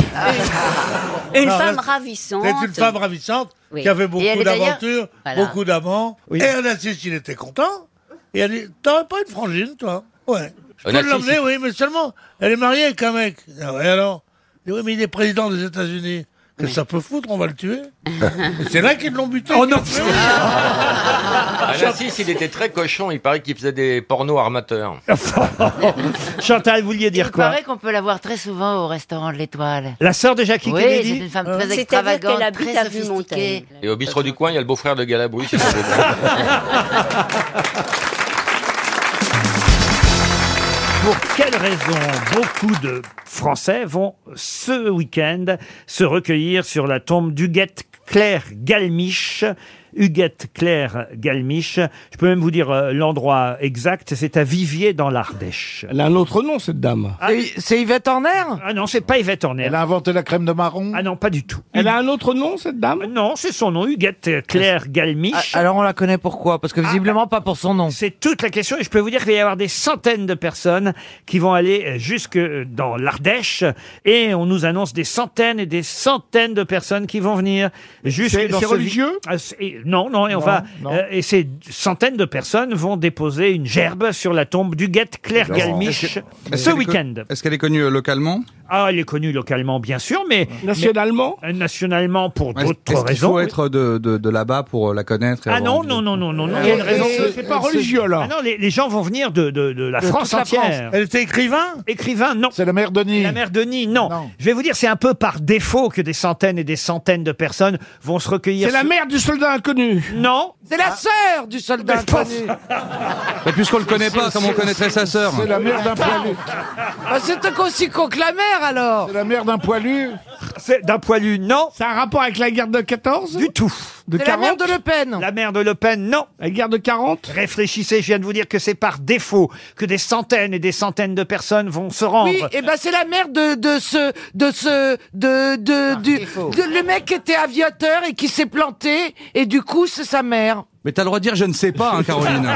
Une Non, femme là, ravissante. C'est une femme ravissante Oui. qui avait Et elle beaucoup est d'ailleurs- d'aventures, Voilà. beaucoup d'amants. Et Onassis, il était content. Et elle dit T'aurais pas une frangine, toi Ouais. Je peux Onassis, l'emmener, il- oui, mais seulement, elle est mariée avec un mec. Ah ouais, alors Il dit, Oui, mais il est président des États-Unis. Que ça peut foutre, on va le tuer. Et c'est là qu'ils l'ont buté. Oh non Ah, Onassis, il était très cochon. Il paraît qu'il faisait des pornos armateurs. Chantal, vous vouliez dire Il quoi paraît qu'on peut la voir très souvent au restaurant de l'Étoile. La sœur de Jackie oui, Kennedy c'est une femme Euh. très C'est-à-dire extravagante, qu'elle habite très à Vue sophistiquée. Et au bistrot du coin, il y a le beau-frère de Galabru. c'est pas beau. Pour quelle raison beaucoup de Français vont ce week-end se recueillir sur la tombe d'Huguette Claire Galmiche Huguette Claire Galmiche. Je peux même vous dire euh, l'endroit exact. C'est à Viviers dans l'Ardèche. Elle a un autre nom, cette dame. c'est Yvette Horner Ah non, c'est pas Yvette Horner. Elle a inventé la crème de marron Ah non, pas du tout. Elle a un autre nom, cette dame Non, c'est son nom, Huguette euh, Claire Galmiche. Ah, Ah, bah, Alors on la connaît pourquoi Parce que visiblement pas pour son nom. C'est toute la question et je peux vous dire qu'il va y avoir des centaines de personnes qui vont aller euh, jusque dans l'Ardèche et on nous annonce des centaines et des centaines de personnes qui vont venir jusque C'est- dans c'est ce vi- religieux Ah, c'est- Non, non, et on Non, va non. euh, et ces centaines de personnes vont déposer une gerbe sur la tombe d'Huguette Claire Non. Galmiche Est-ce que- est-ce ce qu'elle est week-end. con- Est-ce qu'elle est connue euh, localement Ah, elle est connue localement, bien sûr, mais nationalement. nationalement pour Est-ce d'autres est-ce qu'il raisons. faut être de, de- de là-bas pour euh, la connaître et Ah avoir non, envie de- non, non, non, non, Euh, non. Et il y a une elle- raison. elle- C'est elle- Ah non, les, les gens vont venir de, de- de la De France toute la entière. France. Elle était écrivain Écrivain, non. C'est la mère de La mère de Nîmes, non. Je vais vous dire, c'est un peu par défaut que des centaines et des centaines de personnes vont se recueillir. C'est la mère du soldat inconnu. Non. C'est Ah. la sœur du soldat inconnu. Mais puisqu'on le connaît pas, comment on connaîtrait sa sœur C'est la mère d'un poilu. Ah, Bah, c'est aussi con que la mère alors. C'est la mère d'un poilu. C'est d'un poilu, non. C'est un rapport avec la guerre de 14 Du tout. De, la mère de Le Pen. La mère de Le Pen, non. La guerre de 40 Réfléchissez, je viens de vous dire que c'est par défaut que des centaines et des centaines de personnes vont se rendre. Oui, et ben c'est la mère de, de ce de ce de de du de- le mec qui était aviateur et qui s'est planté et du coup c'est sa mère. Mais t'as le droit de dire je ne sais pas, hein, Caroline.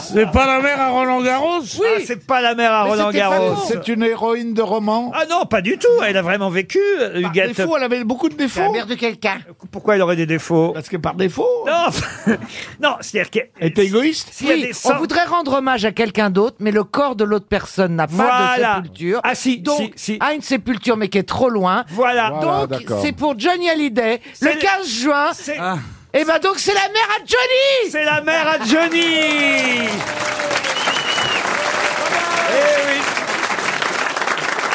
C'est pas la mère à Roland Garros Oui, c'est pas la mère à Mais Roland c'était Garros. pas nous. C'est une héroïne de roman. Ah non, pas du tout. Elle a vraiment vécu, euh, Huguette. défaut, elle avait beaucoup de défauts. la mère de quelqu'un. Pourquoi elle aurait des défauts Parce que par défaut. Non, non c'est-à-dire qu'elle était égoïste. S'il y a Oui, des on cent- voudrait rendre hommage à quelqu'un d'autre, mais le corps de l'autre personne n'a pas Voilà. de sépulture. Ah, si, donc si, si. a une sépulture mais qui est trop loin. Voilà. Donc c'est pour Johnny Hallyday le 15 juin. Ah. Et ben donc c'est la mère à Johnny. C'est la mère à Johnny.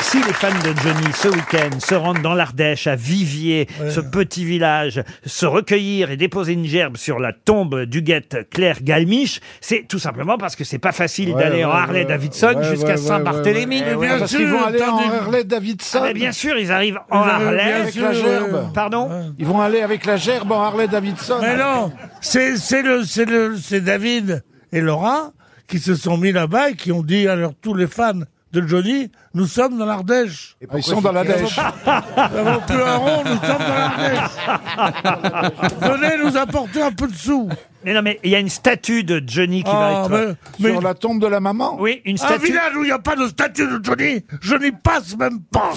Si les fans de Johnny ce week-end se rendent dans l'Ardèche à Viviers, ce petit village, se recueillir et déposer une gerbe sur la tombe d'Huguette Claire Galmiche, c'est tout simplement parce que c'est pas facile Ouais, d'aller en ouais, Harley ouais. Davidson Ouais, jusqu'à ouais, ouais, Saint-Barthélemy. ouais, ouais. Mais bien Parce qu'ils sûr, vont aller t'as en des- Harley Davidson. bien sûr, ils arrivent en Oh, Ils arrivent Harley bien Avec sûr, la gerbe. euh, Pardon Ils vont aller avec la gerbe en Harley Davidson. Mais non, c'est c'est le c'est le c'est David et Laura qui se sont mis là-bas et qui ont dit à leur- tous les fans de Johnny, nous sommes dans l'Ardèche. Ah, ils sont dans la dèche. Nous n'avons plus un rond, nous sommes dans l'Ardèche. Venez nous apporter un peu de sous. Mais non, mais il y a une statue de Johnny qui va Ah, être. mais- mais- Sur la tombe de la maman Oui, une Un statue. village où il n'y a pas de statue de Johnny, je n'y passe même pas.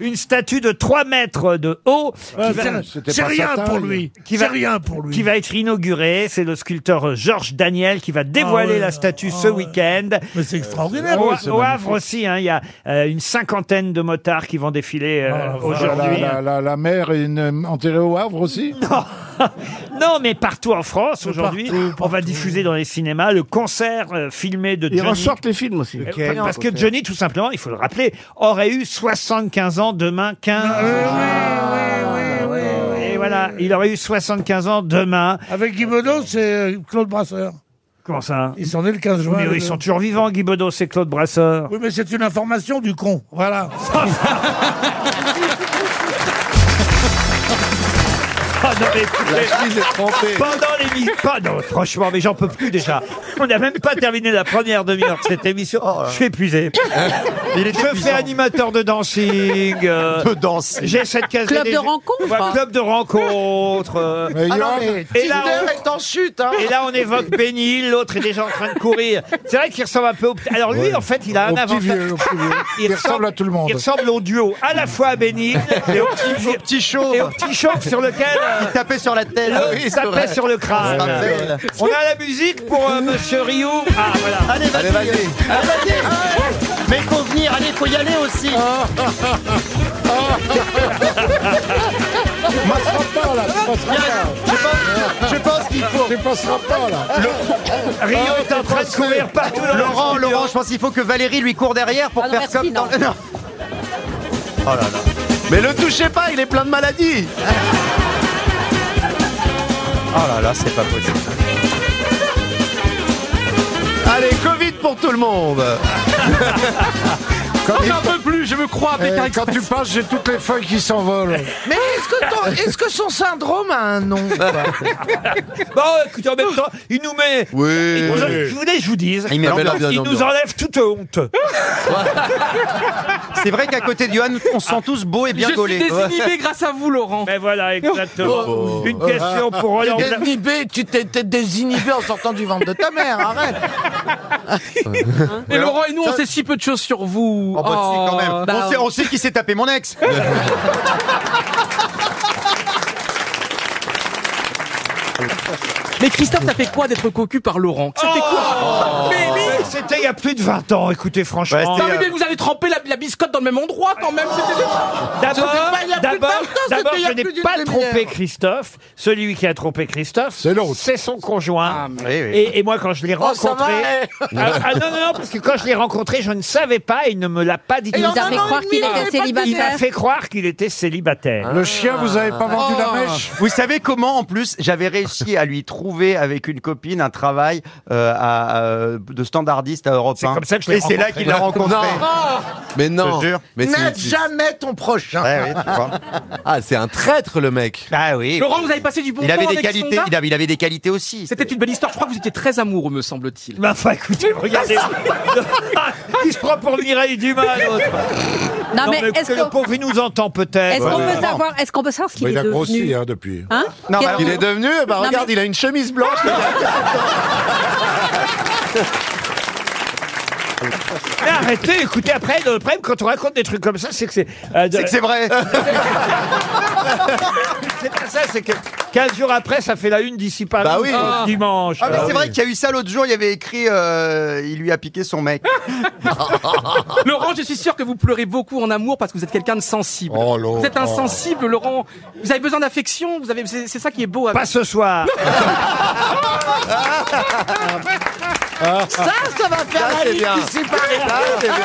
une statue de 3 mètres de haut. Ouais, qui va- c'est- C'était c'est pas rien sa pour taille. lui. Qui C'est va- rien pour lui. Qui va être inaugurée. C'est le sculpteur Georges Daniel qui va dévoiler Ah ouais, la statue ce week-end. Euh, Mais c'est extraordinaire. Au, Ouais, c'est au Havre magnifique. aussi, hein, il y a euh, une cinquantaine de motards qui vont défiler Ah, euh, aujourd'hui. La, la, la- la mère est une- euh, enterrée au Havre aussi Non, non, mais partout en France aujourd'hui, on va diffuser dans les cinémas le concert euh, filmé de Ils Johnny. ressortent les films aussi. Euh, Quel Parce que concert Johnny, tout simplement, il faut le rappeler, aurait eu 75 ans demain 15. Ah, Et voilà, il aurait eu 75 ans demain. Avec Guy Bedos, c'est euh, Claude Brasseur. Comment ça hein Ils sont nés le 15 juin. Mais les ils deux. sont toujours vivants, Guy Bedos et Claude Brasseur. Oui, mais c'est une information du con. Voilà. Ah non, mais écoutez, pendant l'émission, pendant- franchement, mais j'en peux plus déjà. On n'a même pas terminé la première demi-heure de cette émission. Je suis épuisé. Il est Oh, euh. Hein je fais épuisant. animateur de dancing. euh, De dancing. J'ai cette case Club des- de rencontre, Ouais, pas Club de rencontre. euh, Ah non, mais et là, on- Tinder est en chute. hein. et là, on évoque Benny, l'autre est déjà en train de courir. C'est vrai qu'il ressemble un peu au... p- Alors lui, Ouais. en fait, il a Au un petit avantage. vieux, au petit vieux. Il ressemble à tout le monde. Il ressemble au duo, à la fois à Benny et au petit, vieux- Et au petit chauve sur lequel... euh, Il tapait sur la tête. Ah l'autre tapait sur le crâne. On se rappelle. On a la musique pour euh, Monsieur Rio. Ah, voilà. Allez, vas-y. Ah, vas-y. Mais faut venir, allez, faut y aller aussi. Ah. pas là, tu passeras pas. Je pense qu'il faut. Tu passeras pas là. Rio est en train de courir partout dans le Laurent, studio. Laurent, je pense qu'il faut que Valérie lui court derrière pour Ah non, faire merci, comme non. dans le. Non. Oh là là. Mais le touchez pas, il est plein de maladies. Oh là là, c'est pas possible. Allez, Covid pour tout le monde. Quand il- peux plus, je me crois Eh, quand tu passes, j'ai toutes les feuilles qui s'envolent. Mais est-ce que, ton- est-ce que son syndrome a un nom Bon, écoutez, Bah, en même temps, il nous met. Il nous- Oui. Je voulais que je vous dise. Il met en la même temps, merde il dans le nous dos. enlève toute honte. C'est vrai qu'à côté de Johan, on se sent tous beaux et bien gaulés. grâce à vous, Laurent. Mais Ben voilà, exactement. Oh. Une question pour Roland. Bla- Désinhibé, tu t'es t'es désinhibé en sortant du ventre de ta mère, arrête. Et Laurent Hein et nous, on sait si peu de choses sur vous. Oh, bah, si, quand même. Bah, on, sait, on sait qui s'est tapé mon ex. Mais Christophe, ça fait quoi d'être cocu par Laurent C'était quoi Mais oui Oh. C'était il y a plus de 20 ans, écoutez, franchement. euh, Ah oui, mais vous avez trempé la, la biscotte dans le même endroit quand même. c'était- D'abord, C'était pas il y a plus de d'abord, 20 ans, D'abord, qu'il y a je n'ai plus d'une pas demi-heure. trompé Christophe. Celui qui a trompé Christophe, c'est son conjoint. Et, et moi, quand je l'ai Oh, ça rencontré... va, eh. ah, ah, non, non, non, parce que quand je l'ai rencontré, je ne savais pas, il ne me l'a pas dit. Il vous a fait croire qu'il était Il m'a célibataire. fait croire qu'il était célibataire. Le chien, vous avez pas vendu la mèche Vous savez comment, en plus, j'avais réussi à lui trouver avec une copine un travail euh, à, euh, de standardiste à Europe 1. comme ça que je l'ai Et c'est là rencontré. qu'il l'a rencontré. Mais non. Je te jure. Mais c'est N'aide une- jamais ton hein. prochain. Ah, c'est un traître, le mec. Ah oui. Laurent, vous avez passé du bon il avait temps des avec son qualités, gars il avait, il avait des qualités aussi. C'était une belle histoire. Je crois que vous étiez très amoureux, me semble-t-il. Mais Bah, enfin, écoutez, regardez. Ah, Il se prend pour Mireille Dumas, l'autre. Non, mais écoutez, est-ce le qu'on- pauvre, il nous entend peut-être. Est-ce qu'on peut savoir, est-ce qu'on peut savoir ce qu'il Bah, il est a grossi, devenu hein, depuis. Hein Non, Quel- bah, il est devenu, bah Non, regarde, mais- il a une chemise blanche. le Mais arrêtez, écoutez, après, le problème, quand on raconte des trucs comme ça, c'est euh, que c'est... C'est que c'est vrai. c'est pas ça, c'est que 15 jours après, ça fait la une d'ici Paris. Bah oui. ce Dimanche. Ah, mais Ah c'est oui. vrai qu'il y a eu ça l'autre jour, il y avait écrit euh, il lui a piqué son mec. Laurent, je suis sûr que vous pleurez beaucoup en amour parce que vous êtes quelqu'un de sensible. Oh, vous êtes insensible, Laurent. Vous avez besoin d'affection. Vous avez, c'est c'est ça qui est beau. Avec... Pas ce soir. Ah. Ça, ça va faire Ça, la c'est ligne bien. d'ici Paris. Ça, c'est bien.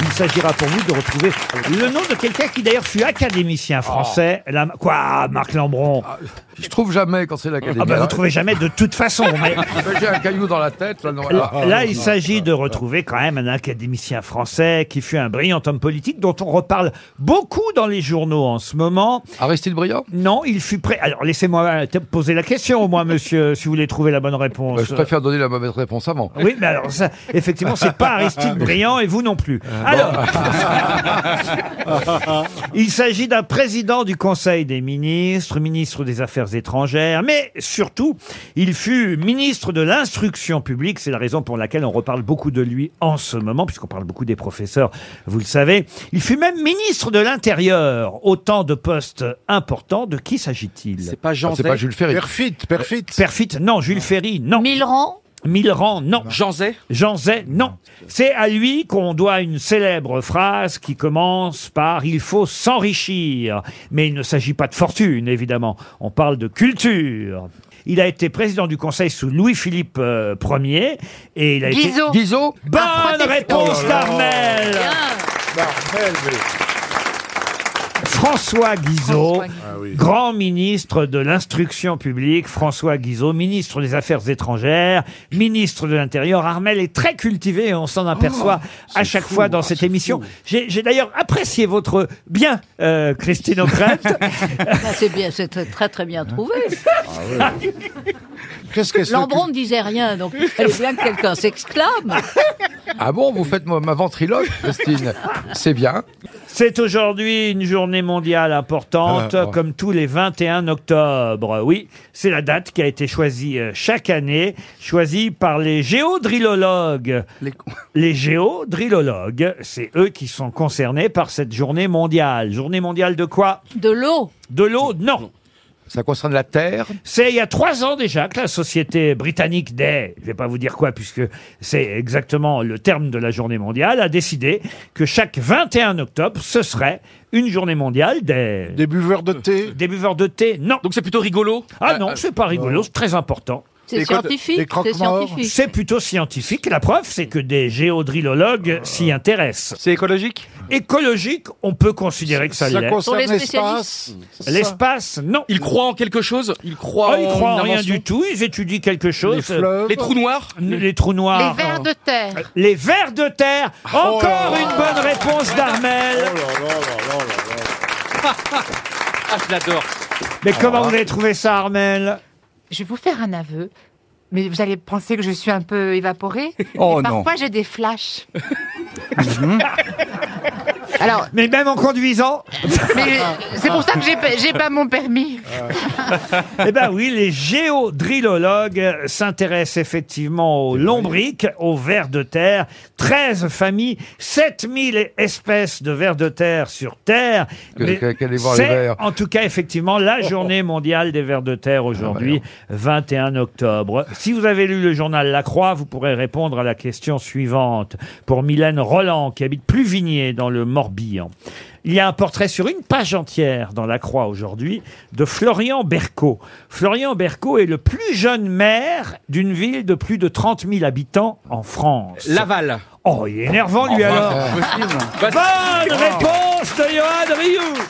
Il s'agira pour vous de retrouver le nom de quelqu'un qui d'ailleurs fut académicien français. Ah. La- Quoi, Marc Lambron Je trouve jamais quand c'est l'académie. Ah bah, vous trouvez jamais de toute façon. mais- J'ai un caillou dans la tête. Là, non. Là, Ah, là, non, il non. s'agit de retrouver quand même un académicien français qui fut un brillant homme politique dont on reparle beaucoup dans les journaux en ce moment. Aristide Briand Non, il fut prêt. Alors laissez-moi te- poser la question, moi, monsieur, si vous voulez trouver la bonne réponse. Bah, je préfère donner la mauvaise réponse avant. Oui, mais alors ça, effectivement, c'est pas Aristide Briand et vous non plus. Euh, Alors, Ah, il s'agit d'un président du Conseil des ministres, ministre des Affaires étrangères, mais surtout, il fut ministre de l'instruction publique. C'est la raison pour laquelle on reparle beaucoup de lui en ce moment, puisqu'on parle beaucoup des professeurs, vous le savez. Il fut même ministre de l'Intérieur. Autant de postes importants. De qui s'agit-il C'est pas Jean Ah, c'est Zay. pas Jules Ferry. Perfit, Perfit. Euh, Perfit, non. Jules Ferry, non. Milran Milran, non. Jean Zay Jean Zay, non. C'est à lui qu'on doit une célèbre phrase qui commence par Il faut s'enrichir. Mais il ne s'agit pas de fortune, évidemment. On parle de culture. Il a été président du Conseil sous Louis-Philippe euh, Ier. Et il a Guizot. été. Guizot Bonne Ah, Un protestant. réponse, Oh là là. Darmel Bien. François Guizot, grand ministre de l'instruction publique, François Guizot, ministre des Affaires étrangères, ministre de l'Intérieur. Armel est très cultivé et on s'en aperçoit à chaque fois dans cette émission. J'ai j'ai d'ailleurs apprécié votre bien, euh, Christine O'Krent. Ah, c'est bien, c'est très- très très bien trouvé. Qu'est-ce que c'est Lambron ne disait rien, donc il fallait bien que quelqu'un s'exclame. Ah bon, vous faites ma, ma ventriloque, Christine C'est bien. C'est aujourd'hui une journée mondiale importante, Ah, ah. comme tous les 21 octobre. Oui, c'est la date qui a été choisie euh, chaque année, choisie par les géodrilologues. Les, géodrilologues, c'est eux qui sont concernés par cette journée mondiale. Journée mondiale de quoi De l'eau. De l'eau, non. Ça concerne la Terre C'est il y a trois ans déjà que la société britannique des, je vais pas vous dire quoi puisque c'est exactement le terme de la journée mondiale, a décidé que chaque 21 octobre, ce serait une journée mondiale des... Des buveurs de thé Des buveurs de thé, non. Donc c'est plutôt rigolo Ah non, c'est pas rigolo, c'est très important. C'est Des co- scientifique, des croque-morts c'est scientifique. C'est plutôt scientifique. La preuve, c'est que des géodrilologues s'y intéressent. Euh. C'est écologique Écologique, on peut considérer que ça, l'est. L'espace, non. Il croit en quelque chose. Il croit. Ah, ils en croient en une rien invention du tout, ils étudient quelque chose. Les fleuves. Les trous noirs N- Les trous noirs. Les vers de terre. Les vers de terre. Oh. Encore une bonne réponse d'Armel. Ah, je l'adore. Mais comment vous avez trouvé ça, Armel Je vais vous faire un aveu, mais vous allez penser que je suis un peu évaporée. Oh, Mais non. Parfois j'ai des flashs. Alors- Mais même en conduisant Mais c'est pour ça que j'ai pas- j'ai pas mon permis. Eh ben oui, les géodrilologues s'intéressent effectivement aux lombriques, aux vers de terre. 13 familles, 7000 espèces de vers de terre sur Terre. Que- Mais que- qu'allez voir les c'est, vers. En tout cas, effectivement, la journée mondiale des vers de terre aujourd'hui, 21 octobre. Si vous avez lu le journal La Croix, vous pourrez répondre à la question suivante pour Mylène Roland, qui habite Pluvigné dans le Morbihan. Il y a un portrait sur une page entière dans La Croix aujourd'hui de Florian Berco. Florian Berco est le plus jeune maire d'une ville de plus de 30 000 habitants en France. Laval. Oh, il est énervant lui Enfin, alors. c'est pas possible. Bonne réponse de Johan Rioux.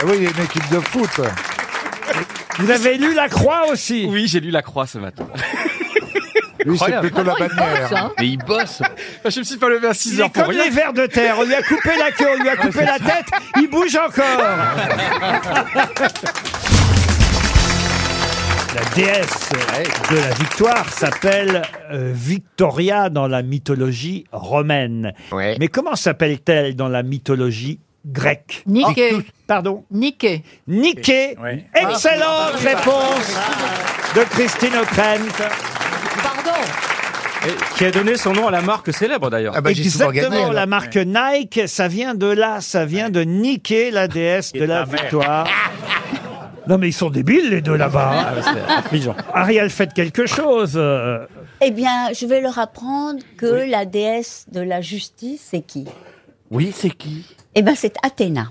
Ah oui, il y a une équipe de foot. Vous avez lu La Croix aussi Oui, j'ai lu La Croix ce matin. Lui, c'est Incroyable. plutôt la hein. bannière. Mais il hein. bosse Ah, Je me suis pas levé à 6 Il est heures pour comme rien. Ah, les vers de terre. On lui a coupé la queue, on lui a Ah, coupé la tête. Il bouge encore. La déesse de la victoire s'appelle euh, Victoria dans la mythologie romaine. Mais comment s'appelle-t-elle dans la mythologie grecque Niké. Pardon Niké. Niké. Ah, Excellente Ah. réponse de Christine O'Krent. Pardon. Qui a donné son nom à la marque célèbre d'ailleurs. Ah bah, Exactement, la marque Nike, ça vient de là, ça vient de niquer la déesse de la ta mère. victoire. Non mais ils sont débiles les deux là-bas. Ah, hein. Ariel, faites quelque chose. euh. Eh bien, je vais leur apprendre que la déesse de la justice, c'est qui Oui, c'est qui Eh bien, c'est Athéna.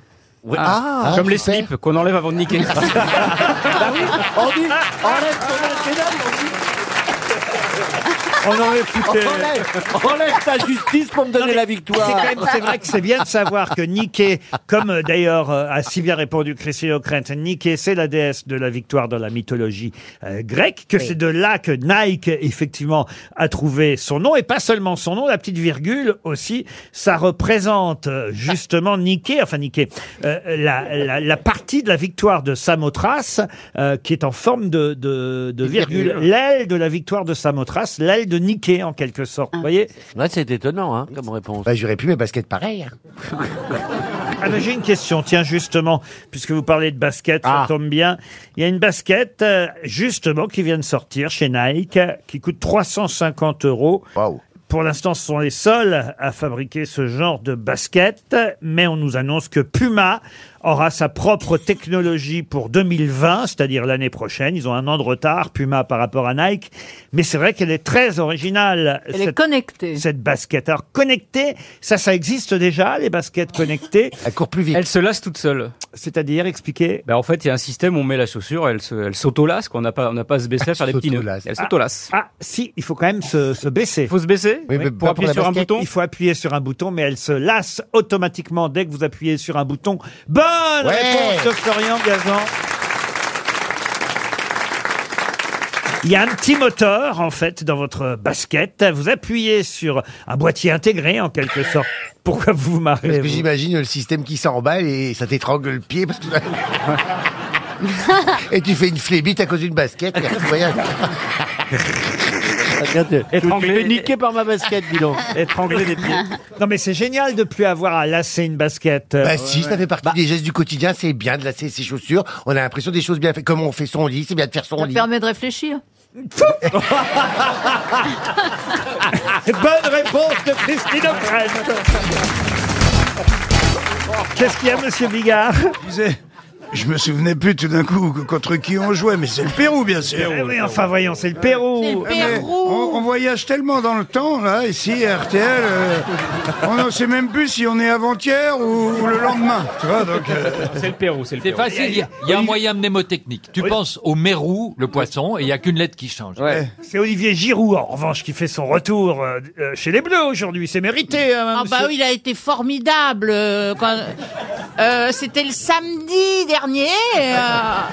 Ah, Comme les slips qu'on enlève avant de niquer. Ah, On dit, enlève ton Athéna, On enlève tout, euh, Enlève ta justice pour me donner la victoire. C'est quand même- c'est vrai que c'est bien de savoir que Niké, comme euh, d'ailleurs euh, a si bien répondu Christine O'Krent, Niké, c'est la déesse de la victoire dans la mythologie euh, grecque, que c'est de là que Nike, effectivement, a trouvé son nom, et pas seulement son nom, la petite virgule aussi, ça représente euh, justement Niké, enfin Niké, euh, la, la- la partie de la victoire de Samothrace, euh, qui est en forme de, de- de virgule, virgule. l'aile de la victoire de Samothrace, l'aile de Niké, en quelque sorte, vous voyez Ouais, c'est étonnant hein, comme réponse. Ah. bah, j'aurais pu mes baskets pareil. hein. Ah, mais j'ai une question, tiens, justement, puisque vous parlez de basket, ça tombe bien. Il y a une basket, euh, justement, qui vient de sortir chez Nike, euh, qui coûte 350 euros. Pour l'instant, ce sont les seuls à fabriquer ce genre de basket, mais on nous annonce que Puma aura sa propre technologie pour 2020, c'est-à-dire l'année prochaine. Ils ont un an de retard, Puma, par rapport à Nike. Mais c'est vrai qu'elle est très originale. Elle est connectée. Cette basket. Alors, connectée, ça, ça existe déjà, les baskets connectées. Elle court plus vite. Elle se lasse toute seule. C'est-à-dire, expliquer Bah, en fait, il y a un système où on met la chaussure, elle se- elle s'auto-lasse, qu'on n'a pas, on n'a pas à se baisser à faire des petits nœuds. Elle s'auto-lasse. Ah, si, il faut quand même se, se baisser. Il faut se baisser mais pour pas appuyer pour la sur un basket. bouton Il faut appuyer sur un bouton, mais elle se lasse automatiquement dès que vous appuyez sur un bouton. Bonne Ouais. réponse de Florian Gazan. Il y a un petit moteur, en fait, dans votre basket. Vous appuyez sur un boîtier intégré, en quelque sorte. Pourquoi vous vous marrez Parce que vous j'imagine le système qui s'emballe Bah, et ça t'étrangle le pied parce que... et tu fais une flébite à cause d'une basket. Voyage. euh, Étranglé. niquer par ma basket, dis donc. Étranglé des pieds. Non, mais c'est génial de plus avoir à lasser une basket. Bah si, ça fait partie des gestes du quotidien, c'est bien de lasser ses chaussures, on a l'impression des choses bien faites, comme on fait son lit, c'est bien de faire son Ça lit. permet de réfléchir. Bonne réponse de Christine O'Krent. Qu'est-ce qu'il y a, monsieur Bigard Je me souvenais plus tout d'un coup que- contre qui on jouait, mais c'est le Pérou, bien sûr. Eh oui, enfin voyons, c'est le Pérou. Eh, mais On, on voyage tellement dans le temps, là, ici, à RTL, euh, on ne sait même plus si on est avant-hier ou, ou le lendemain. Tu vois, donc, euh, C'est le Pérou, c'est le C'est Pérou. facile, il y a- il y a un moyen mnémotechnique. Tu penses au mérou, le poisson, et il n'y a qu'une lettre qui change. C'est Olivier Giroud, en revanche, qui fait son retour euh, euh, chez les Bleus aujourd'hui. C'est mérité. hein, Ah bah monsieur. oui, il a été formidable. euh, quand- euh, c'était le samedi dernier. et, euh,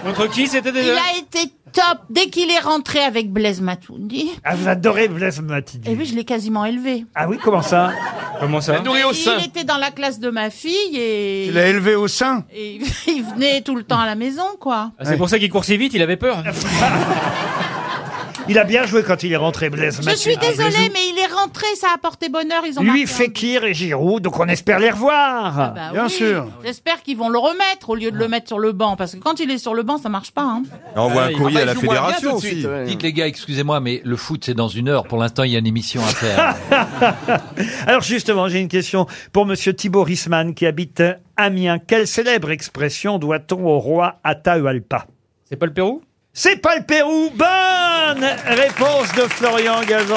Contre qui c'était il déjà a été top dès qu'il est rentré avec Blaise Matundi. Ah, vous adorez Blaise Matuidi. Et Eh oui, je l'ai quasiment élevé. Ah oui, comment ça Comment Hein ça il était dans la classe de ma fille et, tu l'as élevé au sein. et il venait tout le temps à la maison, quoi. Ah, C'est pour ça qu'il court si vite, il avait peur. Il a bien joué quand il est rentré, Blaise Je suis Matuidi. Ah, désolée, mais il est rentré, ça a apporté bonheur, ils ont Lui, marqué. Fekir et Giroud, donc on espère les revoir. Bah oui, J'espère qu'ils vont le remettre au lieu de le mettre sur le banc, parce que quand il est sur le banc, ça marche pas. hein. Envoie un il- courrier ah, à il la joue moins bien fédération tout de suite, aussi. ouais. Dites les gars, excusez-moi, mais le foot c'est dans une heure. Pour l'instant, il y a une émission à faire. Alors justement, j'ai une question pour Monsieur Thibaut Risman qui habite Amiens. Quelle célèbre expression doit-on au roi Atahualpa C'est pas le Pérou C'est pas le Pérou. Bonne réponse de Florian Gazan.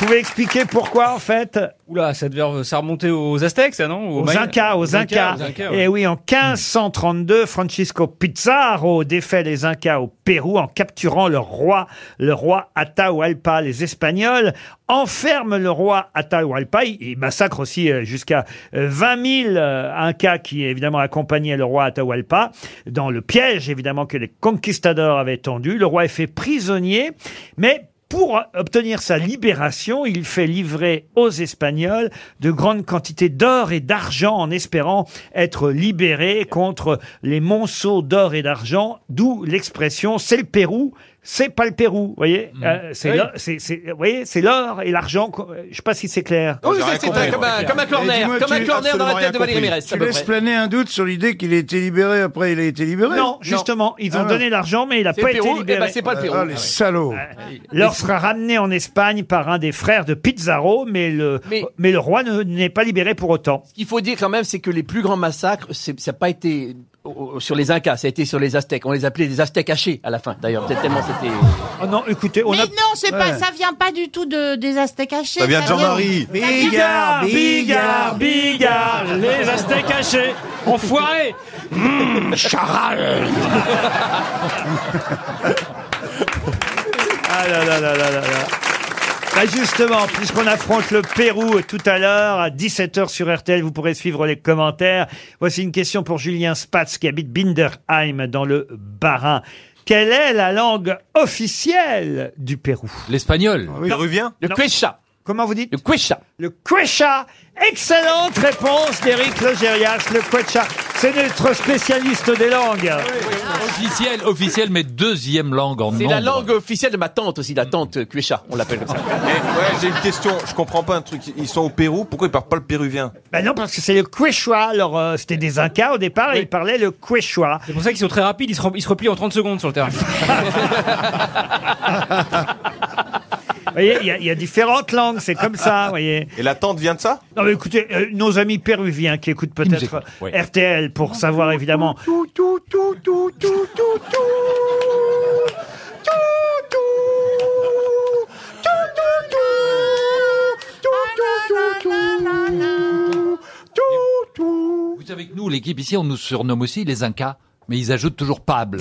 Vous pouvez expliquer pourquoi en fait Oula, ça devait euh, ça remonter aux Aztèques, ça non Aux Incas, aux Incas. ouais. Et oui, en 1532, Francisco Pizarro défait les Incas au Pérou en capturant leur roi, le roi Atahualpa. Les Espagnols enferment le roi Atahualpa. Ils ils massacrent aussi euh, jusqu'à euh, 20 000 euh, Incas qui, évidemment, accompagnaient le roi Atahualpa dans le piège, évidemment, que les conquistadors avaient tendu. Le roi est fait prisonnier, mais pour obtenir sa libération, il fait livrer aux Espagnols de grandes quantités d'or et d'argent en espérant être libéré contre les monceaux d'or et d'argent, d'où l'expression c'est le Pérou, c'est pas le Pérou. Vous voyez, Mmh. Euh, c'est Oui. l'or- c'est- c'est- vous voyez, c'est l'or et l'argent. qu'on- Je sais pas si c'est clair. Oh, Oui, c'est- c'est un- comme un- comme un corner, comme un corner dans la tête de Valérie Mérès. à Tu peu laisses près. planer un doute sur l'idée qu'il a été libéré après il a été libéré Non, justement, ils ont Ah, donné non. l'argent, mais il n'a C'est pas le Pérou, été eh libéré. ben, c'est pas le Pérou. Ah, les salauds. L'or sera ramené en Espagne par un des frères de Pizarro, mais le, mais, Mais- le roi ne- n'est pas libéré pour autant. Ce qu'il faut dire quand même, c'est que les plus grands massacres, c'est- ça n'a pas été au- au- sur les Incas, ça a été sur les Aztèques. On les appelait les Aztèques hachés à la fin, d'ailleurs. Peut-être tellement c'était. Oh non, écoutez, Mais non, c'est pas, ça vient pas du tout de, des Aztèques hachés. Ça vient de vient- Jean-Marie. ça vient- Ah, Bigard, Bigard, bigard, les Aztèques hachés, enfoirés Mmh, Hum, charal Ah là là là là là là. Bah justement, puisqu'on affronte le Pérou tout à l'heure, à 17h sur RTL, vous pourrez suivre les commentaires. Voici une question pour Julien Spatz qui habite Binderheim dans le Bas-Rhin. Quelle est la langue officielle du Pérou L'espagnol. revient Le Quechua. Comment vous dites Le Quechua. Le Quechua. Excellente réponse d'Éric Logérias, le Quechua. C'est notre spécialiste des langues. officiel, officiel, mais deuxième langue en C'est la nombre. langue officielle de ma tante aussi, la tante Quecha, on l'appelle comme ça. Ouais, j'ai une question. Je comprends pas un truc. Ils sont au Pérou. Pourquoi ils parlent pas le péruvien Ben non, parce que c'est le Quechua. Alors, euh, c'était des Incas au départ et ils parlaient le Quechua. C'est pour ça qu'ils sont très rapides, ils se, rem- ils se replient en 30 secondes sur le terrain. Vous voyez, il y, a- il y a différentes langues, c'est comme ça, vous voyez. Et la tante vient de ça Non, mais écoutez, euh, nos amis péruviens qui écoutent peut-être écoutent, ouais. RTL pour savoir évidemment. Vous savez que nous, l'équipe ici, on nous surnomme aussi Ah, les Incas, mais ils ajoutent toujours Pable.